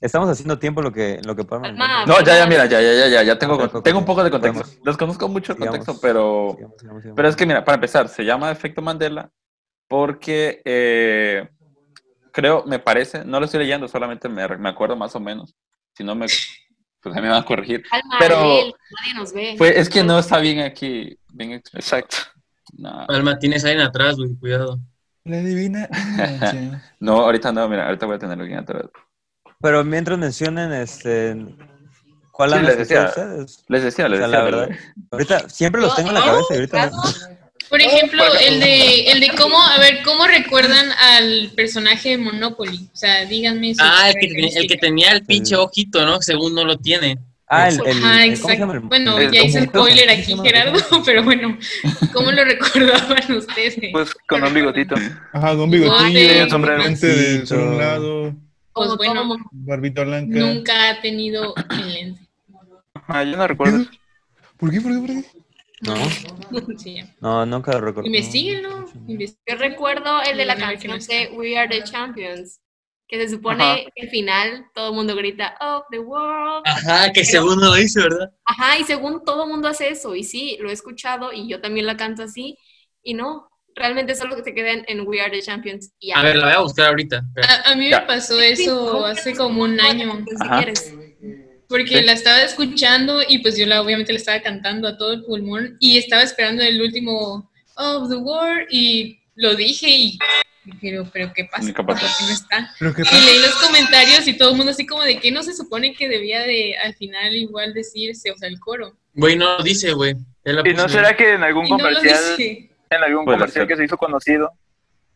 Speaker 2: Estamos haciendo tiempo en lo que, en lo que Palma
Speaker 6: Calma,
Speaker 2: encuentra.
Speaker 3: No, ya, ya, mira, ya, ya, ya, ya, ya tengo,
Speaker 2: Ok, ok,
Speaker 3: tengo un
Speaker 2: ok.
Speaker 3: poco de contexto.
Speaker 2: Podemos.
Speaker 3: Desconozco mucho el
Speaker 2: Sigamos,
Speaker 3: contexto, pero,
Speaker 2: sigamos, sigamos, sigamos.
Speaker 3: pero es que, mira, para empezar, se llama efecto Mandela porque eh, creo, me parece, no lo estoy leyendo, solamente me, me acuerdo más o menos. Si no me, pues ahí me van a corregir.
Speaker 6: Calma,
Speaker 3: Pero-
Speaker 6: Ariel, nadie nos ve.
Speaker 3: Pues es que no está bien aquí, bien explicado.
Speaker 8: Exacto.
Speaker 3: No,
Speaker 4: Palma, tienes alguien atrás, güey, cuidado.
Speaker 1: La divina ignorancia.
Speaker 3: no, ahorita no, mira, ahorita voy a tenerlo bien atrás.
Speaker 2: Pero mientras mencionen, este, ¿cuál
Speaker 3: Sí,
Speaker 2: han
Speaker 3: les
Speaker 2: escuchado
Speaker 3: decía.
Speaker 2: ustedes?
Speaker 3: Les decía,
Speaker 2: O
Speaker 3: les
Speaker 2: sea,
Speaker 3: decía.
Speaker 2: la
Speaker 3: pero-
Speaker 2: verdad. Ahorita siempre los tengo en la cabeza y ahorita. no-
Speaker 3: Oh,
Speaker 7: Por ejemplo,
Speaker 8: por acá.
Speaker 7: el de el de cómo, a ver, cómo recuerdan al personaje de Monopoly. O sea, díganme su
Speaker 4: Ah, el que, tenía- el que
Speaker 7: característica.
Speaker 4: tenía el pinche ojito, ¿no? Según no lo tiene.
Speaker 2: Ah, el, el,
Speaker 7: Ajá,
Speaker 2: el- ¿cómo se llama
Speaker 7: exacto.
Speaker 2: el-
Speaker 7: Bueno,
Speaker 8: el-
Speaker 7: ya hice
Speaker 2: ¿cómo-
Speaker 7: spoiler
Speaker 2: cómo se
Speaker 7: aquí,
Speaker 2: llama?
Speaker 7: Gerardo, pero bueno, ¿cómo lo recordaban ustedes?
Speaker 8: Pues con un bigotito.
Speaker 1: Ajá, con
Speaker 7: Guate,
Speaker 1: bigotillo,
Speaker 8: un sombrero.
Speaker 1: lente de solo un
Speaker 2: Bigotito.
Speaker 1: lado,
Speaker 7: Pues
Speaker 6: Como
Speaker 7: bueno,
Speaker 6: todo
Speaker 1: barbita blanca.
Speaker 7: Nunca ha tenido el lente.
Speaker 8: Ah, yo no recuerdo.
Speaker 1: ¿Por qué? ¿Por qué? ¿Por qué?
Speaker 7: Sí, ya.
Speaker 2: No, nunca lo recuerdo.
Speaker 7: Investíguenlo. investíguenlo.
Speaker 6: Yo recuerdo el de la
Speaker 7: No, no, que no
Speaker 6: canción de We Are the Champions, que se supone
Speaker 8: Ajá.
Speaker 6: que al final todo el mundo grita Of the World.
Speaker 4: Ajá, que según no lo hizo, ¿verdad?
Speaker 6: Ajá, y según todo el mundo hace eso, y sí, lo he escuchado y yo también la canto así, y no, realmente solo que se quedan en We Are the Champions y ya.
Speaker 4: A ver, la voy a buscar ahorita. espera.
Speaker 7: A, a mí me
Speaker 3: Ya.
Speaker 7: pasó eso hace como un año,
Speaker 6: Si
Speaker 3: Ajá.
Speaker 6: quieres.
Speaker 7: porque
Speaker 3: Sí.
Speaker 7: la estaba escuchando y pues yo la, obviamente la estaba cantando a todo el pulmón y estaba esperando el último of the world y lo dije y pero pero qué pasa,
Speaker 3: Ni qué pasó.
Speaker 7: ¿Por qué no está.
Speaker 1: ¿Pero qué
Speaker 7: Y
Speaker 1: pasa?
Speaker 7: leí los comentarios y todo el mundo así como de que no se supone que debía de al final igual decirse, o sea, el coro.
Speaker 4: Güey, no lo dice, güey. Ya la
Speaker 8: ¿Y no
Speaker 4: puse,
Speaker 8: será que en algún
Speaker 7: Y no lo
Speaker 8: comercial,
Speaker 7: dije.
Speaker 8: en algún
Speaker 3: Puede
Speaker 8: comercial
Speaker 3: ser.
Speaker 8: que se hizo conocido,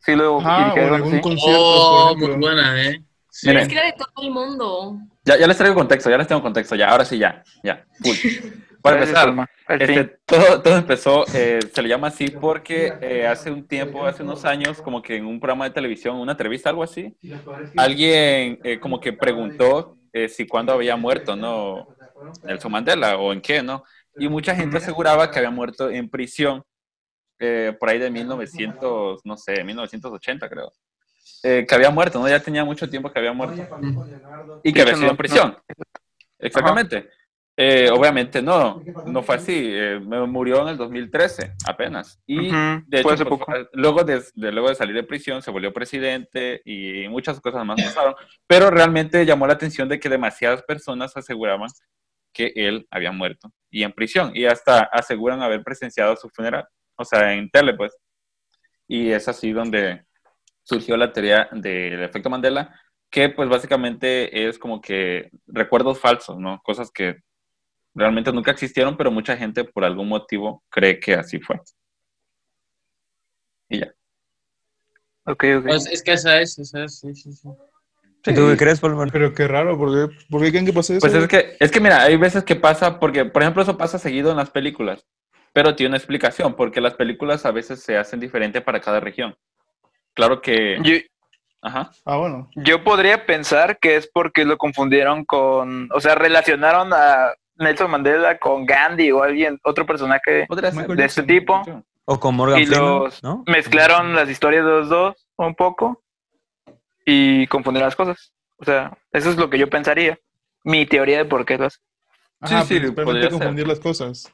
Speaker 8: sí lo
Speaker 1: Ajá, o en
Speaker 8: dijeron
Speaker 1: algún
Speaker 8: así?
Speaker 1: concierto,
Speaker 4: Oh,
Speaker 1: por
Speaker 4: muy
Speaker 1: ejemplo.
Speaker 4: buena, ¿eh? Sí.
Speaker 6: Pero es
Speaker 3: Miren,
Speaker 6: que era de todo el mundo.
Speaker 3: Ya, ya les traigo contexto, ya les tengo contexto, ya, ahora sí, ya, ya. full. Para
Speaker 8: Gracias,
Speaker 3: empezar,
Speaker 8: Alma. Al
Speaker 3: Este,
Speaker 8: fin.
Speaker 3: todo, todo empezó, eh, se le llama así porque eh, hace un tiempo, hace unos años, como que en un programa de televisión, una entrevista, algo así, alguien eh, como que preguntó eh, si cuándo había muerto, ¿no? Nelson Mandela o en qué, ¿no? Y mucha gente aseguraba que había muerto en prisión eh, por ahí de 1900, no sé, 1980 creo. Eh, que había muerto, ¿no? Ya tenía mucho tiempo que había muerto. Y que había sido en prisión. Exactamente. Eh, obviamente no, no fue así. Eh, me murió en el 2013, apenas. Y
Speaker 8: Ujú,
Speaker 3: de hecho,
Speaker 8: fue hace
Speaker 3: pues,
Speaker 8: poco.
Speaker 3: luego, de, de- luego de salir de prisión, se volvió presidente y muchas cosas más pasaron. Pero realmente llamó la atención de que demasiadas personas aseguraban que él había muerto y en prisión. Y hasta aseguran haber presenciado su funeral, o sea, en tele, pues. Y es así donde surgió la teoría del efecto Mandela, que pues básicamente es como que recuerdos falsos, ¿no? Cosas que realmente nunca existieron, pero mucha gente por algún motivo cree que así fue. Y ya.
Speaker 8: Ok, ok.
Speaker 4: Pues, es que esa es, esa es, sí, sí, sí.
Speaker 2: ¿Tú qué crees, Palmer?
Speaker 1: Pero qué raro, ¿por qué, por qué creen que pasó eso?
Speaker 3: Pues es
Speaker 1: güey?
Speaker 3: que, es que mira, hay veces que pasa, porque por ejemplo eso pasa seguido en las películas, pero tiene una explicación, porque las películas a veces se hacen diferente para cada región. Claro que...
Speaker 8: Yo,
Speaker 3: Ajá.
Speaker 1: Ah, bueno.
Speaker 8: yo podría pensar que es porque lo confundieron con, o sea, relacionaron a Nelson Mandela con Gandhi o alguien, otro personaje.
Speaker 3: Podría ser.
Speaker 1: Michael
Speaker 8: de este
Speaker 1: Jackson,
Speaker 8: tipo.
Speaker 1: Michael Jackson.
Speaker 2: O con Morgan
Speaker 8: Y
Speaker 2: Freeman,
Speaker 8: los-
Speaker 2: ¿no?
Speaker 8: Mezclaron las historias de los dos un poco y confundieron las cosas. O sea, eso es lo que yo pensaría. Mi teoría de por qué lo hace.
Speaker 1: Ajá,
Speaker 3: sí, podría
Speaker 1: principalmente
Speaker 3: ser.
Speaker 1: confundir las cosas.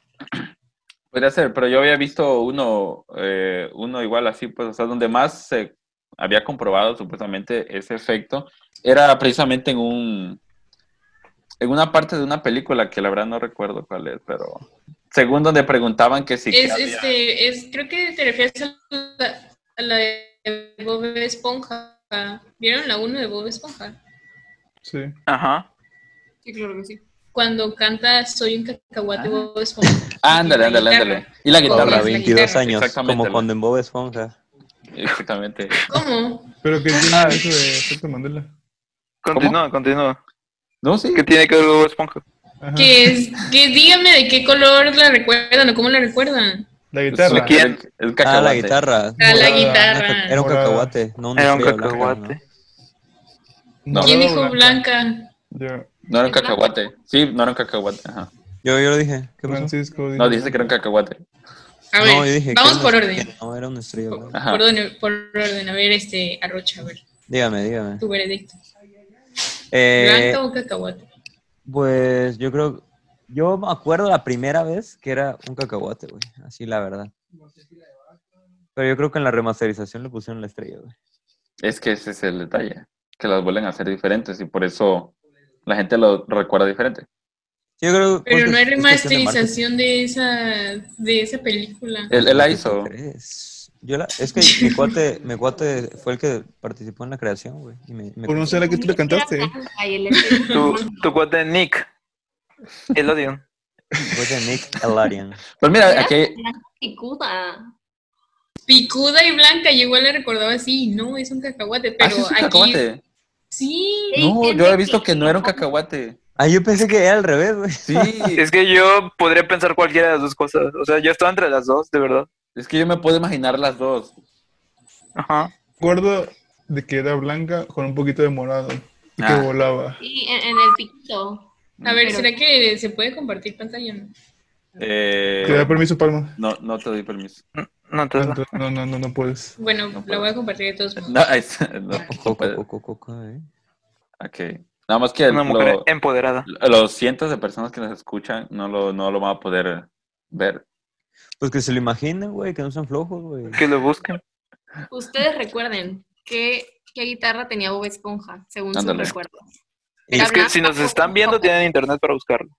Speaker 3: Podría ser, pero yo había visto uno, eh, uno igual así, pues, o sea, donde más se había comprobado supuestamente ese efecto, era precisamente en un, en una parte de una película que la verdad no recuerdo cuál es, pero según donde preguntaban que si... que
Speaker 7: es,
Speaker 3: había-
Speaker 7: este, es, creo que te refieres a la, a la de Bob Esponja. ¿Vieron la 1 de Bob Esponja?
Speaker 1: Sí.
Speaker 8: Ajá.
Speaker 6: Sí, claro que sí.
Speaker 7: Cuando canta Soy un cacahuate
Speaker 3: Ah.
Speaker 7: Bob Esponja.
Speaker 3: Ándale,
Speaker 7: Y la
Speaker 3: ándale,
Speaker 7: guitarra.
Speaker 3: ándale. Y la
Speaker 2: Para
Speaker 3: guitarra.
Speaker 7: Obvio.
Speaker 2: 22
Speaker 7: guitarra.
Speaker 2: años,
Speaker 3: Exactamente,
Speaker 2: como
Speaker 3: la-
Speaker 2: cuando en Bob Esponja.
Speaker 3: Exactamente.
Speaker 7: ¿Cómo?
Speaker 1: Pero que
Speaker 3: Ah,
Speaker 1: tiene eso de efecto Mandela.
Speaker 8: Continúa, continúa.
Speaker 3: No, sí.
Speaker 8: ¿Qué tiene que ver Bob Esponja?
Speaker 1: Ajá.
Speaker 7: Que, es, que dígame de qué color la recuerdan o cómo la recuerdan.
Speaker 1: La guitarra.
Speaker 8: Aquí-
Speaker 3: El, el cacahuate.
Speaker 2: Ah, la guitarra.
Speaker 7: A la
Speaker 1: Morada.
Speaker 7: guitarra.
Speaker 2: Era un
Speaker 1: Morada.
Speaker 2: cacahuate, no una
Speaker 8: Era un
Speaker 2: estrella blanca,
Speaker 8: cacahuate.
Speaker 3: No,
Speaker 7: ¿Quién
Speaker 1: Morada
Speaker 7: dijo
Speaker 1: o
Speaker 7: blanca?
Speaker 1: Yo,
Speaker 3: No era un cacahuate. Sí, no era un cacahuate. Ajá.
Speaker 2: ¿no? Yo, yo lo dije. ¿Qué pasó?
Speaker 1: Francisco.
Speaker 3: No, dice que era un cacahuate.
Speaker 7: A
Speaker 2: No, yo
Speaker 7: ver,
Speaker 2: dije que
Speaker 7: vamos
Speaker 2: no-
Speaker 7: por
Speaker 2: que
Speaker 7: orden.
Speaker 2: No, era una estrella blanca.
Speaker 3: Ajá.
Speaker 7: Por orden, por orden. A ver, este, Arrocha, a ver,
Speaker 2: Dígame, dígame.
Speaker 7: tu veredicto.
Speaker 2: Eh,
Speaker 7: ¿Blanca o cacahuate?
Speaker 2: Pues yo creo, yo me acuerdo la primera vez que era un cacahuate, güey, así la verdad. Pero yo creo que en la remasterización le pusieron la estrella, güey.
Speaker 3: Es que ese es el detalle, que las vuelven a hacer diferentes y por eso la gente lo recuerda diferente.
Speaker 2: Sí, Yo creo, pues,
Speaker 7: Pero no hay
Speaker 2: es- es cuestión de marketing.
Speaker 7: remasterización de esa, de esa película.
Speaker 3: Él, él la hizo.
Speaker 2: ¿Tú crees? Yo la- es que mi cuate, mi cuate fue el que participó en la creación, güey. y me- me-
Speaker 1: Por no ser la que tú le cantaste.
Speaker 6: Ay, el efecto.
Speaker 8: Tu, tu cuate Nick. Elodion.
Speaker 2: fue de Nick Elarian.
Speaker 3: Pues mira, aquí
Speaker 6: Picuda.
Speaker 7: Picuda y blanca, yo igual le recordaba así, no, es un cacahuate, pero
Speaker 3: ah, sí es un
Speaker 7: aquí
Speaker 3: cacahuate.
Speaker 7: sí.
Speaker 6: Sí,
Speaker 3: No,
Speaker 6: gente
Speaker 3: yo he visto que no era un cacahuate.
Speaker 2: Ah, yo pensé que era al revés, güey.
Speaker 3: Sí,
Speaker 8: Es que yo podría pensar cualquiera de las dos cosas. O sea, yo estaba entre las dos, de verdad.
Speaker 3: es que yo me puedo imaginar las dos.
Speaker 8: Ajá.
Speaker 1: recuerdo de que era blanca con un poquito de morado y
Speaker 3: Ah.
Speaker 1: que volaba.
Speaker 6: Sí, en, en el piquito.
Speaker 7: A ver,
Speaker 6: Pero-
Speaker 7: ¿será que se puede compartir pantalla? no?
Speaker 3: Eh,
Speaker 1: ¿Te da permiso, Palma?
Speaker 3: no, no te doy permiso.
Speaker 8: No, entonces no.
Speaker 1: Entonces, No, no, no, no puedes.
Speaker 7: Bueno,
Speaker 3: No
Speaker 7: la
Speaker 3: puedo.
Speaker 7: voy a compartir de todos modos.
Speaker 3: No, es- no, no
Speaker 2: Coco,
Speaker 3: puede.
Speaker 2: coco, coco, eh.
Speaker 3: Ok. Nada más que
Speaker 8: Una mujer
Speaker 3: lo-
Speaker 8: empoderada.
Speaker 3: los cientos de personas que nos escuchan no lo, no lo van a poder ver.
Speaker 2: Pues que se lo imaginen, güey, que no sean flojos, güey.
Speaker 8: Que lo busquen.
Speaker 6: Ustedes recuerden qué, qué guitarra tenía Bob Esponja, según sus
Speaker 3: Ándale.
Speaker 6: recuerdos.
Speaker 2: Y
Speaker 8: Es que si nos están viendo, tienen internet para buscarlo.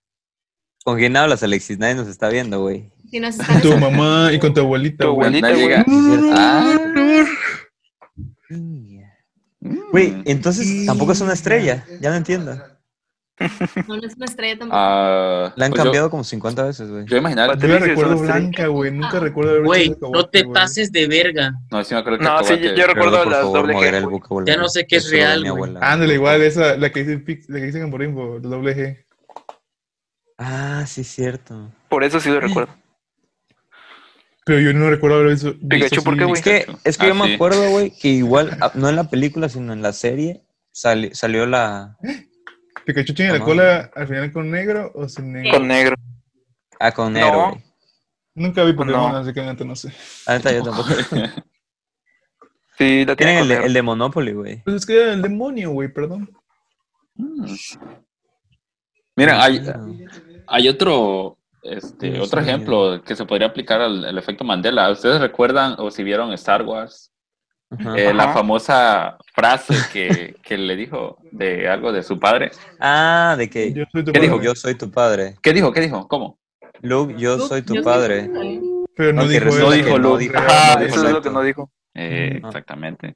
Speaker 2: ¿Con quién hablas, Alexis? Nadie nos está viendo, güey.
Speaker 6: Si nos
Speaker 1: Con
Speaker 6: están
Speaker 1: tu mamá y con tu abuelita.
Speaker 8: Tu
Speaker 1: güey.
Speaker 8: abuelita,
Speaker 3: No
Speaker 8: güey.
Speaker 3: llega. Ah.
Speaker 1: Mm.
Speaker 3: Mm.
Speaker 2: eh, Güey, entonces tampoco es una estrella, ya no entiendo.
Speaker 6: No, no es una estrella tampoco.
Speaker 3: Ah,
Speaker 2: La han
Speaker 3: pues yo-
Speaker 2: cambiado como 50 veces, güey.
Speaker 3: Yo, imaginaba,
Speaker 1: Yo la
Speaker 8: Patricia es
Speaker 1: recuerdo
Speaker 8: una estrella.
Speaker 1: blanca, güey. Nunca recuerdo haber
Speaker 4: Güey,
Speaker 1: visto ese
Speaker 4: no te
Speaker 1: cacahuate, güey.
Speaker 4: pases de verga.
Speaker 3: no, sí me acuerdo que
Speaker 8: No, sí,
Speaker 3: Cacahuate-
Speaker 8: yo recuerdo
Speaker 2: Gerardo, por
Speaker 8: las
Speaker 2: favor,
Speaker 8: doble
Speaker 2: modera
Speaker 8: G,
Speaker 2: el
Speaker 8: güey.
Speaker 2: vocabulario.
Speaker 4: Ya no sé qué es
Speaker 2: Eso lo de
Speaker 4: real,
Speaker 2: mi
Speaker 4: güey.
Speaker 2: abuela.
Speaker 1: Ándale, igual, esa, la que dice, Pix- la que dice Gamborín por doble G.
Speaker 2: Ah, sí, cierto.
Speaker 8: Por eso sí lo recuerdo.
Speaker 1: Pero yo no recuerdo haber visto.
Speaker 8: Pikachu,
Speaker 1: visto
Speaker 8: ¿por qué,
Speaker 1: así-
Speaker 8: güey?
Speaker 2: Es que, es que
Speaker 3: Ah,
Speaker 2: yo me
Speaker 3: sí.
Speaker 2: acuerdo, güey, que igual, ah, no en la película, sino en la serie, sali- salió la...
Speaker 1: ¿Pikachu tiene la
Speaker 2: Ah,
Speaker 1: cola al final con negro o sin negro?
Speaker 8: Con negro.
Speaker 2: Ah, con
Speaker 8: No.
Speaker 2: negro, güey.
Speaker 1: Nunca vi Pokémon,
Speaker 8: No.
Speaker 1: así que neta no sé.
Speaker 2: La neta, yo tampoco.
Speaker 8: Sí, la tiene
Speaker 2: Tienen
Speaker 8: con
Speaker 2: el, de-
Speaker 8: negro.
Speaker 2: el de Monopoly, güey.
Speaker 1: Pues es que era el demonio, güey, perdón.
Speaker 3: Mm. Mira, hay,
Speaker 2: Ah,
Speaker 3: hay otro, este,
Speaker 2: Sí,
Speaker 3: otro
Speaker 2: sí.
Speaker 3: ejemplo que se podría aplicar al al efecto Mandela. ¿Ustedes recuerdan o si vieron Star Wars?
Speaker 2: ajá.
Speaker 3: Eh, la
Speaker 8: Ajá.
Speaker 3: famosa frase que, que le dijo de algo de su padre.
Speaker 2: Ah, de que...
Speaker 1: Yo soy tu
Speaker 3: ¿Qué
Speaker 1: padre,
Speaker 3: dijo?
Speaker 1: güey.
Speaker 2: Yo soy tu padre.
Speaker 3: ¿Qué dijo? ¿Qué dijo? ¿Cómo?
Speaker 2: Luke, yo
Speaker 7: Luke,
Speaker 2: soy tu
Speaker 7: yo soy
Speaker 2: padre.
Speaker 7: tu padre.
Speaker 1: Pero no,
Speaker 2: No, que
Speaker 1: dijo
Speaker 2: resulta
Speaker 1: eso.
Speaker 3: que Pues no dijo. Ah,
Speaker 8: Ajá,
Speaker 3: No dijo
Speaker 8: Ah, eso es lo
Speaker 3: exacto.
Speaker 8: que no dijo.
Speaker 3: Eh,
Speaker 2: Ujú.
Speaker 3: exactamente.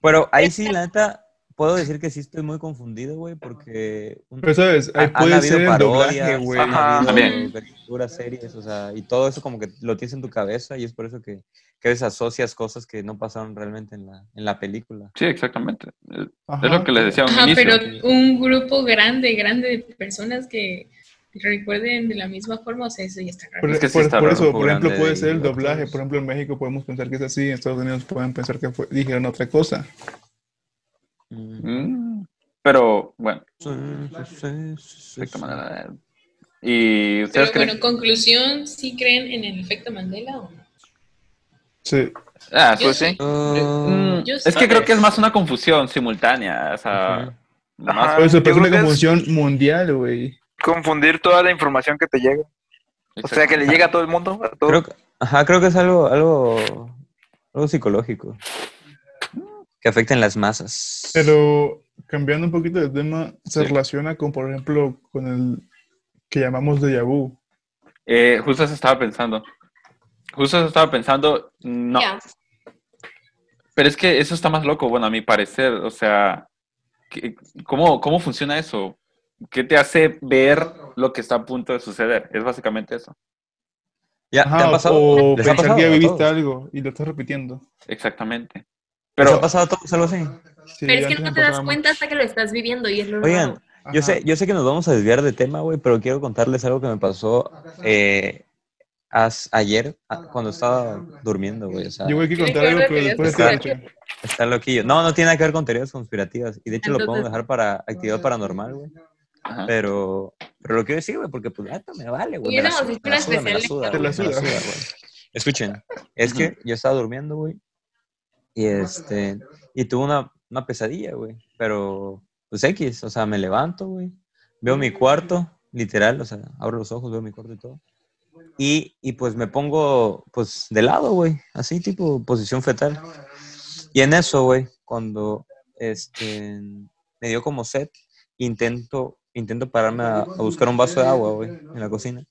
Speaker 2: Pero ahí sí, la neta, puedo decir que sí estoy muy confundido, güey, porque... un-
Speaker 1: Pero sabes, ahí
Speaker 2: ha-
Speaker 1: puede ser el doblaje,
Speaker 2: parodias,
Speaker 1: güey.
Speaker 2: han
Speaker 8: Ajá.
Speaker 2: habido,
Speaker 3: También.
Speaker 2: eh, caricaturas, series, o sea, y todo eso como que lo tienes en tu cabeza y es por eso que, que a veces asocias cosas que no pasaron realmente en la, en la película.
Speaker 3: Sí, exactamente. Eh, Es
Speaker 1: Ajá.
Speaker 3: es lo que les decía a un
Speaker 7: Ajá,
Speaker 3: inicio.
Speaker 7: pero un grupo grande, grande de personas que recuerden de la misma forma, o sea, eso ya está raro.
Speaker 1: Por, e,
Speaker 3: Es que sí
Speaker 1: por-
Speaker 3: está
Speaker 1: por
Speaker 3: raro,
Speaker 1: eso,
Speaker 2: fue
Speaker 1: por ejemplo,
Speaker 2: grande
Speaker 1: puede
Speaker 2: y
Speaker 1: ser el
Speaker 2: loco,
Speaker 1: doblaje.
Speaker 2: pues.
Speaker 1: Por ejemplo, en México podemos pensar que es así, en Estados Unidos pueden pensar que fue- dijeron otra cosa.
Speaker 2: Mm.
Speaker 3: Mm, pero bueno,
Speaker 2: Sí, sí, sí, sí,
Speaker 3: efecto
Speaker 2: sí.
Speaker 3: Mandela. ¿Y ustedes
Speaker 7: Pero
Speaker 3: creen?
Speaker 7: bueno, conclusión, ¿sí creen en el efecto Mandela o no?
Speaker 1: Sí.
Speaker 3: Ah,
Speaker 7: Yo
Speaker 3: pues sí.
Speaker 7: sí.
Speaker 2: Ah,
Speaker 3: Mm,
Speaker 7: Yo
Speaker 3: es que
Speaker 7: sí.
Speaker 3: creo que es más una confusión simultánea. O sea,
Speaker 2: Ujú.
Speaker 3: más-
Speaker 8: Ajá. pues,
Speaker 1: Por eso,
Speaker 8: Ah,
Speaker 1: pero es
Speaker 8: yo creo
Speaker 1: una
Speaker 8: que es-
Speaker 1: confusión mundial, güey.
Speaker 8: Confundir toda la información que te llega. O sea, que le llega a todo el mundo. A todo.
Speaker 2: creo, que- ajá, creo que es algo, algo, algo psicológico que afecta en las masas.
Speaker 1: Pero cambiando un poquito de tema, se
Speaker 3: Sí.
Speaker 1: relaciona con, por ejemplo, con el que llamamos de vu.
Speaker 3: Eh, justo eso estaba pensando. Justo eso estaba pensando. No.
Speaker 6: Ya.
Speaker 3: Pero es que eso está más loco, bueno, a mi parecer. O sea, que- ¿cómo, cómo funciona eso? ¿Qué te hace ver lo que está a punto de suceder? Es básicamente eso.
Speaker 2: ¿Ya te
Speaker 1: Ajá,
Speaker 2: han pasado?
Speaker 1: o
Speaker 2: ¿Les ha
Speaker 1: pensar
Speaker 2: pasado
Speaker 1: que ya
Speaker 2: a
Speaker 1: viviste
Speaker 2: todos?
Speaker 1: algo y lo estás repitiendo.
Speaker 3: Exactamente.
Speaker 2: ¿Les
Speaker 3: Pero
Speaker 2: ha pasado a todos algo así?
Speaker 1: Sí,
Speaker 6: Pero es que
Speaker 1: antes
Speaker 6: no
Speaker 1: me
Speaker 6: te das
Speaker 1: pasaba
Speaker 6: cuenta hasta que lo estás viviendo y es lo
Speaker 2: Oigan,
Speaker 6: raro.
Speaker 1: mucho.
Speaker 2: Yo
Speaker 1: Ajá.
Speaker 2: sé, yo sé que nos vamos a desviar de tema, güey, pero quiero contarles algo que me pasó eh, as- ayer a- cuando estaba durmiendo, güey. O sea,
Speaker 1: Yo voy a
Speaker 7: Tiene
Speaker 1: contar
Speaker 7: que
Speaker 1: algo,
Speaker 7: ver
Speaker 1: pero
Speaker 7: que
Speaker 1: después
Speaker 7: ya
Speaker 1: te
Speaker 2: está.
Speaker 1: escucho.
Speaker 2: está loquillo. No, no tiene nada que ver con teorías conspirativas. Y de hecho lo podemos
Speaker 6: Entonces-
Speaker 2: dejar para actividad paranormal, güey.
Speaker 3: ajá,
Speaker 2: Pero, pero lo quiero decir, güey, porque pues neta me vale, güey. Me la
Speaker 6: Hubiéramos
Speaker 2: suda,
Speaker 6: hecho
Speaker 2: me la
Speaker 6: un
Speaker 2: suda, me la
Speaker 6: especial
Speaker 2: suda,
Speaker 1: de
Speaker 2: güey, me la
Speaker 1: Naruto.
Speaker 2: suda, güey. Escuchen, es que yo estaba durmiendo, güey. Y este, y tuve una, una pesadilla, güey. Pero, pues X, o sea, me levanto, güey. Veo mi cuarto, literal, o sea, abro los ojos, veo mi cuarto y todo. Y, y pues me pongo, pues, de lado, güey. Así, tipo, posición fetal. Y en eso, güey, cuando, este, me dio como sed, intento, intento pararme a, a buscar un vaso de agua, güey, en la cocina.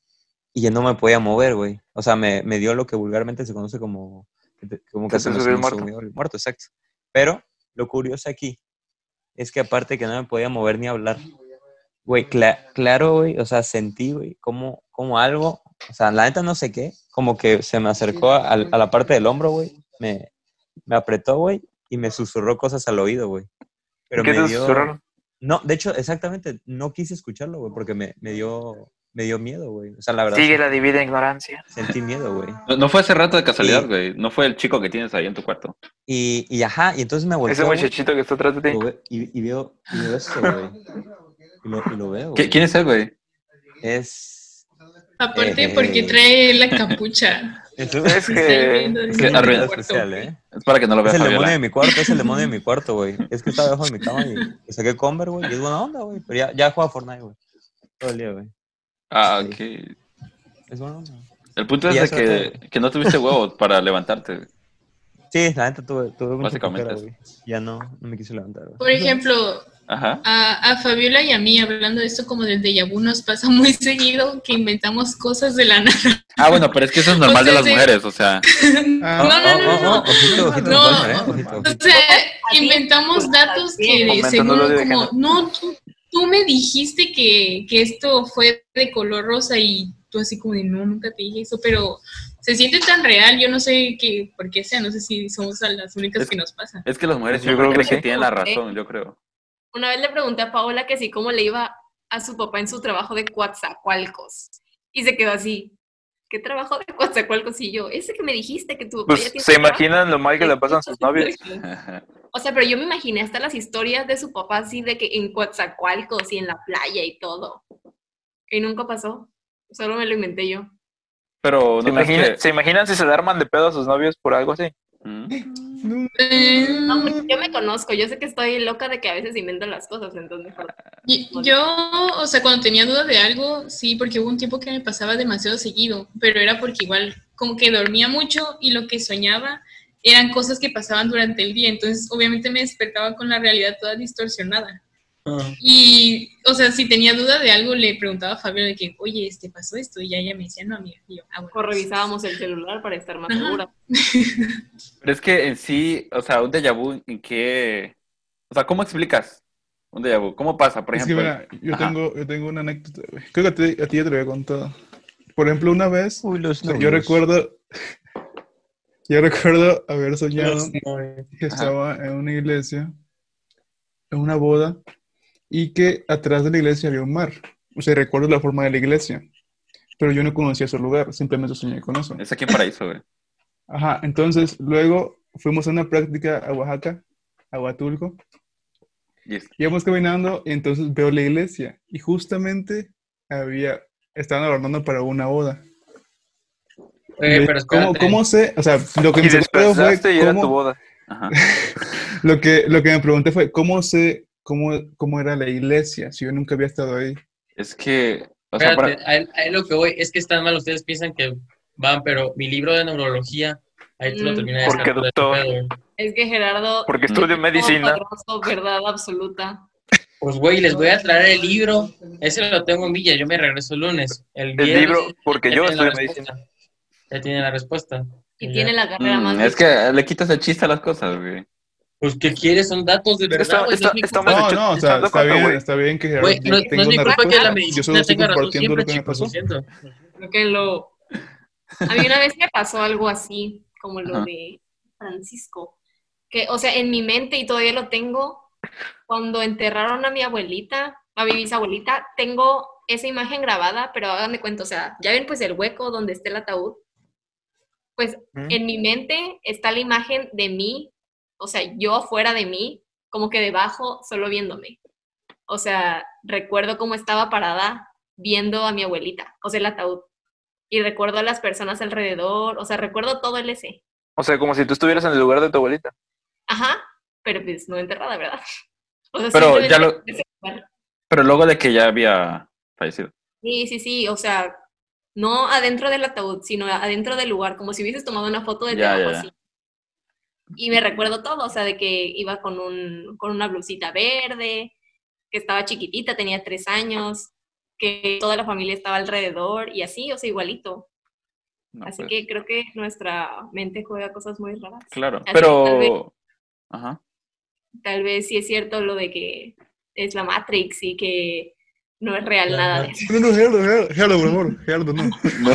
Speaker 2: Y ya no me podía mover, güey. O sea, me, me dio lo que vulgarmente se conoce como, que te- como que
Speaker 8: Que
Speaker 2: se
Speaker 8: te
Speaker 2: me
Speaker 8: subió el
Speaker 2: me
Speaker 8: muerto.
Speaker 2: subió el muerto, exacto. Pero lo curioso aquí es que aparte que no me podía mover ni hablar, güey, cla- claro, güey, o sea, sentí, güey, como, como algo, o sea, la neta no sé qué, como que se me acercó a, al- a la parte del hombro, güey, me, me apretó, güey, y me susurró cosas al oído, güey. Pero
Speaker 8: ¿Qué
Speaker 2: me
Speaker 8: te
Speaker 2: dio...
Speaker 8: susurraron?
Speaker 2: No, de hecho, exactamente, no quise escucharlo, güey, porque me, me dio me dio miedo, güey. O sea, la verdad,
Speaker 8: Sigue la divina ignorancia.
Speaker 2: sentí miedo, güey.
Speaker 3: no, no fue hace rato de casualidad,
Speaker 2: Y-
Speaker 3: güey. No fue el chico que tienes ahí en tu cuarto.
Speaker 2: Y, y ajá, y entonces me
Speaker 8: Ese
Speaker 2: volteo, güey,
Speaker 8: muchachito que está atrás de ti.
Speaker 2: lo ve- y, y veo, y veo esto, güey. Y lo, y lo veo,
Speaker 3: ¿Qui-
Speaker 2: güey.
Speaker 3: ¿Quién es él, güey?
Speaker 2: Es...
Speaker 7: Aparte,
Speaker 2: Eh.
Speaker 7: porque trae la capucha.
Speaker 2: Es,
Speaker 8: Es que.
Speaker 7: Es
Speaker 3: que arruinó
Speaker 2: especial, ¿eh?
Speaker 3: Es para que no lo
Speaker 2: Es
Speaker 3: veas,
Speaker 2: el demonio de
Speaker 3: Fabiola.
Speaker 2: mi cuarto, es el demonio de mi cuarto, güey. Es que estaba debajo de mi cama y y saqué Conver, güey. Y es buena onda, güey. Pero ya, ya juega Fortnite, güey. Todo el día, güey.
Speaker 3: Ah,
Speaker 2: Sí.
Speaker 3: ok.
Speaker 2: Es buena onda.
Speaker 3: El punto
Speaker 2: Y
Speaker 3: es
Speaker 2: eso
Speaker 3: de que, que no tuviste huevos para levantarte.
Speaker 2: Sí, la neta tuve, tuve mucha
Speaker 3: Básicamente
Speaker 2: flojera,
Speaker 3: es.
Speaker 2: güey. Ya no, no me quise levantar, güey.
Speaker 7: Por ejemplo,
Speaker 3: Ajá.
Speaker 7: a, a Fabiola y a mí, hablando de esto como del déjà vu, nos pasa muy seguido que inventamos cosas de la nada.
Speaker 3: Ah, bueno, pero es que eso es normal
Speaker 7: O sea,
Speaker 3: de las
Speaker 7: sí.
Speaker 3: mujeres, o
Speaker 1: Ah,
Speaker 3: sea.
Speaker 7: No,
Speaker 1: ah,
Speaker 7: no, no,
Speaker 1: ah,
Speaker 7: no.
Speaker 1: ah,
Speaker 2: Oh, Ojito, ojito,
Speaker 7: No.
Speaker 2: Palmer, ¿eh? Ojito,
Speaker 7: O
Speaker 2: ojito.
Speaker 7: sea, inventamos datos que
Speaker 8: Comentando
Speaker 7: según
Speaker 8: lo de
Speaker 7: como,
Speaker 8: género.
Speaker 7: no, tú, tú me dijiste que, que esto fue de color rosa y tú así como de, no, nunca te dije eso, pero se siente tan real, yo no sé qué, por qué sea, no sé si somos a las únicas
Speaker 3: Es-
Speaker 7: que nos pasa.
Speaker 3: Es que las mujeres
Speaker 8: Yo
Speaker 3: siempre
Speaker 8: creo que
Speaker 3: creen que
Speaker 8: sí.
Speaker 3: tienen la razón, yo creo.
Speaker 6: Una vez le pregunté a Paola que si cómo le iba a su papá en su trabajo de Coatzacoalcos. Y se quedó así. ¿Qué trabajo de Coatzacoalcos? Y yo, ese que me dijiste que tu papá ya
Speaker 8: Pues,
Speaker 6: tiene
Speaker 8: ¿se
Speaker 6: trabajo".
Speaker 8: imaginan lo mal que le pasan sus novios?
Speaker 6: O sea, pero yo me imaginé hasta las historias de su papá así de que en Coatzacoalcos y en la playa y todo. Y nunca pasó. Solo me lo inventé yo.
Speaker 3: Pero
Speaker 8: ¿Se
Speaker 3: no es
Speaker 8: imaginan,
Speaker 3: que...
Speaker 8: ¿Se imaginan si se le arman de pedo a sus novios por algo así?
Speaker 3: ¿Mm?
Speaker 7: Mm,
Speaker 6: No, porque yo me conozco. Yo sé que estoy loca de que a veces invento las cosas. Entonces, por-
Speaker 7: Y- Yo, o sea, cuando tenía duda de algo, sí, porque hubo un tiempo que me pasaba demasiado seguido, pero era porque igual como que dormía mucho y lo que soñaba eran cosas que pasaban durante el día, entonces obviamente me despertaba con la realidad toda distorsionada.
Speaker 4: Ah,
Speaker 7: Y, o sea, si tenía duda de algo, le preguntaba a Fabio de que, oye, este pasó esto, y ya ella me decía, no, amiga, y yo, ah, bueno.
Speaker 6: o revisábamos el celular para estar más
Speaker 7: Ajá.
Speaker 6: segura.
Speaker 3: Pero es que en sí, o sea, un déjà vu en qué... O sea, ¿cómo explicas un déjà vu? ¿Cómo pasa, por
Speaker 1: Es que
Speaker 3: ejemplo?
Speaker 1: mira, yo
Speaker 3: Ajá.
Speaker 1: tengo, yo tengo una anécdota, güey. Creo que a ti, a ti ya te lo había contado. Por ejemplo, una vez,
Speaker 2: Uy,
Speaker 1: o
Speaker 2: los
Speaker 1: sea, yo recuerdo, yo recuerdo haber soñado
Speaker 4: los novios.
Speaker 1: que estaba en una iglesia, en una boda, y que atrás de la iglesia había un mar. O sea, recuerdo la forma de la iglesia, pero yo no conocía ese lugar, simplemente soñé con eso.
Speaker 3: Es aquí en Paraíso, güey.
Speaker 1: Ajá, entonces luego fuimos a una práctica a Oaxaca, a Huatulco,
Speaker 3: Y es-
Speaker 1: íbamos caminando y entonces veo la iglesia y justamente había, estaban adornando para una boda.
Speaker 4: Güey,
Speaker 1: Me-
Speaker 4: pero
Speaker 1: ¿Cómo,
Speaker 4: espérate.
Speaker 1: cómo sé? O sea, lo que
Speaker 8: Y
Speaker 1: me preguntó fue
Speaker 8: despertaste y era tu
Speaker 1: cómo-
Speaker 8: boda.
Speaker 3: Ajá.
Speaker 1: lo que, lo que me pregunté fue cómo sé cómo, cómo era la iglesia si yo nunca había estado ahí.
Speaker 3: Es que... O sea, para-
Speaker 4: Espérate, a él- a él lo que voy es que están mal, ustedes piensan que van, pero mi libro de neurología, ahí te lo
Speaker 6: Mm.
Speaker 4: terminé de
Speaker 8: Porque
Speaker 4: descartar de
Speaker 8: doctor.
Speaker 4: pedo.
Speaker 6: Es que Gerardo.
Speaker 8: Porque estudio medicina.
Speaker 6: Poderoso, verdad absoluta.
Speaker 4: Pues, güey, les voy a traer el libro. Ese lo tengo en Villa, yo me regreso el lunes. El,
Speaker 8: El
Speaker 4: viernes
Speaker 8: libro, porque
Speaker 4: ya
Speaker 8: yo
Speaker 4: tiene la
Speaker 8: estudio medicina.
Speaker 4: respuesta. Ya tiene la respuesta.
Speaker 6: Y
Speaker 4: Ya.
Speaker 6: tiene la carrera
Speaker 3: Mm,
Speaker 6: más.
Speaker 3: es que le quitas el chiste a las cosas, güey.
Speaker 4: Pues, ¿qué quieres? Son datos de verdad.
Speaker 8: Está-
Speaker 4: güey, no
Speaker 8: está-
Speaker 4: es mi
Speaker 8: estamos
Speaker 4: culpa.
Speaker 1: No,
Speaker 8: echa-
Speaker 1: no, o sea,
Speaker 8: echando
Speaker 1: está
Speaker 8: coca,
Speaker 1: bien,
Speaker 8: güey.
Speaker 1: está bien que Gerardo
Speaker 4: Güey, no, no
Speaker 1: tenga
Speaker 4: es mi
Speaker 1: una
Speaker 4: culpa que la
Speaker 1: respuesta. Yo solo
Speaker 4: medicina
Speaker 1: estoy
Speaker 4: tenga razón
Speaker 1: compartiendo
Speaker 4: siempre,
Speaker 1: lo que me
Speaker 4: chicos,
Speaker 1: pasó.
Speaker 4: lo siento.
Speaker 6: Bloquéenlo. A mí una vez me pasó algo así, como lo
Speaker 3: Ajá.
Speaker 6: de Francisco. Que, o sea, en mi mente, y todavía lo tengo, cuando enterraron a mi abuelita, a mi bisabuelita, tengo esa imagen grabada, pero háganme cuenta, o sea, ya ven pues el hueco donde está el ataúd. Pues
Speaker 8: Ujú.
Speaker 6: en mi mente está la imagen de mí, o sea, yo fuera de mí, como que debajo, solo viéndome. O sea, recuerdo cómo estaba parada viendo a mi abuelita, o sea, el ataúd. Y recuerdo a las personas alrededor, o sea, recuerdo todo el ese.
Speaker 8: O sea, como si tú estuvieras en el lugar de tu abuelita.
Speaker 6: Ajá, pero pues no enterrada, ¿verdad? O sea,
Speaker 3: Pero
Speaker 6: simplemente-
Speaker 3: ya lo... Pero luego de que ya había fallecido.
Speaker 6: Sí, sí, sí, o sea, no adentro del ataúd, sino adentro del lugar, como si hubieses tomado una foto de
Speaker 3: Ya,
Speaker 6: trabajo
Speaker 3: ya, ya.
Speaker 6: así. Y me recuerdo todo, o sea, de que iba con, un, con una blusita verde, que estaba chiquitita, tenía tres años, que toda la familia estaba alrededor y así, o sea, igualito.
Speaker 3: No,
Speaker 6: Así
Speaker 3: pues,
Speaker 6: que creo que nuestra mente juega cosas muy raras.
Speaker 3: Claro,
Speaker 6: así tal vez-
Speaker 3: pero... Ajá.
Speaker 6: tal vez sí es cierto lo de que es la Matrix y que no es real
Speaker 4: La
Speaker 6: nada de
Speaker 4: Matrix.
Speaker 6: eso.
Speaker 1: No, no, Gerardo, Gerardo, Gerardo, por favor, Gerardo, no.
Speaker 3: No.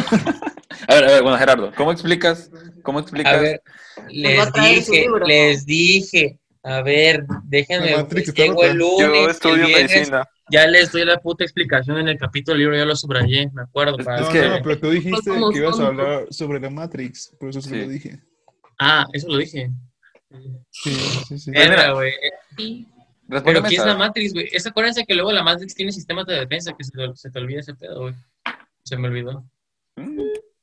Speaker 3: A ver, a ver, bueno, Gerardo, ¿cómo explicas? ¿Cómo explicas?
Speaker 4: A ver,
Speaker 6: Pues va
Speaker 4: les
Speaker 6: a traer su
Speaker 4: dije,
Speaker 6: libro.
Speaker 4: les dije, a ver, déjenme,
Speaker 1: La Matrix está
Speaker 4: llego el
Speaker 8: Yo
Speaker 4: lunes, el
Speaker 8: estudio
Speaker 4: viernes,
Speaker 8: medicina.
Speaker 4: ya les doy la puta explicación en el capítulo del libro, ya lo subrayé, me acuerdo.
Speaker 3: Es-
Speaker 4: para
Speaker 1: No,
Speaker 3: que-
Speaker 1: no, pero tú dijiste
Speaker 6: Somos
Speaker 1: que ibas a
Speaker 6: tontos.
Speaker 1: hablar sobre la Matrix, por eso es que
Speaker 3: Sí.
Speaker 1: lo dije.
Speaker 4: Ah, eso lo dije.
Speaker 8: Pues
Speaker 1: Sí, sí, sí.
Speaker 3: Pues mira,
Speaker 4: Verga, güey.
Speaker 7: Sí.
Speaker 4: Pero
Speaker 3: Respóndeme
Speaker 4: ¿qué es
Speaker 3: esa.
Speaker 4: la Matrix, güey? Es, acuérdense que luego la Matrix tiene sistemas de defensa que se te, se te olvida ese pedo, güey. Se me olvidó.
Speaker 3: Mm,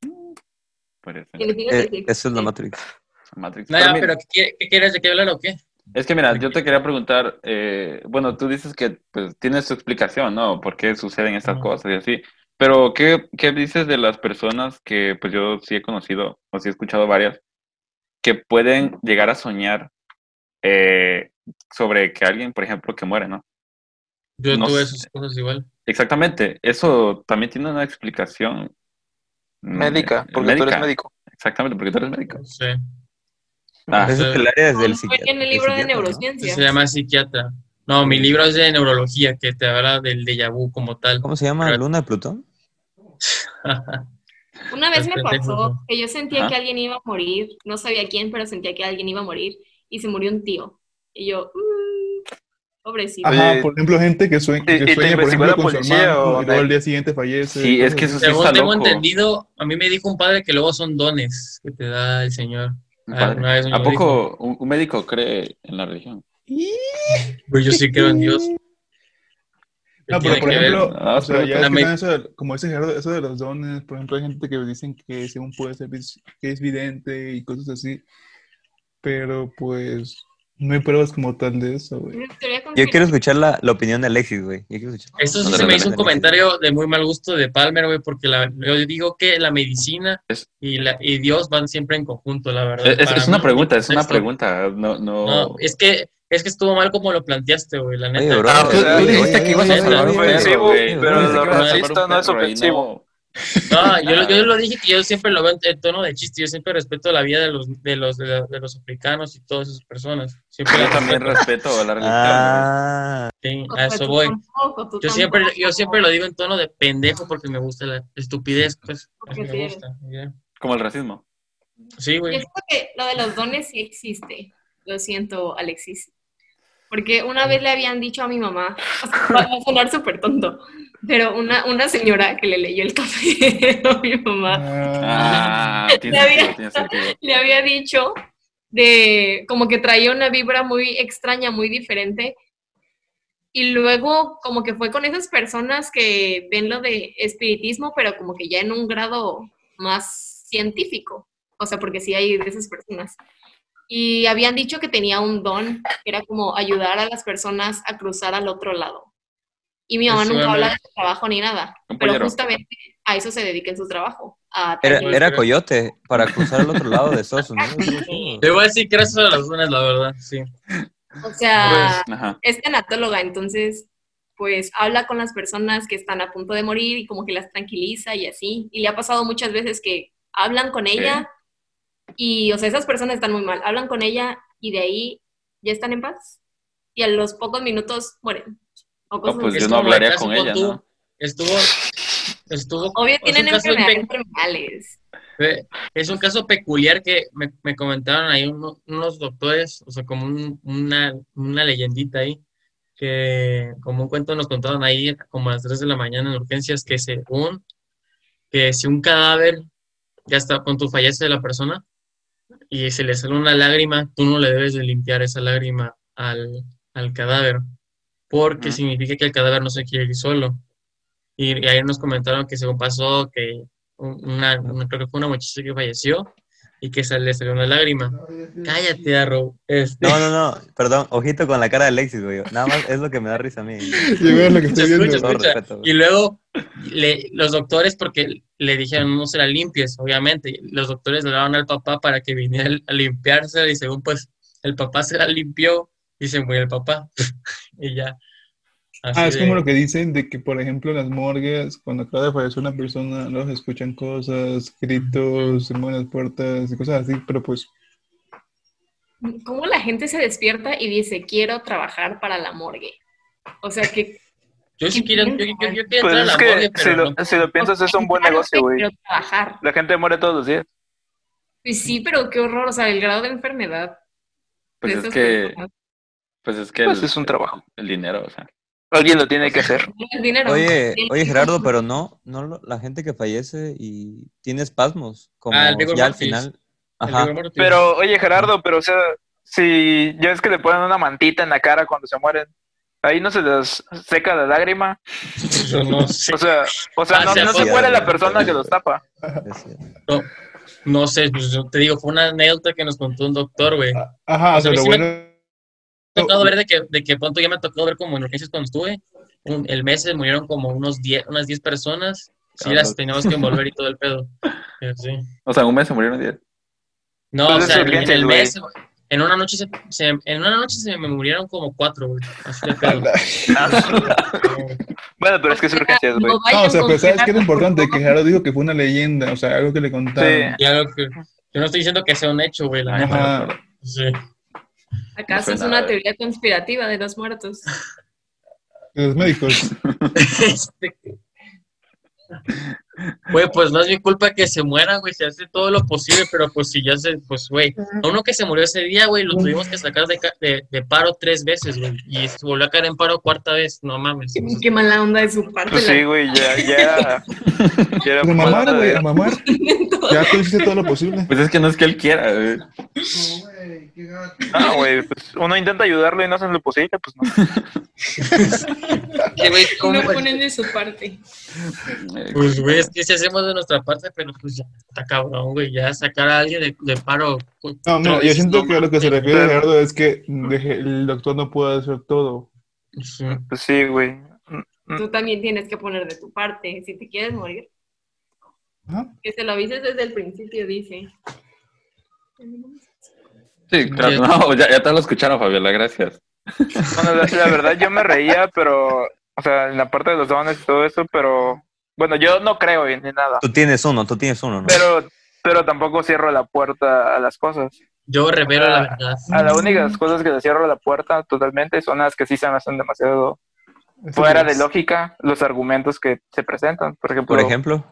Speaker 3: mm, parece.
Speaker 6: Significa que
Speaker 2: Esa Eh,
Speaker 6: sí
Speaker 2: es la
Speaker 6: existe.
Speaker 2: Matrix.
Speaker 3: Matrix.
Speaker 4: Nada,
Speaker 3: Pero mira,
Speaker 4: pero ¿qué, qué quieres de qué hablar o qué?
Speaker 3: Es que mira, yo te quería preguntar, eh, bueno, tú dices que pues, tienes tu explicación, ¿no? ¿Por qué suceden estas
Speaker 4: Ajá.
Speaker 3: cosas y así? Pero, ¿qué, qué dices de las personas que pues yo sí he conocido o sí he escuchado varias que pueden llegar a soñar eh, sobre que alguien, por ejemplo, que muere, ¿no?
Speaker 4: Yo
Speaker 3: No
Speaker 4: tuve
Speaker 3: sé.
Speaker 4: esas cosas igual.
Speaker 3: Exactamente, eso también tiene una explicación mm,
Speaker 8: Médica,
Speaker 3: eh,
Speaker 8: porque tú eres médico.
Speaker 3: Exactamente, porque tú eres médico.
Speaker 4: No sé.
Speaker 3: Ah,
Speaker 4: Eso
Speaker 2: Esa es el área del
Speaker 6: Fue
Speaker 2: psiquiatra.
Speaker 6: en el libro de
Speaker 2: psiquiatra, ¿no?
Speaker 6: neurociencia.
Speaker 4: se llama psiquiatra. No, mi libro es de neurología, que te habla del déjà vu como tal.
Speaker 2: ¿Cómo se llama? ¿Luna de Plutón?
Speaker 6: Una vez me
Speaker 4: Los pendejos,
Speaker 6: pasó
Speaker 4: ¿no?
Speaker 6: que yo sentía
Speaker 3: Ajá.
Speaker 6: que alguien iba a morir, no sabía quién, pero sentía que alguien iba a morir y se murió un tío. Y yo, mm, pobrecito.
Speaker 8: Oye,
Speaker 1: Ajá, por ejemplo, gente que sueña,
Speaker 8: eh, ¿y- y
Speaker 1: que
Speaker 8: te
Speaker 1: sueña por
Speaker 8: investigó
Speaker 1: ejemplo,
Speaker 8: la
Speaker 1: con su
Speaker 8: policía
Speaker 1: hermano
Speaker 8: o
Speaker 1: y luego
Speaker 8: no?
Speaker 1: al día siguiente fallece.
Speaker 3: Sí, es que eso sí
Speaker 4: Según
Speaker 3: está
Speaker 4: tengo
Speaker 3: loco.
Speaker 4: entendido, a mí me dijo un padre que luego son dones que te da el Señor.
Speaker 8: Mm.
Speaker 3: Mi
Speaker 4: Ah,
Speaker 3: padre.
Speaker 4: una vez me
Speaker 3: ¿A
Speaker 4: lo
Speaker 3: poco un, un médico cree en la religión?
Speaker 4: Pues yo sí creo en Dios.
Speaker 1: No,
Speaker 4: Tiene
Speaker 1: pero por
Speaker 4: que ver.
Speaker 1: ejemplo,
Speaker 3: Ah,
Speaker 1: o sea,
Speaker 3: pero
Speaker 1: ya es
Speaker 4: la
Speaker 1: que
Speaker 4: me-
Speaker 1: nada, eso de- como dice Gerardo, eso de los dones, por ejemplo, hay gente que dicen que según puede ser vis- que es vidente y cosas así, pero pues no hay pruebas como tal de eso, güey.
Speaker 6: Una teoría
Speaker 2: Yo quiero
Speaker 6: conspirativa.
Speaker 2: escuchar la, la opinión de Alexis, güey. Yo quiero escuchar.
Speaker 4: Esto sí
Speaker 3: No,
Speaker 4: se
Speaker 3: no,
Speaker 4: me
Speaker 3: no,
Speaker 4: hizo
Speaker 3: no,
Speaker 4: un
Speaker 3: no,
Speaker 4: comentario de muy mal gusto de Palmer, güey, porque la- yo digo que la medicina
Speaker 3: Es-
Speaker 4: y, la, y Dios van siempre en conjunto, la verdad.
Speaker 3: Es,
Speaker 4: Para
Speaker 3: es una
Speaker 4: mí,
Speaker 3: pregunta, es una
Speaker 4: esto-
Speaker 3: pregunta. No, no.
Speaker 4: No, es que, es que estuvo mal como lo planteaste, güey, la neta.
Speaker 2: Oye, bro.
Speaker 8: Ah, pues, tú
Speaker 2: oye,
Speaker 8: dijiste
Speaker 2: oye,
Speaker 8: que
Speaker 2: oye,
Speaker 8: ibas a
Speaker 2: oye,
Speaker 8: salvar
Speaker 2: oye,
Speaker 8: un
Speaker 2: oye,
Speaker 8: ofensivo,
Speaker 2: oye,
Speaker 8: güey,
Speaker 2: oye,
Speaker 8: pero
Speaker 2: oye,
Speaker 8: lo
Speaker 2: oye,
Speaker 8: racista no es ofensivo.
Speaker 4: No, yo, lo- yo lo dije, yo siempre lo veo en- en tono de chiste, yo siempre respeto la vida de los, de los, de, la- de los africanos y todas esas personas. Siempre
Speaker 3: Yo
Speaker 4: la
Speaker 3: también
Speaker 4: respeto,
Speaker 3: respeto a la
Speaker 2: Ah,
Speaker 3: religión.
Speaker 4: sí,
Speaker 6: O
Speaker 4: a
Speaker 6: sea,
Speaker 4: eso
Speaker 6: pues, tú
Speaker 4: voy.
Speaker 6: tampoco, tú
Speaker 4: Yo siempre,
Speaker 6: tampoco.
Speaker 4: yo siempre lo digo en tono de pendejo porque me gusta la estupidez, pues. así
Speaker 6: Porque
Speaker 4: me
Speaker 6: sí.
Speaker 4: gusta, ya.
Speaker 3: Como el racismo.
Speaker 4: Sí,
Speaker 6: Yo
Speaker 4: güey.
Speaker 6: siento que lo de los dones sí existe. Lo siento, Alexis. Porque una vez le habían dicho a mi mamá, o sea, va a sonar súper tonto, pero una, una señora que le leyó el café a mi mamá
Speaker 1: Ah,
Speaker 3: Ah, tiene
Speaker 6: Ya había-
Speaker 3: sentido, tiene sentido.
Speaker 6: le había dicho de como que traía una vibra muy extraña, muy diferente. Y luego como que fue con esas personas que ven lo de espiritismo, pero como que ya en un grado más científico. O sea, porque sí hay de esas personas. Y habían dicho que tenía un don, que era como ayudar a las personas a cruzar al otro lado. Y mi mamá
Speaker 4: Eso
Speaker 6: nunca
Speaker 4: era-
Speaker 6: habla de su trabajo ni nada,
Speaker 3: Un
Speaker 6: pero
Speaker 3: pollero.
Speaker 6: justamente a eso se dedica en su trabajo. A
Speaker 2: era,
Speaker 4: Oye,
Speaker 2: era
Speaker 4: pero-
Speaker 2: coyote para cruzar al otro lado de Estados Unidos.
Speaker 4: Te voy a decir gracias a las lunas, la verdad, sí.
Speaker 6: o sea,
Speaker 3: Ajá.
Speaker 6: es tanatóloga, entonces pues habla con las personas que están a punto de morir y como que las tranquiliza y así. Y le ha pasado muchas veces que hablan con ella y, o sea, esas personas están muy mal. Hablan con ella y de ahí ya están en paz. Y a los pocos minutos mueren. O cosas
Speaker 3: No, pues
Speaker 6: así.
Speaker 3: yo
Speaker 4: Es
Speaker 3: no
Speaker 4: como el
Speaker 3: hablaría
Speaker 4: caso
Speaker 3: con
Speaker 4: con
Speaker 3: ella,
Speaker 4: tú.
Speaker 3: ¿no?
Speaker 4: Estuvo, estuvo
Speaker 6: Obvio,
Speaker 4: es
Speaker 6: tienen
Speaker 4: un caso
Speaker 6: enfermedades terminales.
Speaker 4: Fe- Es un caso peculiar que me, me comentaron ahí uno- unos doctores, o sea, como un- una, una leyendita ahí, que como un cuento nos contaron ahí como a las 3 de la mañana en urgencias, que según, que si un cadáver ya está con tu fallece de la persona y se le sale una lágrima, tú no le debes de limpiar esa lágrima al, al cadáver, porque
Speaker 3: Ujú.
Speaker 4: significa que el cadáver no se quiere ir solo. Y, y ahí nos comentaron que según pasó, que un- una, una- creo que fue una muchacha que falleció y que se le salió una lágrima. Cállate, Arro. Este,
Speaker 2: No, no, no, perdón, ojito con la cara de Alexis, güey. Nada más es lo que me da risa a mí.
Speaker 1: yo veo lo que estoy
Speaker 4: Escucha,
Speaker 1: viendo.
Speaker 2: Con todo
Speaker 4: escucha.
Speaker 2: respeto, güey.
Speaker 4: Y luego le- los doctores, porque le dijeron no se la limpies, obviamente, los doctores le daban al papá para que viniera a limpiarse y según pues el papá se la limpió y se murió el papá. y ya. Así
Speaker 1: Ah, es
Speaker 4: de-
Speaker 1: como lo que dicen de que, por ejemplo, en las morgues, cuando acaba de fallecer una persona, los escuchan cosas, gritos, se mueven las puertas y cosas así, pero pues
Speaker 6: ¿Cómo la gente se despierta y dice, quiero trabajar para la morgue? O sea, que...
Speaker 4: Yo sí quiero, yo, yo, yo quiero
Speaker 8: Pues
Speaker 4: entrar a
Speaker 8: es
Speaker 4: la
Speaker 8: que
Speaker 4: morgue,
Speaker 8: si,
Speaker 4: pero
Speaker 8: lo,
Speaker 4: no.
Speaker 8: si lo piensas es un buen
Speaker 6: Claro
Speaker 8: negocio,
Speaker 6: que
Speaker 8: güey.
Speaker 6: Quiero trabajar.
Speaker 8: La gente muere todos los días.
Speaker 6: Pues sí, pero qué horror, o sea, el grado de enfermedad.
Speaker 3: Pues
Speaker 6: de
Speaker 3: es
Speaker 6: esas
Speaker 3: que,
Speaker 6: personas.
Speaker 3: pues es que
Speaker 8: Pues
Speaker 3: el,
Speaker 8: es un trabajo.
Speaker 3: el dinero, o sea.
Speaker 8: Alguien lo tiene que hacer.
Speaker 6: No es dinero.
Speaker 2: Oye,
Speaker 6: Sí.
Speaker 2: oye Gerardo, pero no, no lo- la gente que fallece y tiene espasmos, como
Speaker 4: Ah, el rigor
Speaker 2: ya al
Speaker 4: mortis.
Speaker 2: final.
Speaker 4: El
Speaker 2: Ajá.
Speaker 4: rigor mortis.
Speaker 8: Pero, oye, Gerardo, pero o sea, si ya es que le ponen una mantita en la cara cuando se mueren, ahí no se les seca la lágrima.
Speaker 4: Yo no sé.
Speaker 8: O sea, o sea,
Speaker 4: Ah,
Speaker 8: no,
Speaker 4: sí,
Speaker 8: no
Speaker 4: sí,
Speaker 8: se muere
Speaker 2: sí,
Speaker 8: la
Speaker 2: sí,
Speaker 8: persona
Speaker 2: sí.
Speaker 8: que los tapa.
Speaker 2: decía.
Speaker 4: No, no sé, pues yo te digo, fue una anécdota que nos contó un doctor, güey. Me
Speaker 1: a- Ajá,
Speaker 4: O sea,
Speaker 1: pero
Speaker 4: a mí sí me-
Speaker 1: bueno.
Speaker 4: ha tocado ver de que, de que pronto ya me ha tocado ver como en urgencias cuando estuve. un- el mes se murieron como unos 10, unas 10 personas. Sí,
Speaker 3: Cabrón.
Speaker 4: las teníamos que envolver y todo el pedo. Pero sí.
Speaker 3: O sea, en un mes se murieron 10.
Speaker 4: No,
Speaker 8: Pues
Speaker 4: o
Speaker 8: es
Speaker 4: sea, en,
Speaker 8: urgencia,
Speaker 4: el
Speaker 8: güey.
Speaker 4: mes, en una noche se, se- en una noche se me murieron como cuatro, güey. Así de pedo.
Speaker 8: Bueno, pero es que es urgencias, güey.
Speaker 6: No, vayan
Speaker 1: No, o sea, pero ¿sabes
Speaker 6: con-
Speaker 1: qué es lo importante? Que Gerardo dijo que fue una leyenda, o sea, algo que le contaron.
Speaker 8: Sí.
Speaker 4: Ya lo que- yo no estoy diciendo que sea un hecho, güey. la neta.
Speaker 1: Ajá.
Speaker 4: Sí.
Speaker 6: ¿Acaso
Speaker 3: No
Speaker 6: es
Speaker 3: suena,
Speaker 6: una
Speaker 3: a ver.
Speaker 6: teoría conspirativa de los muertos?
Speaker 1: Los médicos.
Speaker 4: Este- Güey, pues no es mi culpa que se mueran, güey. Se hace todo lo posible, pero pues si ya se, pues, güey. A uno que se murió ese día, güey, lo tuvimos que sacar de, ca- de, de paro tres veces, güey. Y se volvió a caer en paro cuarta vez, no mames.
Speaker 6: Qué, qué mala onda de su parte.
Speaker 8: Pues
Speaker 6: la-
Speaker 8: sí, güey, ya, ya era. Ya era
Speaker 1: A mamar,
Speaker 8: mamada
Speaker 1: güey,
Speaker 8: de-
Speaker 1: a mamar.
Speaker 6: Entonces,
Speaker 1: Ya tú hiciste todo lo posible.
Speaker 3: Pues es que no es que él quiera. eh, güey.
Speaker 8: Ah, güey, pues uno intenta ayudarlo y no hacen lo posible, pues no.
Speaker 4: Que, güey, ¿cómo,
Speaker 6: no
Speaker 4: güey?
Speaker 6: ponen de su parte.
Speaker 3: Eh,
Speaker 4: Pues, güey, es que si hacemos de nuestra parte, pero pues ya está cabrón, güey. Ya sacar a alguien de, de paro. cu-
Speaker 1: No, mira,
Speaker 4: tres,
Speaker 1: yo siento
Speaker 4: no
Speaker 1: que a lo que se
Speaker 4: mames.
Speaker 1: refiere Gerardo es que deje- el doctor no puede hacer todo.
Speaker 4: Sí.
Speaker 8: Pues sí, güey.
Speaker 6: Tú también tienes que poner de tu parte. Si te quieres morir,
Speaker 1: Ajá.
Speaker 6: que se lo avises desde el principio, dice.
Speaker 3: Sí, claro. No, ya, ya te lo escucharon, Fabiola, gracias.
Speaker 8: Bueno, la, la verdad yo me reía, pero, o sea, en la parte de los dones y todo eso, pero, bueno, yo no creo en ni nada,
Speaker 2: Tú tienes uno, tú tienes uno, ¿no?
Speaker 8: pero, pero tampoco cierro la puerta a las cosas.
Speaker 4: Yo revelo la verdad.
Speaker 8: Ah, A las únicas cosas que le cierro la puerta totalmente son las que sí se me hacen demasiado
Speaker 1: Eso
Speaker 8: fuera
Speaker 1: sí
Speaker 8: de
Speaker 1: es.
Speaker 8: lógica los argumentos que se presentan. Por ejemplo,
Speaker 2: Por ejemplo.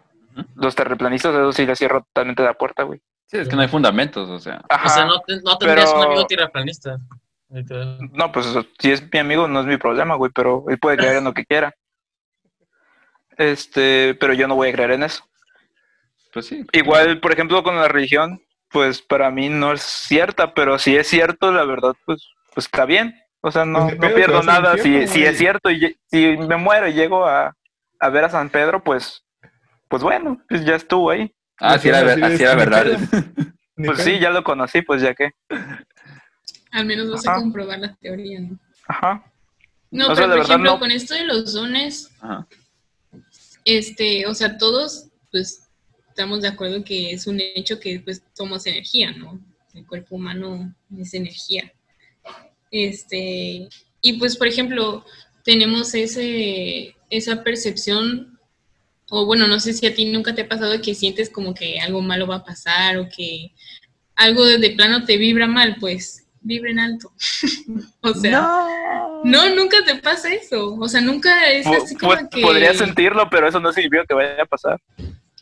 Speaker 8: los terraplanistas, eso sí les cierro totalmente la puerta, güey.
Speaker 3: Sí, es que no hay fundamentos, o sea.
Speaker 8: Ajá.
Speaker 4: O sea, no, te- no tendrías
Speaker 8: Ah, pero-
Speaker 4: un amigo tiraplanista. literal.
Speaker 8: No, pues si es mi amigo no es mi problema, güey, pero él puede creer en lo que quiera. Este, pero yo no voy a creer en eso.
Speaker 3: Pues sí.
Speaker 8: Igual, por ejemplo, con la religión, pues para mí no es cierta, pero si es cierto, la verdad, pues, pues está bien. O sea, no,
Speaker 1: Pues ni
Speaker 8: no
Speaker 1: pedo, te
Speaker 8: pierdo
Speaker 1: vas al
Speaker 8: nada. Si,
Speaker 1: infierno,
Speaker 8: si
Speaker 1: güey.
Speaker 8: es cierto y lle- si me muero y llego a, a ver a San Pedro, pues, pues bueno, pues ya estuvo ahí.
Speaker 3: Ah, sí era, ver- así era verdad.
Speaker 1: Ni
Speaker 8: Pues
Speaker 1: pedo.
Speaker 8: sí, ya lo conocí, pues ya que.
Speaker 7: Al menos vas
Speaker 8: Ajá.
Speaker 7: a comprobar la teoría, ¿no?
Speaker 8: Ajá.
Speaker 7: No,
Speaker 8: O sea,
Speaker 7: pero
Speaker 8: la
Speaker 7: por
Speaker 8: verdad,
Speaker 7: ejemplo,
Speaker 8: no.
Speaker 7: con esto de los dones,
Speaker 3: Ajá.
Speaker 7: este, o sea, todos, pues, estamos de acuerdo que es un hecho que, pues, somos energía, ¿no? El cuerpo humano es energía. Este, y pues, por ejemplo, tenemos ese, esa percepción, o bueno, no sé si a ti nunca te ha pasado que sientes como que algo malo va a pasar o que algo de, de plano te vibra mal, pues, vibra en alto. o sea, no, nunca te pasa eso. O sea, nunca es
Speaker 8: Po-
Speaker 7: así como
Speaker 8: po-
Speaker 7: que...
Speaker 8: pues, Podría sentirlo, pero eso no significa que vaya a pasar.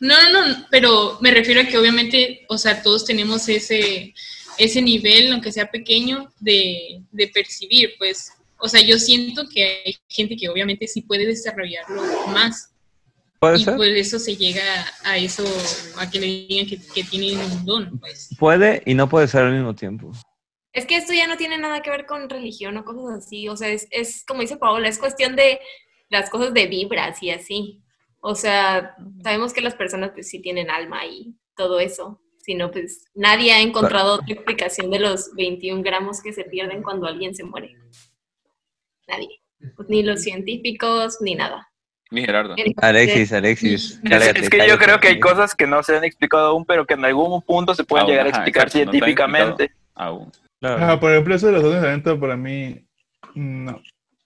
Speaker 7: No, no, no, pero me refiero a que obviamente, o sea, todos tenemos ese, ese nivel, aunque sea pequeño, de, de percibir, pues, o sea, yo siento que hay gente que obviamente sí puede desarrollarlo más
Speaker 2: Puede
Speaker 7: y pues
Speaker 2: ser.
Speaker 7: por eso se llega a eso, a que le digan que, que tienen un don, pues.
Speaker 2: Puede y no puede ser al mismo tiempo.
Speaker 6: Es que esto ya no tiene nada que ver con religión o cosas así. O sea, es, es como dice Paola, es cuestión de las cosas de vibras y así. O sea, sabemos que las personas pues sí tienen alma y todo eso. Sino pues nadie ha encontrado otra explicación de los 21 gramos que se pierden cuando alguien se muere. Nadie. Pues, ni los científicos, ni nada.
Speaker 3: Mi Gerardo.
Speaker 2: Alexis, Alexis.
Speaker 8: Es,
Speaker 2: cállate,
Speaker 8: es que yo
Speaker 2: cállate,
Speaker 8: creo
Speaker 3: ¿eh?
Speaker 8: que hay
Speaker 2: cállate.
Speaker 8: cosas que no se han explicado aún, pero que en algún punto se pueden
Speaker 3: Aún,
Speaker 8: llegar a
Speaker 3: Ah, ajá,
Speaker 8: explicar
Speaker 3: exacto, no se han
Speaker 8: científicamente.
Speaker 3: Aún.
Speaker 2: Claro.
Speaker 1: Ah, por ejemplo, eso de los dones de talento para mí, no.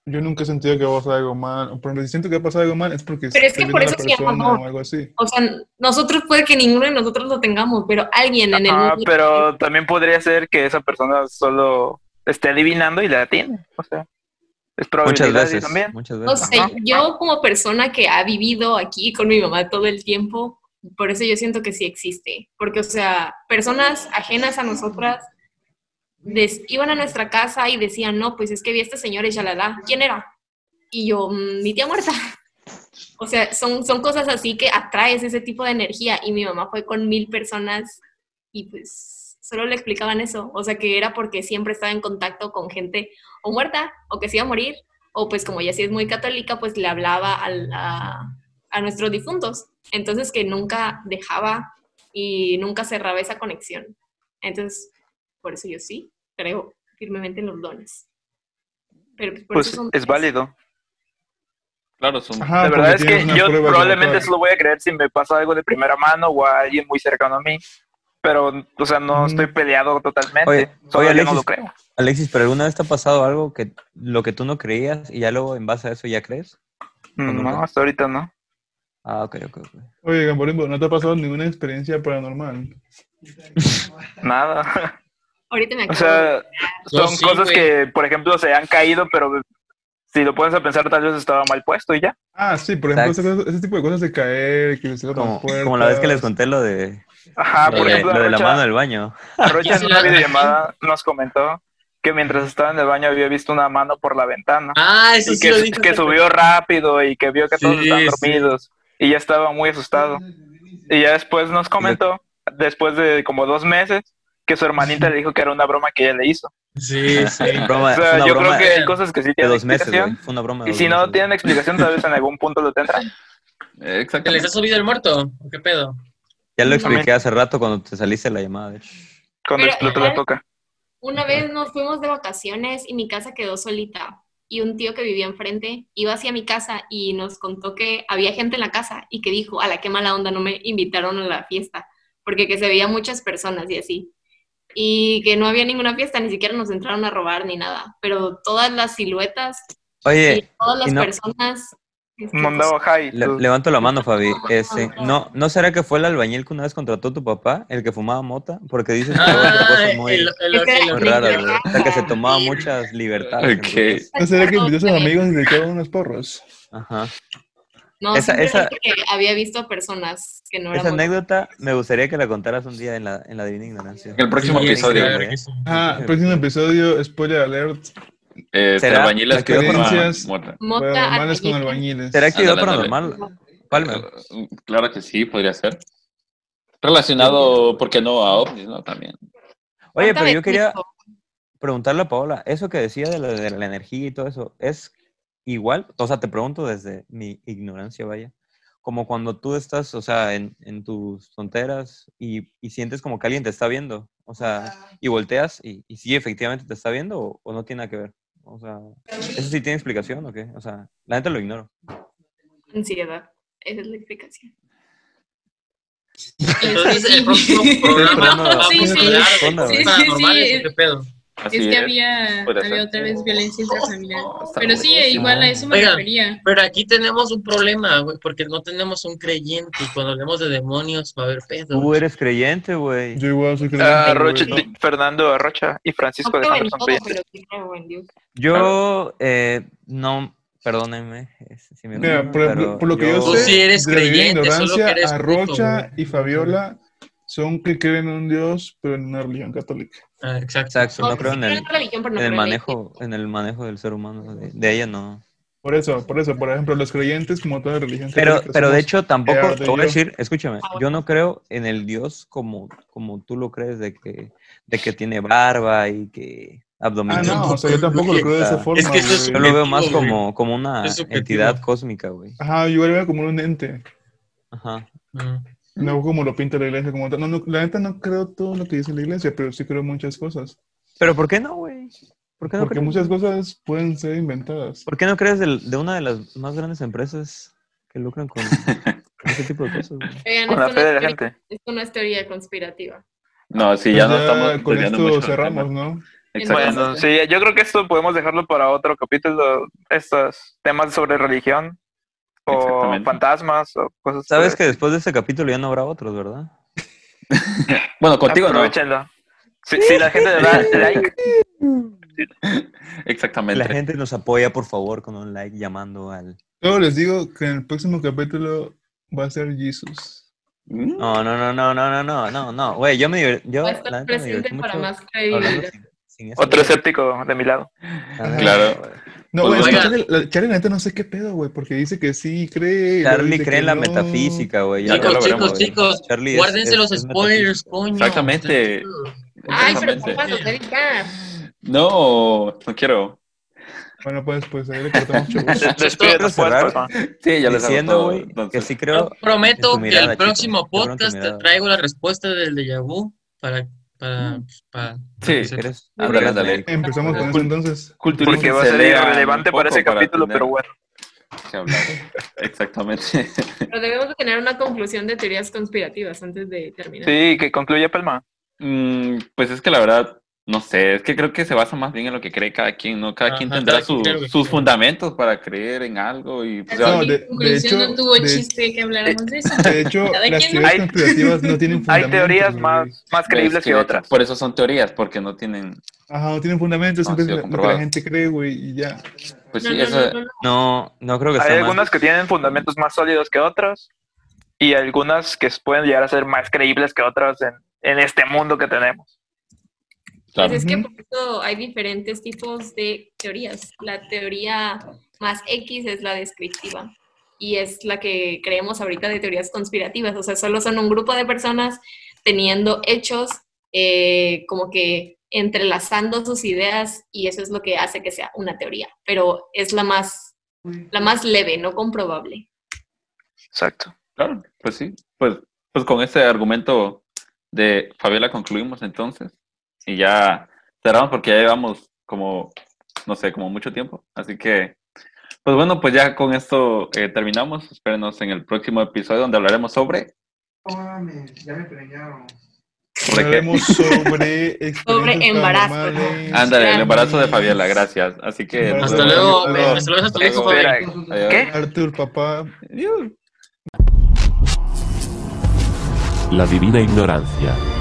Speaker 1: Yo nunca he sentido que va a pasar algo mal. Por ejemplo, si siento que va a pasar algo mal es porque
Speaker 6: Pero es
Speaker 1: estoy
Speaker 6: que por
Speaker 1: viendo a la
Speaker 6: eso se llama
Speaker 1: persona
Speaker 6: amor.
Speaker 1: o algo así.
Speaker 6: O sea, nosotros puede que ninguno de nosotros lo tengamos, pero alguien en el
Speaker 8: Ajá,
Speaker 6: mundo...
Speaker 8: Ah, pero también podría ser que esa persona solo esté adivinando y la tiene. O sea, es probabilidad
Speaker 2: Muchas
Speaker 8: y
Speaker 2: veces.
Speaker 8: también.
Speaker 2: Muchas
Speaker 6: O
Speaker 2: veces.
Speaker 6: sea, yo como persona que ha vivido aquí con mi mamá todo el tiempo, por eso yo siento que sí existe. Porque, o sea, personas ajenas a nosotras des- iban a nuestra casa y decían, no, pues es que vi a este señor y la ¿Quién era? Y yo, "Mm, mi tía muerta. O sea, son, son cosas así que atraes ese tipo de energía. Y mi mamá fue con mil personas y pues solo le explicaban eso. O sea, que era porque siempre estaba en contacto con gente o muerta o que se iba a morir o pues como ella sí es muy católica, pues le hablaba al- a, a nuestros difuntos. Entonces que nunca dejaba y nunca cerraba esa conexión. Entonces, por eso yo sí creo firmemente en los dones. Pero pues, por
Speaker 8: Pues
Speaker 6: eso son-
Speaker 8: es válido.
Speaker 3: Claro, son.
Speaker 1: Ajá,
Speaker 8: la
Speaker 1: Ah, porque
Speaker 8: verdad es
Speaker 1: tienes
Speaker 8: que
Speaker 1: una
Speaker 8: yo
Speaker 1: prueba que
Speaker 8: probablemente
Speaker 1: botar.
Speaker 8: solo voy a creer si me pasa algo de primera mano o a alguien muy cercano a mí. Pero, o sea, no
Speaker 1: Mm.
Speaker 8: estoy peleado totalmente.
Speaker 2: Oye, oye,
Speaker 8: solo yo no
Speaker 2: Alexis.
Speaker 8: lo creo.
Speaker 2: Alexis, ¿pero alguna vez te ha pasado algo que lo que tú no creías y ya luego en base a eso ya crees?
Speaker 8: Mm,
Speaker 2: nunca.
Speaker 8: No, hasta ahorita no.
Speaker 2: Ah, ok, ok, ok.
Speaker 1: Oye, Gamborimbo, ¿no te ha pasado ninguna experiencia paranormal?
Speaker 8: Nada.
Speaker 6: Ahorita me
Speaker 8: O
Speaker 6: acabo.
Speaker 8: sea,
Speaker 4: No,
Speaker 8: son
Speaker 4: sí,
Speaker 8: cosas
Speaker 4: güey.
Speaker 8: que, por ejemplo, se han caído, pero si lo pones a pensar, tal vez estaba mal puesto y ya.
Speaker 1: Ah, sí, por ejemplo,
Speaker 2: Exacto.
Speaker 1: esas cosas- ese tipo de cosas de caer, que les cierran
Speaker 2: Como,
Speaker 1: las puertas.
Speaker 2: como la vez que les conté lo de,
Speaker 8: Ajá,
Speaker 2: lo
Speaker 8: Ah, por
Speaker 2: de-
Speaker 8: ejemplo,
Speaker 2: lo de la
Speaker 8: Rocha-
Speaker 2: mano del baño.
Speaker 8: Rocha en
Speaker 4: Sí,
Speaker 8: una
Speaker 4: la-
Speaker 8: videollamada nos comentó que mientras estaba en el baño había visto una mano por la ventana.
Speaker 4: Ah, eso
Speaker 8: y
Speaker 4: sí lo
Speaker 8: que,
Speaker 4: dijo.
Speaker 8: que subió rápido y que vio que todos
Speaker 4: Sí,
Speaker 8: estaban
Speaker 4: sí.
Speaker 8: dormidos y ya estaba muy asustado. Y ya después nos comentó, después de como dos meses, que su hermanita le dijo que era una broma que ella le hizo.
Speaker 4: Sí, sí.
Speaker 2: Broma-
Speaker 8: O
Speaker 2: Ah, es
Speaker 8: sea,
Speaker 2: una
Speaker 8: yo
Speaker 2: broma
Speaker 8: creo que hay cosas que sí
Speaker 2: de
Speaker 8: tienen
Speaker 2: dos meses, güey.
Speaker 8: explicación.
Speaker 2: Fue una broma de
Speaker 8: Y
Speaker 2: dos
Speaker 8: si no
Speaker 2: meses,
Speaker 8: tienen explicación, tal vez en algún punto lo tendrán.
Speaker 3: Eh,
Speaker 4: ¿Que les
Speaker 3: Exactamente.
Speaker 4: ha subido el muerto? ¿O qué pedo?
Speaker 2: Ya lo
Speaker 8: Exactamente.
Speaker 2: expliqué hace rato cuando te saliste de la llamada, de hecho.
Speaker 8: Cuando
Speaker 6: Pero,
Speaker 8: explotó la
Speaker 6: ¿eh?
Speaker 8: toca.
Speaker 6: Una vez nos fuimos de vacaciones y mi casa quedó solita. Y un tío que vivía enfrente iba hacia mi casa y nos contó que había gente en la casa y que dijo, a la qué mala onda, no me invitaron a la fiesta, porque que se veía muchas personas y así. Y que no había ninguna fiesta, ni siquiera nos entraron a robar ni nada, pero todas las siluetas
Speaker 2: Oye,
Speaker 6: y todas las
Speaker 2: y no-
Speaker 6: personas... este,
Speaker 8: Mandaba high.
Speaker 2: Le-
Speaker 8: tú.
Speaker 2: levanto la mano, Fabi.
Speaker 6: No,
Speaker 2: Este,
Speaker 6: no,
Speaker 2: no, ¿No será que fue el albañil que una vez contrató tu papá, el que fumaba mota? Porque dices que era una
Speaker 4: Ah,
Speaker 2: cosa
Speaker 4: el,
Speaker 2: muy,
Speaker 4: el, el,
Speaker 6: Este-
Speaker 2: muy
Speaker 4: el-
Speaker 2: rara,
Speaker 6: el-
Speaker 2: güey. O sea, que se tomaba
Speaker 6: Sí.
Speaker 2: muchas libertades.
Speaker 3: Ok.
Speaker 2: entonces-
Speaker 6: pues,
Speaker 1: ¿No será que
Speaker 6: Perdón,
Speaker 1: invitó a sus
Speaker 6: también.
Speaker 1: amigos y le echaron unos porros?
Speaker 2: Ajá.
Speaker 6: No,
Speaker 2: Esa-
Speaker 6: siempre
Speaker 2: esa-
Speaker 6: dije que había visto personas que no
Speaker 2: Esa
Speaker 6: eran...
Speaker 2: anécdota me gustaría que la contaras un día en la, en la Divina Ignorancia.
Speaker 3: En el próximo
Speaker 4: sí,
Speaker 3: episodio,
Speaker 4: sí,
Speaker 2: güey.
Speaker 4: claro que sí.
Speaker 1: Ah, próximo episodio, spoiler alert.
Speaker 3: Eh,
Speaker 2: ¿Será?
Speaker 3: albañiles
Speaker 1: Las
Speaker 3: que fuman
Speaker 1: creencias-
Speaker 3: mota.
Speaker 6: Mota,
Speaker 1: Paranormales con
Speaker 6: albañiles.
Speaker 1: albañiles.
Speaker 2: ¿Será que iba
Speaker 3: Ándale, ándale.
Speaker 2: paranormal? Palmer.
Speaker 3: Eh, Claro que sí, podría ser. Relacionado, ¿por qué no? A ovnis, ¿no? También.
Speaker 2: Oye,
Speaker 6: Mota
Speaker 2: pero yo quería
Speaker 6: Betuso.
Speaker 2: preguntarle a Paola, eso que decía de la, de la energía y todo eso, ¿es igual? O sea, te pregunto desde mi ignorancia, vaya, como cuando tú estás, o sea, en, en tus fronteras y, y sientes como que alguien te está viendo, o sea, y volteas y, y sí, efectivamente te está viendo o, o no tiene nada que ver. O sea, ¿eso sí tiene explicación o qué? O sea, la gente lo ignoro.
Speaker 6: Ansiedad. Esa es la explicación.
Speaker 4: Entonces, el próximo programa
Speaker 2: Esperando-
Speaker 4: vamos
Speaker 7: Sí,
Speaker 4: a
Speaker 7: sí.
Speaker 4: hablar de
Speaker 2: Responda,
Speaker 4: cosas
Speaker 2: güey.
Speaker 7: Sí,
Speaker 4: paranormales, ¿o ¿qué pedo?
Speaker 3: Así
Speaker 7: Es que había,
Speaker 3: puede
Speaker 7: había
Speaker 3: ser.
Speaker 7: otra vez violencia intrafamiliar.
Speaker 3: está
Speaker 7: Pero sí,
Speaker 3: buenísimo.
Speaker 7: igual a eso me
Speaker 4: Oigan.
Speaker 7: refería.
Speaker 4: Pero aquí tenemos un problema, güey, porque no tenemos un creyente y cuando hablemos de demonios va a haber pedo.
Speaker 2: Tú eres creyente, güey.
Speaker 1: Yo igual soy creyente,
Speaker 8: Ah,
Speaker 1: güey.
Speaker 8: Rocha- di- Fernando Arrocha y
Speaker 6: No
Speaker 8: Francisco
Speaker 6: creo en
Speaker 8: Alejandro
Speaker 6: todo,
Speaker 8: Sonríe.
Speaker 6: pero sí creo en Dios.
Speaker 2: Yo, eh, no, perdónenme. eh, Si me
Speaker 1: Mira,
Speaker 2: ofendo,
Speaker 1: por, ejemplo,
Speaker 2: pero
Speaker 1: por lo que yo,
Speaker 4: Tú
Speaker 1: sé,
Speaker 4: sí eres
Speaker 1: de la divina
Speaker 4: creyente, solo que eres puto,
Speaker 1: Arrocha
Speaker 4: güey.
Speaker 1: y Fabiola son que creen en un dios, pero en una religión católica.
Speaker 4: Ah, exacto.
Speaker 2: Exacto,
Speaker 6: No,
Speaker 2: no creo
Speaker 6: sí
Speaker 2: en
Speaker 6: creo
Speaker 2: el,
Speaker 6: en la religión, pero no
Speaker 2: en el
Speaker 6: creo en la
Speaker 2: manejo en el manejo del ser humano de, de ella no
Speaker 1: Por eso, por eso, por ejemplo, los creyentes como toda religión
Speaker 2: pero
Speaker 1: católica
Speaker 2: pero de
Speaker 1: somos-
Speaker 2: hecho tampoco
Speaker 1: creador de
Speaker 2: te voy a
Speaker 1: Dios.
Speaker 2: decir escúchame yo no creo en el Dios como como tú lo crees de que de que tiene barba y que
Speaker 1: Ah,
Speaker 2: abdominal
Speaker 1: no, o sea, yo tampoco lo creo de esa
Speaker 2: Es
Speaker 1: forma,
Speaker 4: que eso es-
Speaker 2: yo
Speaker 1: güey.
Speaker 2: lo veo más
Speaker 4: Subjetivo,
Speaker 2: como como una
Speaker 4: Es subjetivo.
Speaker 2: entidad cósmica güey
Speaker 1: Ajá, yo lo veo como un ente.
Speaker 2: ajá
Speaker 4: Mm.
Speaker 1: No como lo pinta la iglesia como tal. No, no, la neta no creo todo lo que dice la iglesia, pero sí creo muchas cosas.
Speaker 2: pero por qué no güey por qué no
Speaker 1: Porque
Speaker 2: crees?
Speaker 1: muchas cosas pueden ser inventadas.
Speaker 2: ¿Por qué no crees del- de, una de las más grandes empresas que lucran con ese tipo de cosas güey?
Speaker 6: Oigan,
Speaker 8: Con la
Speaker 6: esto,
Speaker 8: fe de
Speaker 6: no
Speaker 8: la
Speaker 6: es teoría,
Speaker 8: gente.
Speaker 6: esto no es teoría conspirativa.
Speaker 3: No, sí,
Speaker 1: Pues
Speaker 3: ya no estamos.
Speaker 1: con
Speaker 3: desviando
Speaker 1: esto
Speaker 3: mucho del tema.
Speaker 1: cerramos, ¿no?
Speaker 3: Exactamente.
Speaker 8: Bueno, sí, yo creo que esto podemos dejarlo para otro capítulo, estos temas sobre religión o
Speaker 3: Exactamente.
Speaker 8: fantasmas o cosas
Speaker 2: sabes
Speaker 8: por
Speaker 2: que después de este capítulo ya no habrá otros verdad
Speaker 3: Bueno,
Speaker 8: el-
Speaker 3: contigo no.
Speaker 8: Aprovechenlo. Si, si la gente le da like,
Speaker 3: Exactamente.
Speaker 2: La gente nos apoya, por favor, con un like llamando al...
Speaker 1: Luego les digo que en el próximo capítulo va a ser Jesús.
Speaker 3: Mm,
Speaker 2: No, no, no, no, no, no, no, no, no, güey, yo me divertí, yo
Speaker 6: Va a
Speaker 2: la
Speaker 6: estar
Speaker 2: neta me divertí
Speaker 6: presente
Speaker 2: mucho
Speaker 6: para más
Speaker 2: hablando
Speaker 6: credibilidad.
Speaker 2: sin, sin eso,
Speaker 8: otro
Speaker 2: güey.
Speaker 8: escéptico de mi lado.
Speaker 2: La neta,
Speaker 3: Claro.
Speaker 2: güey.
Speaker 1: No, güey,
Speaker 3: Pues
Speaker 1: es que
Speaker 4: oigan.
Speaker 1: Charlie, la- Charlie, la neta, no sé qué pedo, güey, porque dice que sí cree. y luego
Speaker 2: Charlie
Speaker 1: dice
Speaker 2: cree
Speaker 1: que
Speaker 2: en la
Speaker 1: no.
Speaker 2: metafísica, güey. ya lo
Speaker 4: Chicos, chicos,
Speaker 2: veremos, güey.
Speaker 4: chicos,
Speaker 2: Charlie es-
Speaker 4: guárdense
Speaker 2: es-
Speaker 4: los
Speaker 2: es
Speaker 4: spoilers,
Speaker 2: metafísico.
Speaker 4: coño.
Speaker 3: Exactamente.
Speaker 6: Ay, pero
Speaker 3: Exactamente.
Speaker 6: ¿cómo vas a hacer acá?
Speaker 3: No, no quiero.
Speaker 1: Bueno, pues, pues ahí le cortamos chavos.
Speaker 8: Despídete, pues,
Speaker 2: cerrar.
Speaker 8: persona.
Speaker 3: Sí, ya les hago
Speaker 2: Diciendo,
Speaker 3: todo,
Speaker 2: güey, que
Speaker 3: entonces.
Speaker 2: sí
Speaker 4: Yo
Speaker 2: creo... en
Speaker 4: prometo
Speaker 2: tu mirada,
Speaker 4: que el
Speaker 2: chico,
Speaker 4: próximo
Speaker 2: yo creo en tu
Speaker 4: podcast te
Speaker 2: mirada.
Speaker 4: traigo la respuesta del déjà vu para, para, pues, para,
Speaker 3: Sí.
Speaker 2: que eres-
Speaker 3: Ándale,
Speaker 2: eres
Speaker 3: ándale.
Speaker 2: médico.
Speaker 1: Empezamos con eso entonces.
Speaker 3: Culturícense,
Speaker 8: Porque va a ser
Speaker 3: lean
Speaker 8: irrelevante
Speaker 3: un poco
Speaker 8: para ese capítulo,
Speaker 3: tener
Speaker 8: pero bueno.
Speaker 3: que hablar. Exactamente.
Speaker 6: Pero debemos de tener una conclusión de teorías conspirativas antes de terminar.
Speaker 8: Sí, que concluya Palma.
Speaker 3: Mm, pues es que la verdad, No sé, es que creo que se basa más bien en lo que cree cada quien, ¿no? Cada
Speaker 4: Ajá,
Speaker 3: quien tendrá
Speaker 4: cada quien
Speaker 3: su-
Speaker 4: cree lo que
Speaker 3: sus
Speaker 4: quiere.
Speaker 3: fundamentos para creer en algo y pues,
Speaker 7: Así
Speaker 1: No,
Speaker 3: ya-
Speaker 7: que
Speaker 1: de-
Speaker 7: en
Speaker 1: de
Speaker 7: conclusión
Speaker 1: hecho,
Speaker 7: no tuvo
Speaker 1: de-
Speaker 7: chiste que habláramos de eso.
Speaker 1: De hecho,
Speaker 7: Cada
Speaker 1: las
Speaker 7: quien, ¿no?
Speaker 1: teorías
Speaker 8: Hay-
Speaker 1: conspirativas no tienen
Speaker 8: Hay
Speaker 1: fundamentos.
Speaker 8: teorías
Speaker 1: güey.
Speaker 8: más, más
Speaker 3: pues,
Speaker 8: creíbles que otras.
Speaker 3: Por eso son teorías, porque no tienen...
Speaker 1: Ajá, no tienen fundamentos,
Speaker 3: No, ha
Speaker 1: siempre
Speaker 3: sido
Speaker 1: es lo que
Speaker 3: comprobado.
Speaker 1: la gente cree, güey, y ya.
Speaker 3: Pues
Speaker 7: No,
Speaker 3: sí,
Speaker 7: no,
Speaker 3: eso...
Speaker 7: no, no, no.
Speaker 2: No, no creo que sea
Speaker 8: Hay
Speaker 2: mal.
Speaker 8: algunas que tienen fundamentos más sólidos que otras y algunas que pueden llegar a ser más creíbles que otras en, en este mundo que tenemos.
Speaker 3: claro.
Speaker 6: Pues es que
Speaker 1: Ujú.
Speaker 6: por eso hay diferentes tipos de teorías. La teoría más X es la descriptiva y es la que creemos ahorita de teorías conspirativas. O sea, solo son un grupo de personas teniendo hechos eh, como que entrelazando sus ideas y eso es lo que hace que sea una teoría. Pero es la más, la más leve, no comprobable.
Speaker 8: Exacto.
Speaker 3: Claro, pues sí. Pues, pues con este argumento de Fabiola concluimos entonces. Y ya cerramos porque ya llevamos como, no sé, como mucho tiempo. Así que, pues bueno, pues ya con esto eh, terminamos. Espérenos en el próximo episodio donde hablaremos sobre... ¿Sobre qué?
Speaker 1: Hablaremos sobre experiencias
Speaker 6: Sobre embarazo.
Speaker 1: paranormales.
Speaker 3: Ándale, el embarazo de Fabiola, gracias. Así que... nos
Speaker 4: Hasta
Speaker 1: Bueno,
Speaker 3: vemos.
Speaker 4: luego,
Speaker 1: bueno,
Speaker 4: me,
Speaker 1: bueno.
Speaker 4: me saludas a tu hijo, Fabi.
Speaker 8: Espera,
Speaker 3: Adiós.
Speaker 8: ¿qué?
Speaker 1: Arthur, papá,
Speaker 3: Adiós.
Speaker 5: La divina ignorancia.